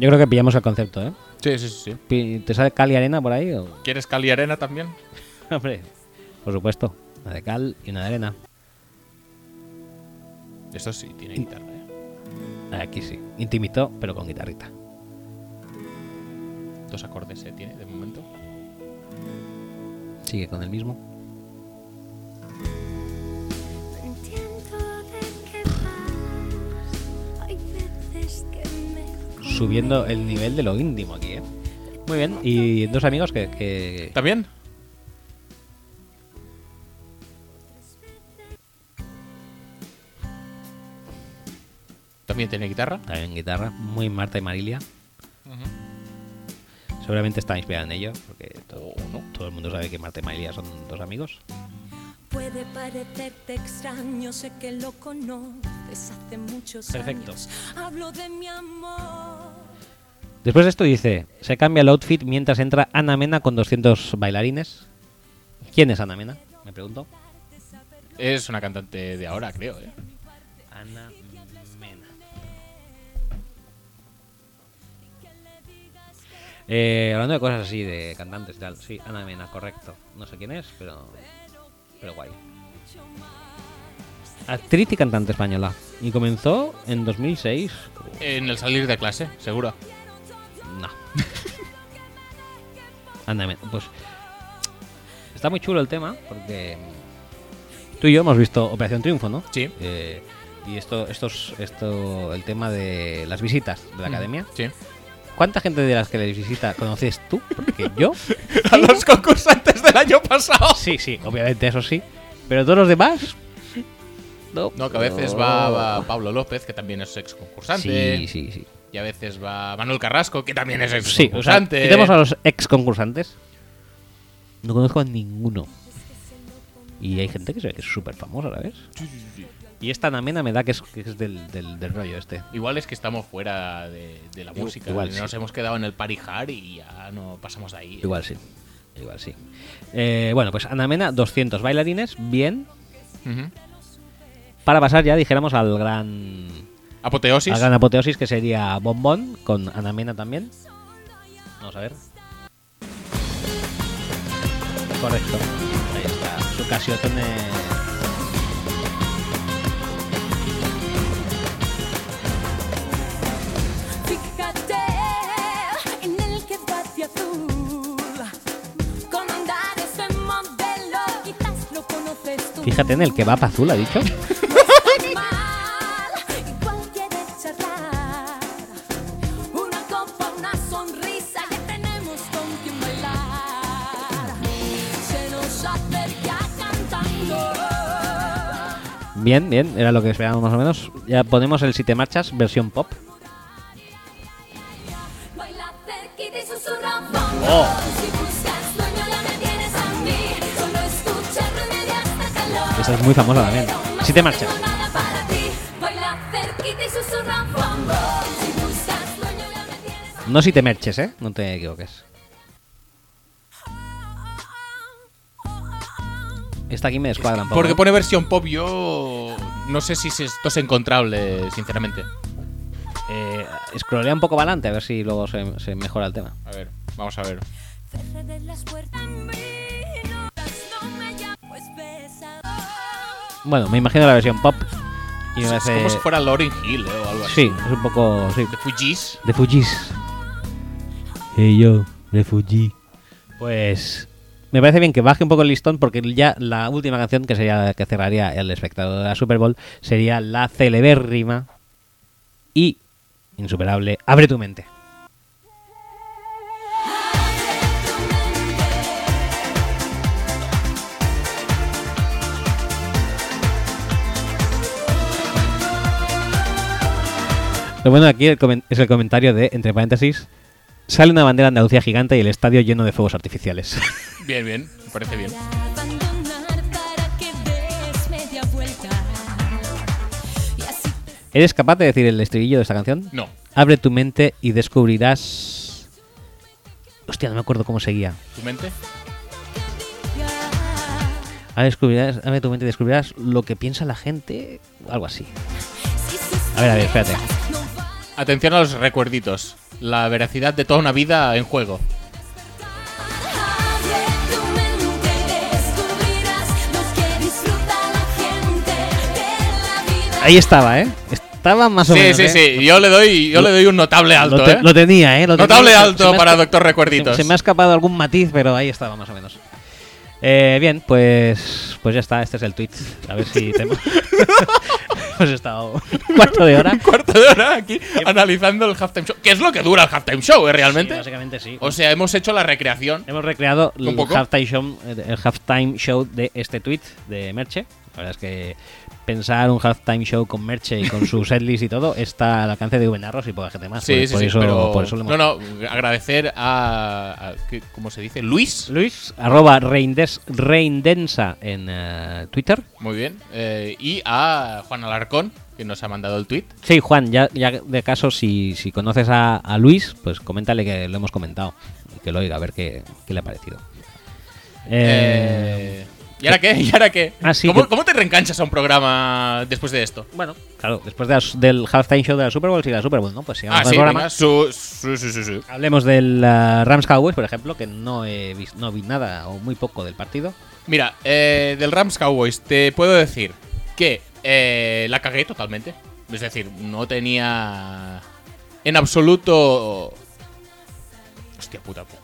S1: Yo creo que pillamos el concepto, ¿eh?
S2: Sí, sí, sí. sí.
S1: Pi- ¿Te sale cal y arena por ahí? o?
S2: ¿Quieres Cali Arena también?
S1: *laughs* Hombre, por supuesto. Una de cal y una de arena.
S2: Eso sí, tiene guitarra. ¿eh?
S1: Aquí sí. Intimito, pero con guitarrita.
S2: Dos acordes eh, tiene de momento.
S1: Sigue con el mismo.
S3: No entiendo de qué vas. Hay veces que me
S1: Subiendo el nivel de lo íntimo aquí, ¿eh? Muy bien. Y dos amigos que... que-
S2: ¿También? ¿También tiene guitarra?
S1: También guitarra. Muy Marta y Marilia. Seguramente está inspirada en ello, porque todo, todo el mundo sabe que Marta y Marilia son dos amigos.
S3: Puede parecerte extraño, sé que lo conoces hace muchos
S1: Perfecto.
S3: años. Hablo de mi amor.
S1: Después de esto dice, se cambia el outfit mientras entra Ana Mena con 200 bailarines. ¿Quién es Ana Mena? Me pregunto.
S2: Es una cantante de ahora, creo. ¿eh?
S1: Ana Mena. Eh, hablando de cosas así, de cantantes y tal. Sí, Ana Mena, correcto. No sé quién es, pero, pero guay. Actriz y cantante española. Y comenzó en 2006.
S2: En el salir de clase, seguro.
S1: No. Ana Mena. Pues está muy chulo el tema porque tú y yo hemos visto Operación Triunfo, ¿no?
S2: Sí.
S1: Eh, y esto, esto, es- esto, el tema de las visitas de la
S2: Mm.
S1: academia.
S2: Sí.
S1: ¿Cuánta gente de las que les visita conoces tú? Porque
S2: *laughs*
S1: yo,
S2: *laughs* A los concursantes del año pasado.
S1: sí, sí, obviamente, eso sí. Pero todos los demás, no. Oh.
S2: No, que a veces va, va Pablo López, que también es ex concursante.
S1: Sí, sí, sí.
S2: Y a veces va Manuel Carrasco, que también es ex
S1: Sí, o sea,
S2: concursante.
S1: quitemos a los ex concursantes. No conozco a ninguno. Y hay gente que se ve que es súper famosa, ¿sabes? Y esta Namena me da que es, que es del, del, del rollo este.
S2: Igual es que estamos fuera de, de la
S1: Igual,
S2: música.
S1: igual,
S2: Nos
S1: sí.
S2: hemos quedado en el parijar y ya no pasamos de ahí.
S1: Igual sí. Igual sí. Eh, bueno, pues Anamena, 200 bailarines, bien.
S2: Ujú.
S1: Para pasar ya, dijéramos, al gran,
S2: Apoteosis.
S1: al gran apoteosis que sería Bombón, con Anamena también. Vamos a ver. Correcto. Ahí está. Su casiotone.
S3: Fíjate en el que va de azul. Con andares de modelo, quizás lo conoces tú.
S1: Fíjate en el que va pa' azul, ha dicho.
S3: Mal, igual quiere charlar. Una copa, una sonrisa, ya tenemos con quien bailar. Se nos acerca cantando.
S1: Bien, bien. Era lo que esperábamos más o menos. Ya ponemos el Si te marchas, versión pop.
S3: Baila cerca y te susurra un poco. Si buscas dueño ya me tienes a mí. Solo escucha remedio hasta calor.
S1: Esa es muy famosa también.
S3: Pero
S1: Si te
S3: más
S1: marchas.
S3: no tengo nada para ti. Baila cerca y te susurra un poco. Si buscas dueño ya me tienes a mí.
S1: No si te merches, ¿eh? No te equivoques. Esta aquí me descuadra un poco.
S2: Porque
S1: ¿eh?
S2: pone versión pop, yo no sé si esto es encontrable, sinceramente.
S1: Eh, scrollea un poco para adelante a ver si luego se, se mejora el tema.
S2: A ver, vamos a ver.
S3: Cerré de las pues puertas. Miro las
S1: Bueno, me imagino la versión pop. Y me
S2: Es, es
S1: parece-
S2: como si fuera Lauren Hill eh, o algo así.
S1: Sí, es un poco. Sí,
S2: De Fujis.
S1: de Fujis. Hey yo, de Fuji. Pues. Me parece bien que baje un poco el listón porque ya la última canción que sería la que cerraría el espectador de la Super Bowl sería la celebérrima y insuperable Abre tu mente. Lo bueno de aquí el comen- es el comentario de, entre paréntesis, sale una bandera de Andalucía gigante y el estadio lleno de fuegos artificiales. *laughs*
S2: Bien, bien. Me parece bien.
S3: Abandonar para que des media vuelta. Y así
S1: ¿Eres capaz de decir el estribillo de esta canción?
S2: No.
S1: Abre tu mente y descubrirás... Hostia, no me acuerdo cómo seguía.
S2: ¿Tu mente?
S3: digas
S1: Ah, descubrirás, abre tu mente y descubrirás lo que piensa la gente, algo así.
S3: si sus
S1: A ver, a ver, espérate.
S3: fuerzas no van
S2: Atención a los recuerditos. La veracidad de toda una vida en juego.
S3: Abre tu mente, descubrirás lo que disfruta la gente de la vida.
S1: Ahí estaba, ¿eh? Estaba más o
S2: Sí,
S1: menos.
S2: sí,
S1: ¿eh?
S2: sí. Yo le doy, yo
S1: Lo-
S2: le doy un notable alto,
S1: lo, te-
S2: ¿eh?
S1: lo tenía, ¿eh? Lo tenía.
S2: Notable
S1: Se- se
S2: alto
S1: me ha
S2: para
S1: esca-
S2: Doctor
S1: se,
S2: Recuerditos.
S1: se me ha escapado algún matiz, pero ahí estaba más o menos. Eh, bien, pues, pues ya está. Este es el tweet. A ver
S2: *laughs*
S1: si te... *laughs* Hemos estado un cuarto de hora.
S2: Cuarto de hora aquí analizando el halftime show. ¿Qué es lo que dura el halftime show, eh,
S1: Sí,
S2: realmente?
S1: básicamente sí.
S2: O sea, hemos hecho la recreación.
S1: Hemos recreado
S2: ¿Un
S1: el
S2: poco?
S1: halftime show, el halftime show de este tweet de Merche. La verdad es que pensar un halftime show con Merche y con
S2: *laughs*
S1: su setlist y todo está al alcance de Rubén Arros y poca gente más.
S2: Sí,
S1: por,
S2: sí,
S1: por
S2: sí,
S1: eso,
S2: pero...
S1: por eso lo hemos-
S2: No, no, agradecer a... a- ¿qué- ¿Cómo se dice? Luis.
S1: Luis, arroba reindes, reindensa en eh, Twitter.
S2: Muy bien. eh, y a Juan Alarcón, que nos ha mandado el tweet.
S1: Sí, Juan, ya, ya de caso, si, si conoces a, a Luis, pues coméntale que lo hemos comentado. y Que lo oiga, a ver qué, qué le ha parecido. Eh,
S2: Eh, ¿Y ahora qué? ¿Y ahora qué?
S1: Ah, sí,
S2: ¿Cómo,
S1: que-
S2: cómo te reenganchas a un programa después de esto?
S1: Bueno, claro, después de las- del halftime show de la Super Bowl, sigue la Super Bowl, ¿no? Pues sigamos
S2: Ah,
S1: con
S2: sí,
S1: el programa.
S2: venga, su, su, su, su- su.
S1: Hablemos del eh, Rams Cowboys, por ejemplo, que no, he vis- no vi nada o muy poco del partido.
S2: Mira, eh, del Rams Cowboys te puedo decir que eh, la cagué totalmente. Es decir, no tenía en absoluto... Hostia puta. pu-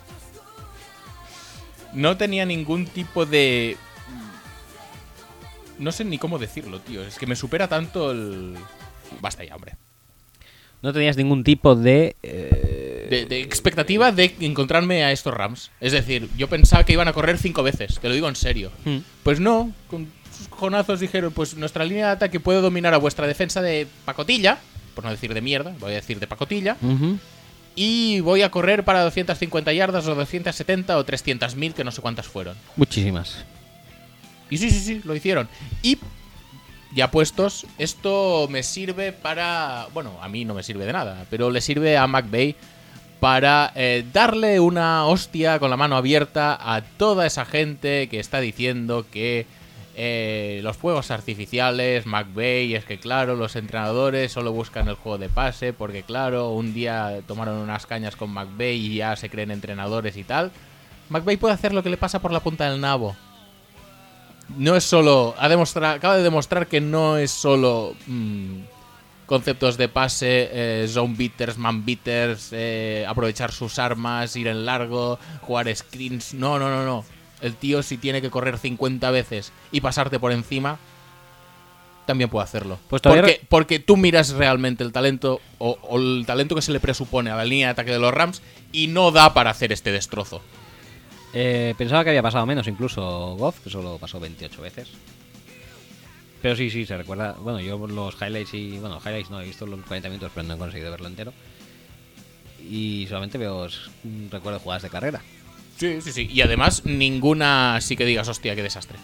S2: No tenía ningún tipo de... No sé ni cómo decirlo, tío. Es que me supera tanto el... Basta ya, hombre.
S1: No tenías ningún tipo de. eh,
S2: de, de expectativa de encontrarme a estos Rams. Es decir, yo pensaba que iban a correr cinco veces, te lo digo en serio.
S1: Hmm.
S2: Pues no, con sus cojonazos dijeron, pues nuestra línea de ataque puede dominar a vuestra defensa de pacotilla, por no decir de mierda, voy a decir de pacotilla,
S1: ujú.
S2: y voy a correr para 250 yardas o 270 o 300.000, que no sé cuántas fueron.
S1: Muchísimas.
S2: Y sí, sí, sí, lo hicieron. Y ya puestos, esto me sirve para. Bueno, a mí no me sirve de nada, pero le sirve a McVeigh para eh, darle una hostia con la mano abierta a toda esa gente que está diciendo que eh, los fuegos artificiales, McVeigh, es que claro, los entrenadores solo buscan el juego de pase, porque claro, un día tomaron unas cañas con McVeigh y ya se creen entrenadores y tal. McVeigh puede hacer lo que le pasa por la punta del nabo no es solo. Ha demostrado, acaba de demostrar que no es solo mm, conceptos de pase, eh, zone beaters, man beaters, eh, aprovechar sus armas, ir en largo, jugar screens. No, no, no, no. El tío, si tiene que correr 50 veces y pasarte por encima, también puede hacerlo.
S1: Pues todavía
S2: porque, porque tú miras realmente el talento o, o el talento que se le presupone a la línea de ataque de los Rams y no da para hacer este destrozo.
S1: Eh, pensaba que había pasado menos, incluso Goff, que solo pasó 28 veces. Pero sí, sí, se recuerda. Bueno, yo los highlights y. Bueno, highlights no, he visto los 40 minutos, pero no he conseguido verlo entero. Y solamente veo. s- Recuerdo jugadas de carrera.
S2: Sí, sí, sí. Y además, ninguna sí que digas, hostia, qué desastre.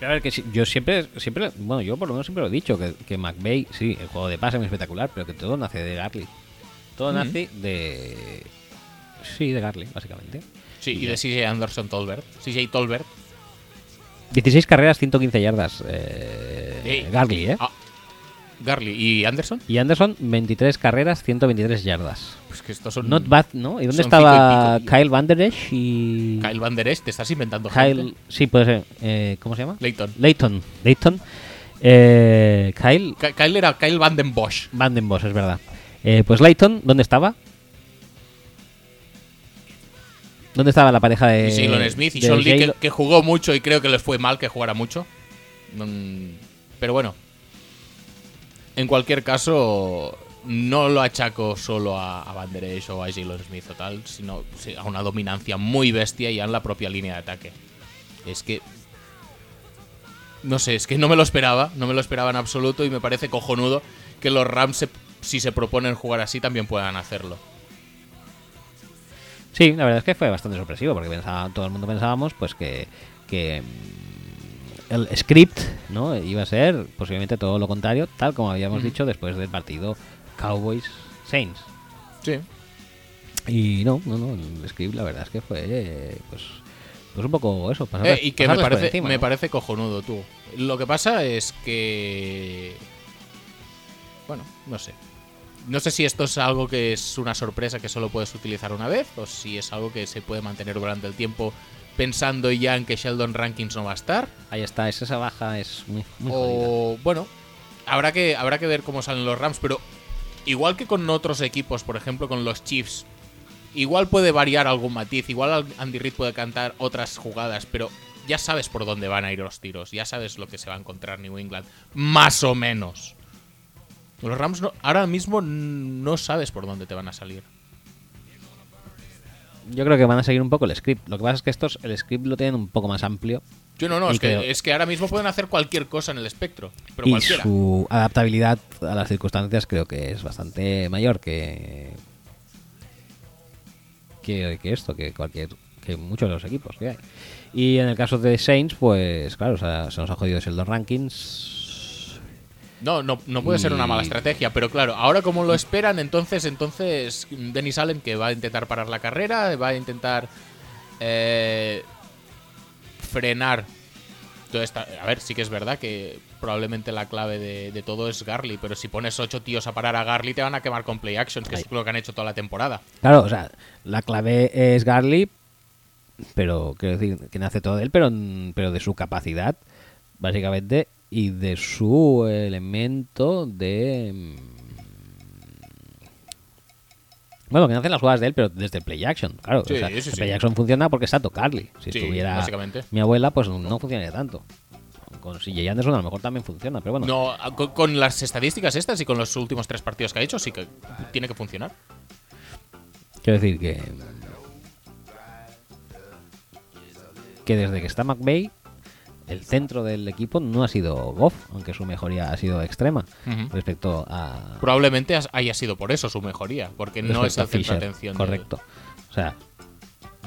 S1: Pero a ver, que si- yo siempre, siempre, bueno, yo por lo menos siempre lo he dicho, que, que McVeigh, sí, el juego de pase es muy espectacular, pero que todo nace de Garly. Todo
S2: Mm.
S1: nace de... Sí, de Garly, básicamente.
S2: Sí, y de CJ Anderson Tolbert. CJ Tolbert.
S1: 16 carreras, 115 yardas. Eh,
S2: Ey.
S1: Garly, ¿eh?
S2: Ah, Garly. ¿Y Anderson?
S1: Y Anderson, 23 carreras, 123 yardas.
S2: Pues que estos son.
S1: Not bad, ¿no? ¿Y dónde
S2: son cinco y
S1: estaba
S2: pico.
S1: Kyle Van Der Esch y...
S2: Kyle Van Der Esch, te estás inventando.
S1: Kyle-
S2: gente.
S1: Sí, puede ser. Eh, ¿Cómo se llama?
S2: Layton.
S1: Leighton. Leighton. Eh, Kyle
S2: Ka- Kyle era Kyle Van Den Bosch.
S1: Van den Bosch, es verdad. Eh, pues Layton, ¿dónde estaba? ¿Dónde estaba la pareja de.
S2: y Jalen Smith y
S1: Eh, de
S2: Sean Lee, que,
S1: Jalen-
S2: que jugó mucho y creo que les fue mal que jugara mucho. Mm, Pero bueno. En cualquier caso, no lo achaco solo a, a Van Der Esch o a Jalen Smith o tal, sino sí, a una dominancia muy bestia ya en la propia línea de ataque. Es que. No sé, es que no me lo esperaba, no me lo esperaba en absoluto y me parece cojonudo que los Rams, se- si se proponen jugar así, también puedan hacerlo.
S1: Sí, la verdad es que fue bastante sorpresivo porque pensaba, todo el mundo pensábamos pues que, que, mm, el script no iba a ser posiblemente todo lo contrario, tal como habíamos dicho después del partido Cowboys Saints.
S2: Sí,
S1: Y no, no, no, el script la verdad es que fue eh, pues, pues un poco eso.
S2: Eh,
S1: pasarles-
S2: y que me
S1: pasarles por
S2: parece,
S1: encima,
S2: me
S1: ¿no?
S2: parece cojonudo, tú. Lo que pasa es que. Bueno, no sé. No sé si esto es algo que es una sorpresa que solo puedes utilizar una vez, o si es algo que se puede mantener durante el tiempo pensando ya en que Sheldon Rankings no va a estar.
S1: Ahí está, es esa baja es muy, muy jodida.
S2: O bueno, habrá que, habrá que ver cómo salen los Rams, pero igual que con otros equipos, por ejemplo con los Chiefs, igual puede variar algún matiz, igual Andy Reid puede cantar otras jugadas, pero ya sabes por dónde van a ir los tiros, ya sabes lo que se va a encontrar New England, más o menos. Los Rams no- ahora mismo no sabes por dónde te van a salir.
S1: Yo creo que van a seguir un poco el script. Lo que pasa es que estos el script lo tienen un poco más amplio
S2: Yo no, no,
S1: Y
S2: es que,
S1: creo-
S2: es que ahora mismo pueden hacer cualquier cosa en el espectro, pero
S1: y
S2: cualquiera.
S1: su adaptabilidad a las circunstancias creo que es bastante mayor que que, que esto, que cualquier que muchos de los equipos que hay. Y en el caso de Saints, pues claro, o sea, se nos ha jodido Sheldon Rankings.
S2: No, no, no puede ser una mala estrategia, pero claro, ahora como lo esperan, entonces, entonces Dennis Allen que va a intentar parar la carrera, va a intentar eh, frenar. toda esta- a ver, sí que es verdad que probablemente la clave de, de todo es Garly, pero si pones ocho tíos a parar a Garly te van a quemar con play actions, que
S1: Ahí.
S2: es lo que han hecho toda la temporada.
S1: Claro, o sea, la clave es Garly, pero quiero decir, que nace todo de él, pero, pero de su capacidad, básicamente, y de su elemento de. mm, Bueno, que nacen las jugadas de él, pero desde el play action, claro. o
S2: Sí,
S1: sea,
S2: sí, sí.
S1: el play action funciona porque está Carly. Si
S2: Sí,
S1: estuviera
S2: básicamente.
S1: mi abuela, pues no funcionaría tanto. Con CJ Anderson a lo mejor también funciona, pero bueno.
S2: No, a- con, con las estadísticas estas y con los últimos tres partidos que ha hecho, sí que tiene que funcionar.
S1: Quiero decir que. Que desde que está McVeigh, el centro del equipo no ha sido Goff, aunque su mejoría ha sido extrema
S2: Ujú.
S1: respecto a.
S2: Probablemente has- haya sido por eso su mejoría, porque no
S1: respecto
S2: es
S1: a
S2: el centro de
S1: Fisher,
S2: atención. del-
S1: Correcto. O sea,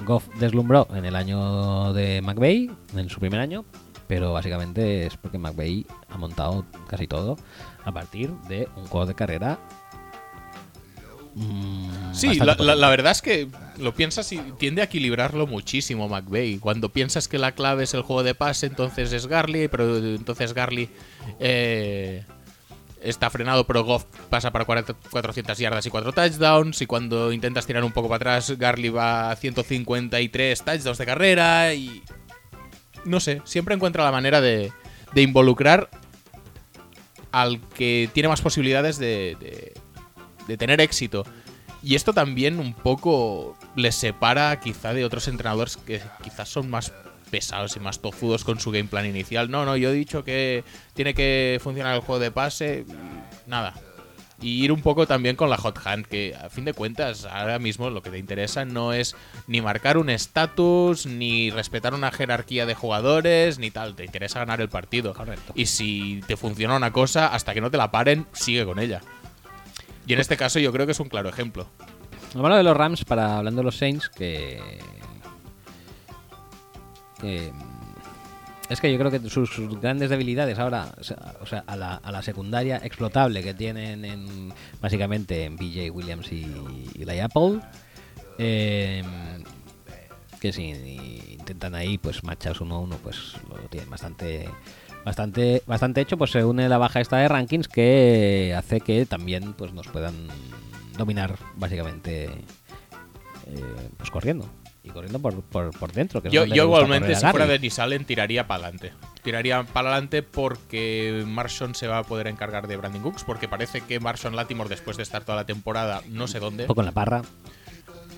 S1: Goff deslumbró en el año de McVeigh, en su primer año, pero básicamente es porque McVeigh ha montado casi todo a partir de un juego de carrera. mm,
S2: Sí,
S1: bastante
S2: la, la-
S1: potente.
S2: la verdad es que lo piensas y tiende a equilibrarlo muchísimo McVeigh. Cuando piensas que la clave es el juego de pase, entonces es Garly, pero entonces Garly eh, está frenado, pero Goff pasa para 40 400 yardas y 4 touchdowns. Y cuando intentas tirar un poco para atrás, Garly va a 153 touchdowns de carrera. Y no sé, siempre encuentra la manera de, de involucrar al que tiene más posibilidades de- de, de tener éxito. Y esto también un poco les separa quizá de otros entrenadores que quizás son más pesados y más tozudos con su game plan inicial. No, no, yo he dicho que tiene que funcionar el juego de pase. Nada. Y ir un poco también con la hot hand, que a fin de cuentas ahora mismo lo que te interesa no es ni marcar un estatus, ni respetar una jerarquía de jugadores, ni tal. Te interesa ganar el partido.
S1: Correcto.
S2: Y si te funciona una cosa, hasta que no te la paren, sigue con ella. Y en este caso yo creo que es un claro ejemplo.
S1: Lo malo de los Rams, para hablando de los Saints, que. que, mm, es que yo creo que sus, sus grandes debilidades ahora, o sea, o sea, a, la, a la secundaria explotable que tienen en, básicamente en BJ Williams y, y la Apple, eh, que si intentan ahí pues machas uno a uno, pues lo tienen bastante bastante bastante hecho, pues se une la baja esta de rankings que hace que también pues nos puedan dominar básicamente eh, pues corriendo y corriendo por, por, por dentro. Que es
S2: Yo,
S1: donde
S2: yo
S1: le gusta
S2: igualmente,
S1: correr a
S2: si fuera
S1: Garly.
S2: Denis Allen, tiraría para adelante. tiraría para adelante porque Marson se va a poder encargar de Brandon Cooks, porque parece que Marson Latimore, después de estar toda la temporada, no sé dónde,
S1: Un poco en la parra.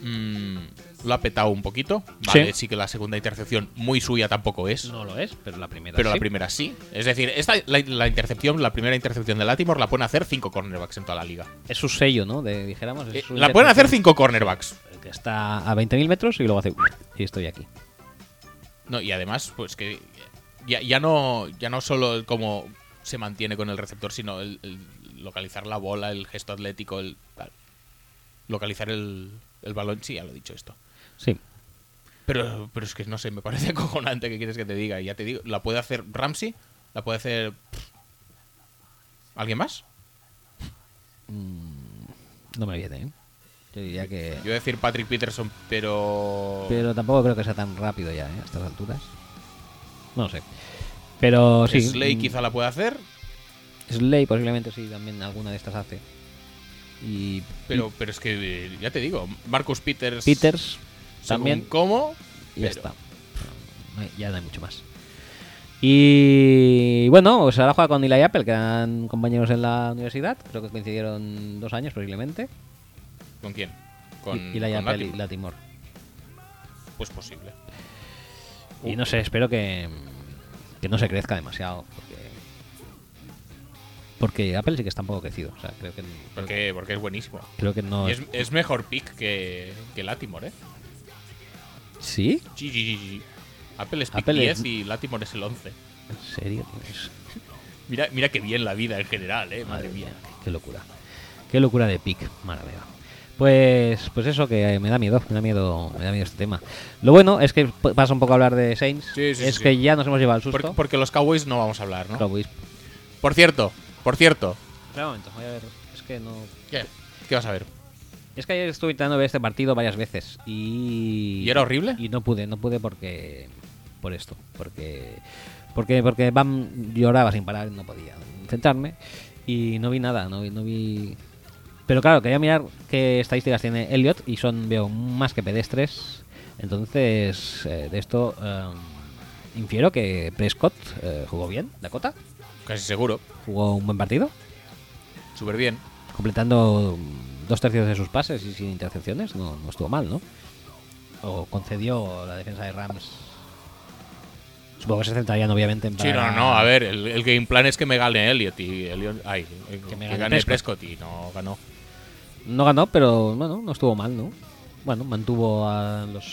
S2: mm, lo ha petado un poquito. Vale, sí. que la segunda intercepción muy suya tampoco es,
S1: No lo es, pero la primera
S2: pero
S1: sí.
S2: la primera sí. Es decir, esta, la, la intercepción, la primera intercepción de Latimore la pueden hacer cinco cornerbacks en toda la liga.
S1: Es su sello, ¿no? De, dijéramos. es
S2: Eh,
S1: su
S2: la pueden hacer
S1: intervención.
S2: cinco cornerbacks.
S1: El Que está a 20.000 metros y luego hace... Y estoy aquí.
S2: No, y además, pues que ya, ya no ya no solo el cómo se mantiene con el receptor, sino el, el localizar la bola, el gesto atlético, el tal. localizar el, el balón. Sí, ya lo he dicho esto.
S1: Sí.
S2: Pero, pero es que no sé, me parece *laughs* acojonante que quieres que te diga. Ya te digo, la puede hacer Ramsey, la puede hacer. pff, ¿Alguien más?
S1: Mm, No me viene, ¿eh? Yo diría que...
S2: Yo iba a decir Patrick Peterson, pero.
S1: Pero tampoco creo que sea tan rápido ya, ¿eh? A estas alturas. No lo sé. Pero sí.
S2: Slay
S1: mm,
S2: quizá la puede hacer,
S1: Slay posiblemente sí, también alguna de estas hace. Y
S2: pero, pero es que eh, ya te digo, Marcus
S1: Mm.
S2: Peters.
S1: Peters
S2: según
S1: también.
S2: ¿Cómo?
S1: Y ya
S2: pero-
S1: está. No hay- ya no hay mucho más. Y bueno, pues ahora juega con Eli Apple, que eran compañeros en la universidad. Creo que coincidieron dos años posiblemente.
S2: ¿Con quién? Con,
S1: y Eli
S2: con
S1: Apple y
S2: Latimore.
S1: Latimore.
S2: Pues posible.
S1: Y no sé, espero que, que no se crezca demasiado. Porque, porque Apple sí que está un poco crecido. O sea, creo que,
S2: Porque, porque es buenísimo.
S1: creo que no
S2: Y es, es mejor pick que, que Latimore, ¿eh?
S1: ¿Sí?
S2: Sí, sí, sí, sí. Apple es pick
S1: Apple
S2: 10
S1: es-
S2: y Latimore es el 11.
S1: ¿En serio? tío? Es-
S2: Mira, mira qué bien la vida en general, ¿eh? Madre,
S1: Madre
S2: mía.
S1: mía, qué locura. Qué locura de pick, madre mía. Pues, pues eso, que eh, me da miedo, me da miedo, me da miedo este tema. Lo bueno es que p- pasa un poco a hablar de Saints.
S2: Sí, sí,
S1: es
S2: sí,
S1: que
S2: sí.
S1: ya nos hemos llevado el
S2: Por-
S1: susto. pues,
S2: porque los Cowboys no vamos a hablar, ¿no?
S1: Cowboys.
S2: Por cierto, por cierto.
S1: Espera un momento, voy a ver. Es que no.
S2: ¿Qué? ¿Qué vas a ver?
S1: Es que ayer estuve intentando ver este partido varias veces y.
S2: ¿Y era horrible?
S1: Y no pude, no pude porque. Por esto. Porque. Porque, porque Bam lloraba sin parar, no podía centrarme. Y no vi nada, no vi. No vi... Pero claro, quería mirar qué estadísticas tiene Elliot y son, veo, más que pedestres. Entonces, eh, de esto em, infiero que Prescott eh, jugó bien, Dakota.
S2: Casi seguro.
S1: Jugó un buen partido
S2: Súper bien.
S1: completando mm, dos tercios de sus pases y sin intercepciones, no, no estuvo mal, ¿no? O concedió la defensa de Rams. Supongo que se centrarían, obviamente, en.
S2: Sí, no,
S1: parar
S2: no, a ver, el, el game plan es que me gane Elliot y Elliot, ay, eh, que,
S1: me gane
S2: gane, Prescott.
S1: Prescott.
S2: y no ganó.
S1: No ganó, pero bueno, no estuvo mal, ¿no? Bueno, mantuvo a los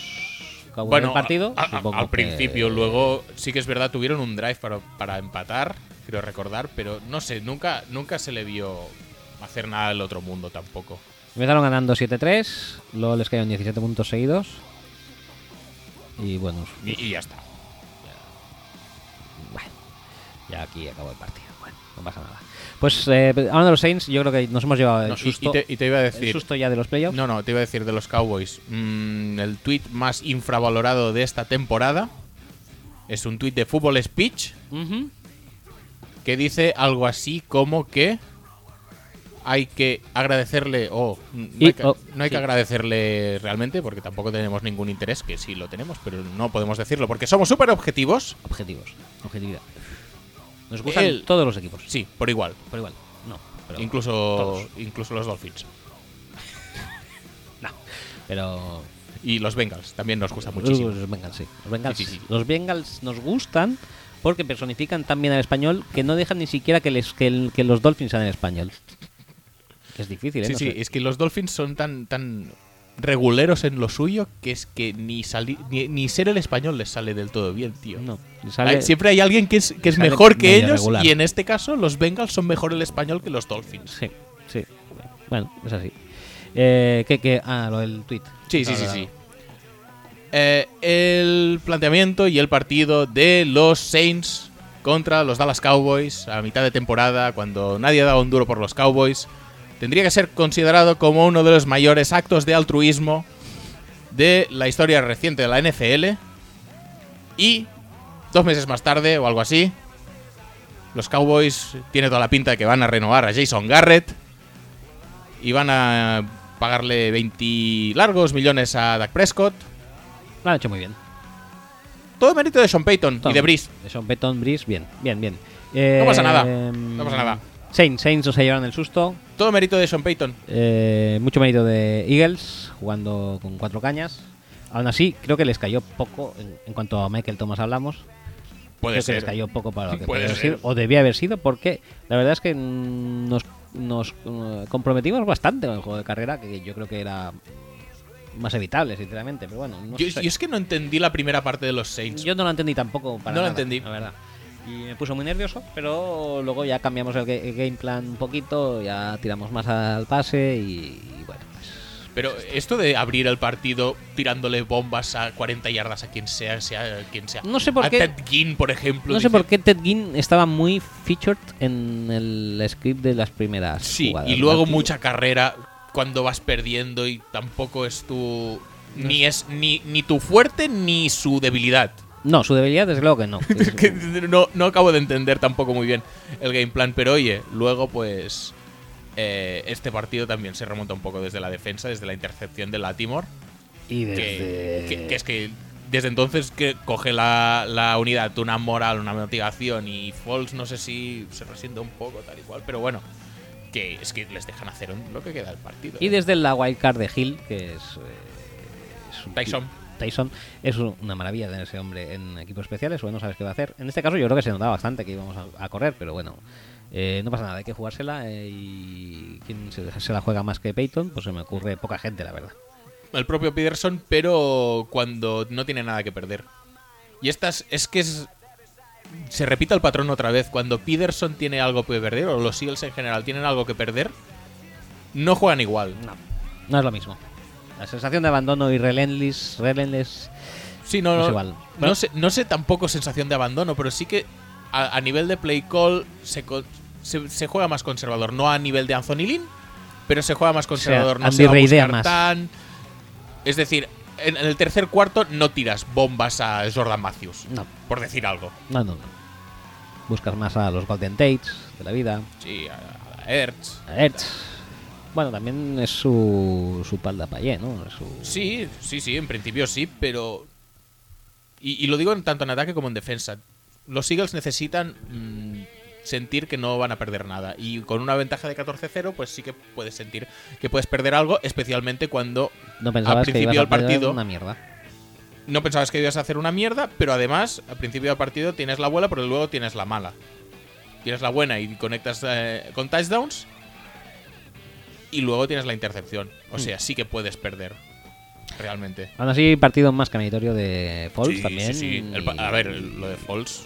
S1: Cowboys
S2: Bueno,
S1: del partido.
S2: a- a-
S1: supongo
S2: al
S1: que-
S2: principio, luego sí que es verdad, tuvieron un drive para, para empatar, quiero recordar, pero no sé, nunca, nunca se le vio hacer nada del otro mundo tampoco.
S1: Empezaron ganando 7-3, luego les cayeron 17 puntos seguidos. Y bueno,
S2: Y, y ya está.
S1: Bueno, ya aquí acabó el partido. Bueno, no pasa nada. Pues eh, hablando de los Saints, yo creo que nos hemos llevado el
S2: No, y-
S1: susto.
S2: y, te, y te iba a
S1: el
S2: decir,
S1: susto ya de los playoffs.
S2: no, no, te iba a decir de los Cowboys, mm, el tweet más infravalorado de esta temporada es un tweet de Fútbol Speech
S1: Ujú.
S2: que dice algo así como que hay que agradecerle o no
S1: Y-
S2: hay que,
S1: o-
S2: no hay que
S1: sí.
S2: agradecerle realmente porque tampoco tenemos ningún interés que sí lo tenemos pero no podemos decirlo porque somos súper objetivos
S1: Objetivos. Objetividad. Nos gustan
S2: El-
S1: todos los equipos.
S2: sí por igual
S1: Por igual. No. Pero,
S2: incluso
S1: todos.
S2: incluso los Dolphins
S1: No. Pero.
S2: y los Bengals también nos gusta muchísimo
S1: Los Bengals, sí. Los Bengals,
S2: Sí, sí, sí.
S1: los Bengals nos gustan porque personifican tan bien al español que no dejan ni siquiera que, les, que, el- que los Dolphins sean en español. Que es difícil, ¿eh?
S2: sí
S1: No
S2: sí
S1: sé.
S2: es que los Dolphins son tan tan reguleros en lo suyo que es que ni sali- ni, ni ser el español les sale del todo bien tío
S1: No. Sale-
S2: Hay- siempre hay alguien que es, que es
S1: sale
S2: mejor que
S1: medio
S2: ellos
S1: regular.
S2: y en este caso los Bengals son mejor el español que los Dolphins.
S1: Sí, sí. Bueno, es así. Eh, que, que, ah, lo del tweet.
S2: Sí, sí, sí, sí. Eh, el planteamiento y el partido de los Saints contra los Dallas Cowboys a mitad de temporada, cuando nadie daba un duro por los Cowboys, tendría que ser considerado como uno de los mayores actos de altruismo de la historia reciente de la NFL. Y dos meses más tarde, o algo así, los Cowboys tiene toda la pinta de que van a renovar a Jason Garrett y van a pagarle 20 largos millones a Dak Prescott.
S1: Lo han hecho muy bien.
S2: Todo mérito de Sean Payton
S1: Tom.
S2: y de Brice.
S1: De Sean Payton, Brice, bien, bien, bien.
S2: No pasa
S1: Eh,
S2: nada,
S1: em,
S2: no pasa nada.
S1: Saints, Saints no se llevaron el susto.
S2: Todo mérito de Sean Payton.
S1: Eh, mucho mérito de Eagles, jugando con cuatro cañas. Aún así, creo que les cayó poco, en, en cuanto a Michael Thomas hablamos,
S2: Puede
S1: creo que les
S2: ser.
S1: cayó poco para lo que
S2: Puede
S1: podía haber
S2: ser.
S1: sido, o debía haber sido, porque la verdad es que mm, nos, nos, eh, comprometimos bastante con el juego de carrera, que yo creo que era más evitable, sinceramente, pero bueno. no
S2: Yo,
S1: sé.
S2: yo es que no entendí la primera parte de los Saints.
S1: Yo no lo entendí tampoco. Para
S2: No lo
S1: nada,
S2: entendí.
S1: La verdad. Y me puso muy nervioso, pero luego ya cambiamos el, ga- el game plan un poquito, ya tiramos más al pase y, y bueno, pues.
S2: Pero esto de abrir el partido tirándole bombas a 40 yardas a quien sea, sea quien sea.
S1: No sé por
S2: a
S1: qué-
S2: Ted Ginn, por ejemplo.
S1: No sé por
S2: dice-
S1: qué Ted Ginn estaba muy featured en el script de las primeras.
S2: Sí,
S1: jugadas,
S2: y luego
S1: ¿no?
S2: mucha carrera cuando vas perdiendo y tampoco es tu. Ni es ni, ni tu fuerte ni su debilidad.
S1: No, su debilidad, desde luego que no. Es-
S2: *laughs* Que no, no acabo de entender tampoco muy bien el game plan, pero oye, luego pues eh, este partido también se remonta un poco desde la defensa, desde la intercepción de Latimore,
S1: y
S2: que,
S1: desde.
S2: que- que es que desde entonces que coge la, la unidad una moral, una motivación y Falls no sé si se resiente un poco tal y cual, pero bueno, que es que les dejan hacer un- lo que queda del partido.
S1: Y
S2: ¿eh?
S1: desde la wildcard de Hill, que es. eh, es un-
S2: Tyson.
S1: Tyson. Es un- una maravilla tener ese hombre en equipos especiales, bueno, no sabes qué va a hacer. En este caso, yo creo que se notaba bastante que íbamos a, a correr, pero bueno, eh, no pasa nada, hay que jugársela. eh, y quien se, se la juega más que Peyton, pues se me ocurre poca gente, la verdad.
S2: el propio Peterson, pero cuando no tiene nada que perder. Y estas es que es se repite el patrón otra vez. Cuando Peterson tiene algo que perder, o los Eagles en general tienen algo que perder, no juegan igual.
S1: No, no es lo mismo. La sensación de abandono y relentless, relentless
S2: Sí, no,
S1: No
S2: no,
S1: es igual.
S2: no sé, no sé tampoco sensación de abandono, pero sí que a, a nivel de play call se, co- se, se juega más conservador. No a nivel de Anthony Lynn, pero se juega más conservador. no
S1: Andy
S2: se va a
S1: Reidea
S2: buscar
S1: más.
S2: tan. Es decir, en, en el tercer cuarto no tiras bombas a Jordan Matthews.
S1: No.
S2: Por decir algo.
S1: No, no, no. Buscas más a los Golden Tates de la vida,
S2: Sí, a, a Ertz.
S1: a Ertz. Bueno, también es su, su palda payé, ¿no? Es su-
S2: Sí, sí, sí, en principio sí, pero. Y, y lo digo en tanto en ataque como en defensa. Los Eagles necesitan mm, sentir que no van a perder nada. Y con una ventaja de 14-0, pues sí que puedes sentir que puedes perder algo, especialmente cuando
S1: No pensabas que
S2: principio
S1: ibas a
S2: del
S1: perder
S2: partido-
S1: una mierda.
S2: no pensabas que ibas a hacer una mierda, pero además, al principio del partido tienes la buena, pero luego tienes la mala. Tienes la buena y conectas eh, con touchdowns. Y luego tienes la intercepción. O sea, sí que puedes perder. Realmente.
S1: Aún así, partido más que meritorio de Falls
S2: Sí,
S1: también.
S2: sí, sí. El pa- a ver, lo de Falls.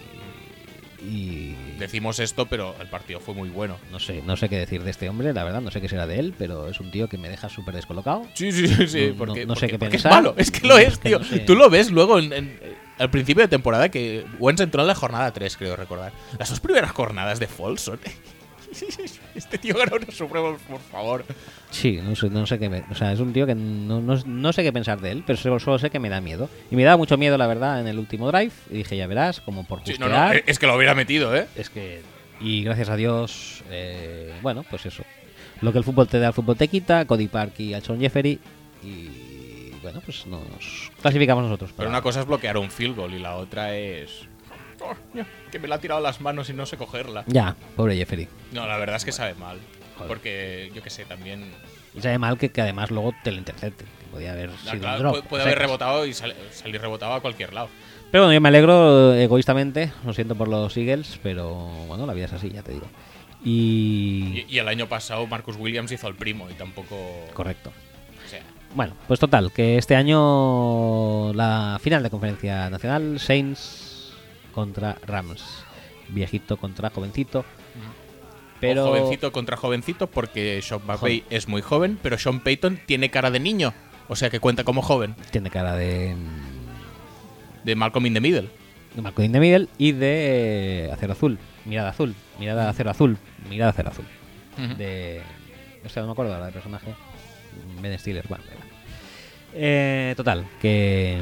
S1: Y
S2: Decimos esto, pero el partido fue muy bueno.
S1: no sé, no sé qué decir de este hombre, la verdad, no sé qué será de él, pero es un tío que me deja súper descolocado.
S2: Sí, sí, sí, sí,
S1: No-
S2: porque,
S1: no sé
S2: porque-
S1: qué
S2: porque es
S1: pensar.
S2: malo, es que *laughs* lo es,
S1: Es que
S2: tío.
S1: no sé.
S2: Tú lo ves luego en- en- al principio de temporada que Wentz entró en la jornada 3, creo recordar. Las dos primeras jornadas de Falls son... *laughs* Este tío gana una Super Bowl, por favor.
S1: Sí, no sé, no sé qué. me- o sea, es un tío que no, no- no sé qué pensar de él, pero solo, solo sé que me da miedo. Y me da mucho miedo, la verdad, en el último drive. Y dije, ya verás, como por
S2: Sí,
S1: justear.
S2: no, no, es que lo hubiera metido, ¿eh?
S1: Es que. Y gracias a Dios, eh, bueno, pues eso. Lo que el fútbol te da, el fútbol te quita. Cody Park y Alshon Jeffery. Y bueno, pues nos clasificamos nosotros.
S2: Pero
S1: para-
S2: una cosa es bloquear un field goal y la otra es... "Oh, mira, que me la ha tirado a las manos y no sé cogerla.
S1: Ya, pobre Jeffery.
S2: No, la verdad es que sabe mal.
S1: Joder.
S2: Porque, yo que sé, también...
S1: Y sabe mal que, que además luego te lo intercepte. que podía haber
S2: Ah,
S1: sido un
S2: claro,
S1: drop,
S2: puede, puede
S1: a
S2: haber
S1: secas.
S2: rebotado y sal- salir rebotado a cualquier lado.
S1: Pero bueno, yo me alegro eh, egoístamente. Lo siento por los Eagles, pero bueno, la vida es así, ya te digo.
S2: Y,
S1: Y.
S2: y el año pasado Marcus Williams hizo el primo y tampoco.
S1: Correcto.
S2: o sea,
S1: Bueno, pues total, que este año la final de conferencia nacional, Saints contra Rams. Viejito contra jovencito. Pero.
S2: o jovencito contra jovencito, porque Sean McVay es muy joven, pero Sean Payton tiene cara de niño. O sea que cuenta como joven.
S1: Tiene cara de. mm,
S2: De Malcolm in the Middle.
S1: De Marco de Miguel y de acero azul. Mirada azul. Mirada acero azul. Mirada acero azul.
S2: Ujú.
S1: de. O sea, no me acuerdo ahora del personaje. Ben Stiller, bueno, da igual. Eh, total, que.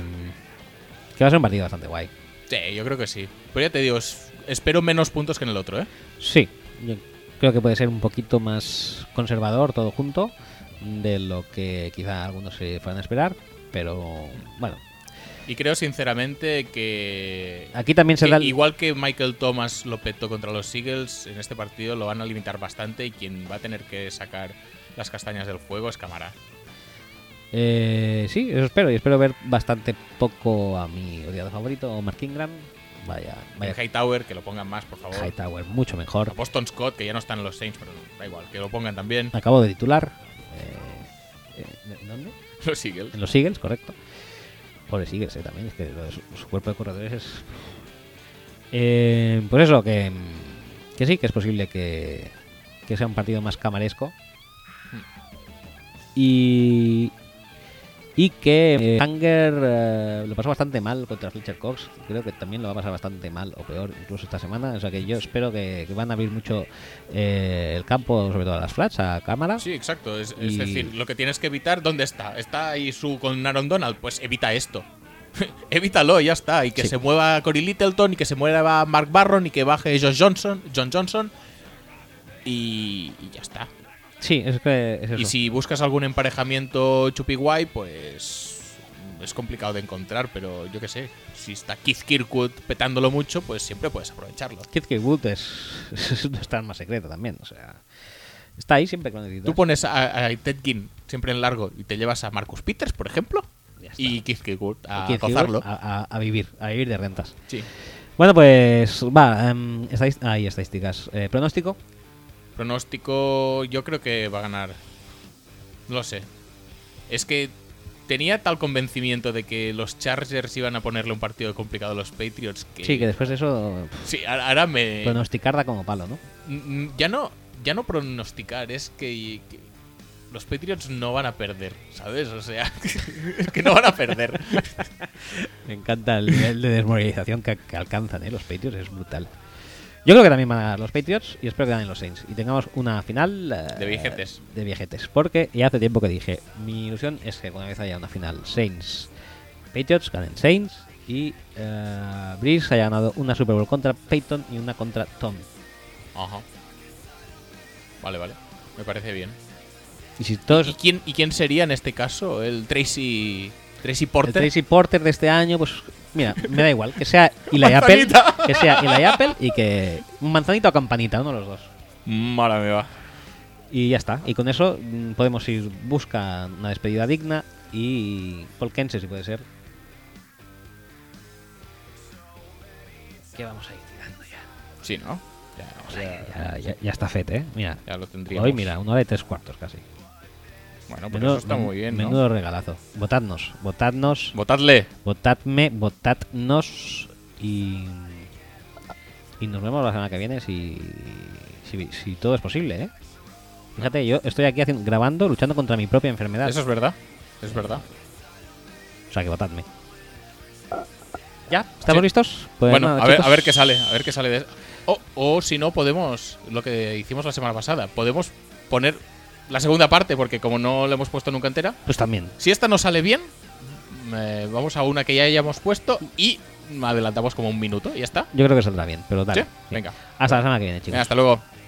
S1: Que va a ser un partido bastante guay.
S2: Sí, yo creo que sí. Pero ya te digo, es- espero menos puntos que en el otro, ¿eh?
S1: Sí, yo creo que puede ser un poquito más conservador todo junto de lo que quizá algunos se fueran a esperar, pero bueno.
S2: Y creo sinceramente que.
S1: Aquí también se
S2: que
S1: da el-
S2: Igual que Michael Thomas lo petó contra los Seagulls, en este partido lo van a limitar bastante y quien va a tener que sacar las castañas del fuego es Camara.
S1: Eh, sí, eso espero. Y espero ver bastante poco a mi odiado favorito, Omar Ingram. Vaya, vaya.
S2: Hightower, que lo pongan más, por favor.
S1: Hightower, mucho
S2: A
S1: mejor.
S2: Boston Scott, que ya no están en los Saints, pero da igual, que lo pongan también.
S1: Acabo de titular. Eh, eh, ¿en ¿Dónde?
S2: *laughs* Los Seagulls.
S1: En los Eagles, correcto. Pobre Eagles, eh, también. Es que lo de su, su cuerpo de corredores es. Eh, pues eso, que, mm, que sí, que es posible que, que sea un partido más camaresco. Y. Y que eh, Hanger eh, lo pasó bastante mal contra Fletcher Cox. Creo que también lo va a pasar bastante mal o peor incluso esta semana. O sea que yo espero que, que van a abrir mucho eh, el campo, sobre todo a las flats, a cámara.
S2: Sí, exacto. Es, es
S1: Y-
S2: decir, lo que tienes que evitar, ¿dónde está? ¿Está ahí su con Aaron Donald? Pues evita esto. *laughs* Evítalo, ya está. Y que
S1: Sí.
S2: se mueva Cory Littleton, y que se mueva Mark Barron, y que baje Josh Johnson, John Johnson. Y, y ya está.
S1: Sí, es que es
S2: Y
S1: eso.
S2: si buscas algún emparejamiento chupi guay, pues es complicado de encontrar, pero yo qué sé. Si está Keith Kirkwood petándolo mucho, pues siempre puedes aprovecharlo.
S1: Kid Kid Wood es, es *laughs* un star más secreto también, o sea. Está ahí siempre con el
S2: Tú pones a, a Ted Ginn siempre en largo y te llevas a Marcus Peters, por ejemplo,
S1: Ya está. ah.
S2: y Keith Kirkwood a
S1: Kid Kid Wood
S2: gozarlo.
S1: A, a- a vivir, a vivir de rentas.
S2: Sí.
S1: Bueno, pues va, em, estadis- ahí estadísticas. Eh, pronóstico,
S2: Pronóstico, yo creo que va a ganar. No lo sé. Es que tenía tal convencimiento de que los Chargers iban a ponerle un partido complicado a los Patriots que.
S1: sí, que después de eso pff,
S2: Sí, a- ahora me.
S1: pronosticar da como palo, ¿no?
S2: Mm, Ya no, ya no pronosticar, es que, que los Patriots no van a perder, ¿sabes? O sea, *laughs* es que no van a perder.
S1: Me encanta el nivel de desmoralización que, que alcanzan ¿eh? los Patriots, es brutal. Yo creo que también van a ganar los Patriots y espero que ganen los Saints. Y tengamos una final... eh,
S2: De viejetes.
S1: De viejetes. Porque ya hace tiempo que dije, mi ilusión es que alguna vez haya una final Saints. Patriots ganen Saints y eh, Breeze haya ganado una Super Bowl contra Peyton y una contra Tom.
S2: Ajá. Vale, vale. Me parece bien.
S1: Y si
S2: ¿Y
S1: todos...
S2: quién, ¿Y quién sería en este caso? El Tracy. Tracy
S1: El
S2: Porter.
S1: Tracy Porter de este año, pues mira, me da igual. Que sea Eli Apple.
S2: *laughs* Manzanita.
S1: Que sea Eli Apple y que... Manzanita o campanita, uno de los dos.
S2: Mala me va.
S1: Y ya está. Y con eso mm, podemos ir busca una despedida digna y polquense si puede ser. ¿Qué vamos a ir tirando ya?
S2: Sí, ¿no? Ya, o sea,
S1: Ya, ya- ya está fete, ¿eh? Mira.
S2: ya lo tendríamos.
S1: Hoy mira, una de tres cuartos casi.
S2: Bueno, pues
S1: Menudo-
S2: eso está muy bien, ¿no?
S1: Menudo regalazo. Votadnos, votadnos,
S2: Votadle.
S1: votadme, votadnos y... Y nos vemos la semana que viene si, si, si todo es posible, ¿eh? Fíjate, yo estoy aquí haciendo, grabando, luchando contra mi propia enfermedad.
S2: Eso es verdad. Es verdad.
S1: O sea, que votadme. ¿Ya? ¿Estamos
S2: Sí.
S1: listos? Pues
S2: bueno,
S1: nada,
S2: a, ver,
S1: chicos.
S2: a ver qué sale, a ver qué sale de O, o si no, podemos, lo que hicimos la semana pasada, podemos poner la segunda parte, porque como no la hemos puesto nunca entera,
S1: Pues también.
S2: si esta no sale bien, eh, vamos a una que ya hayamos puesto y adelantamos como un minuto y ya está.
S1: Yo creo que saldrá bien, pero dale.
S2: ¿Sí? Venga.
S1: Hasta la semana que viene, chicos.
S2: Venga, hasta luego.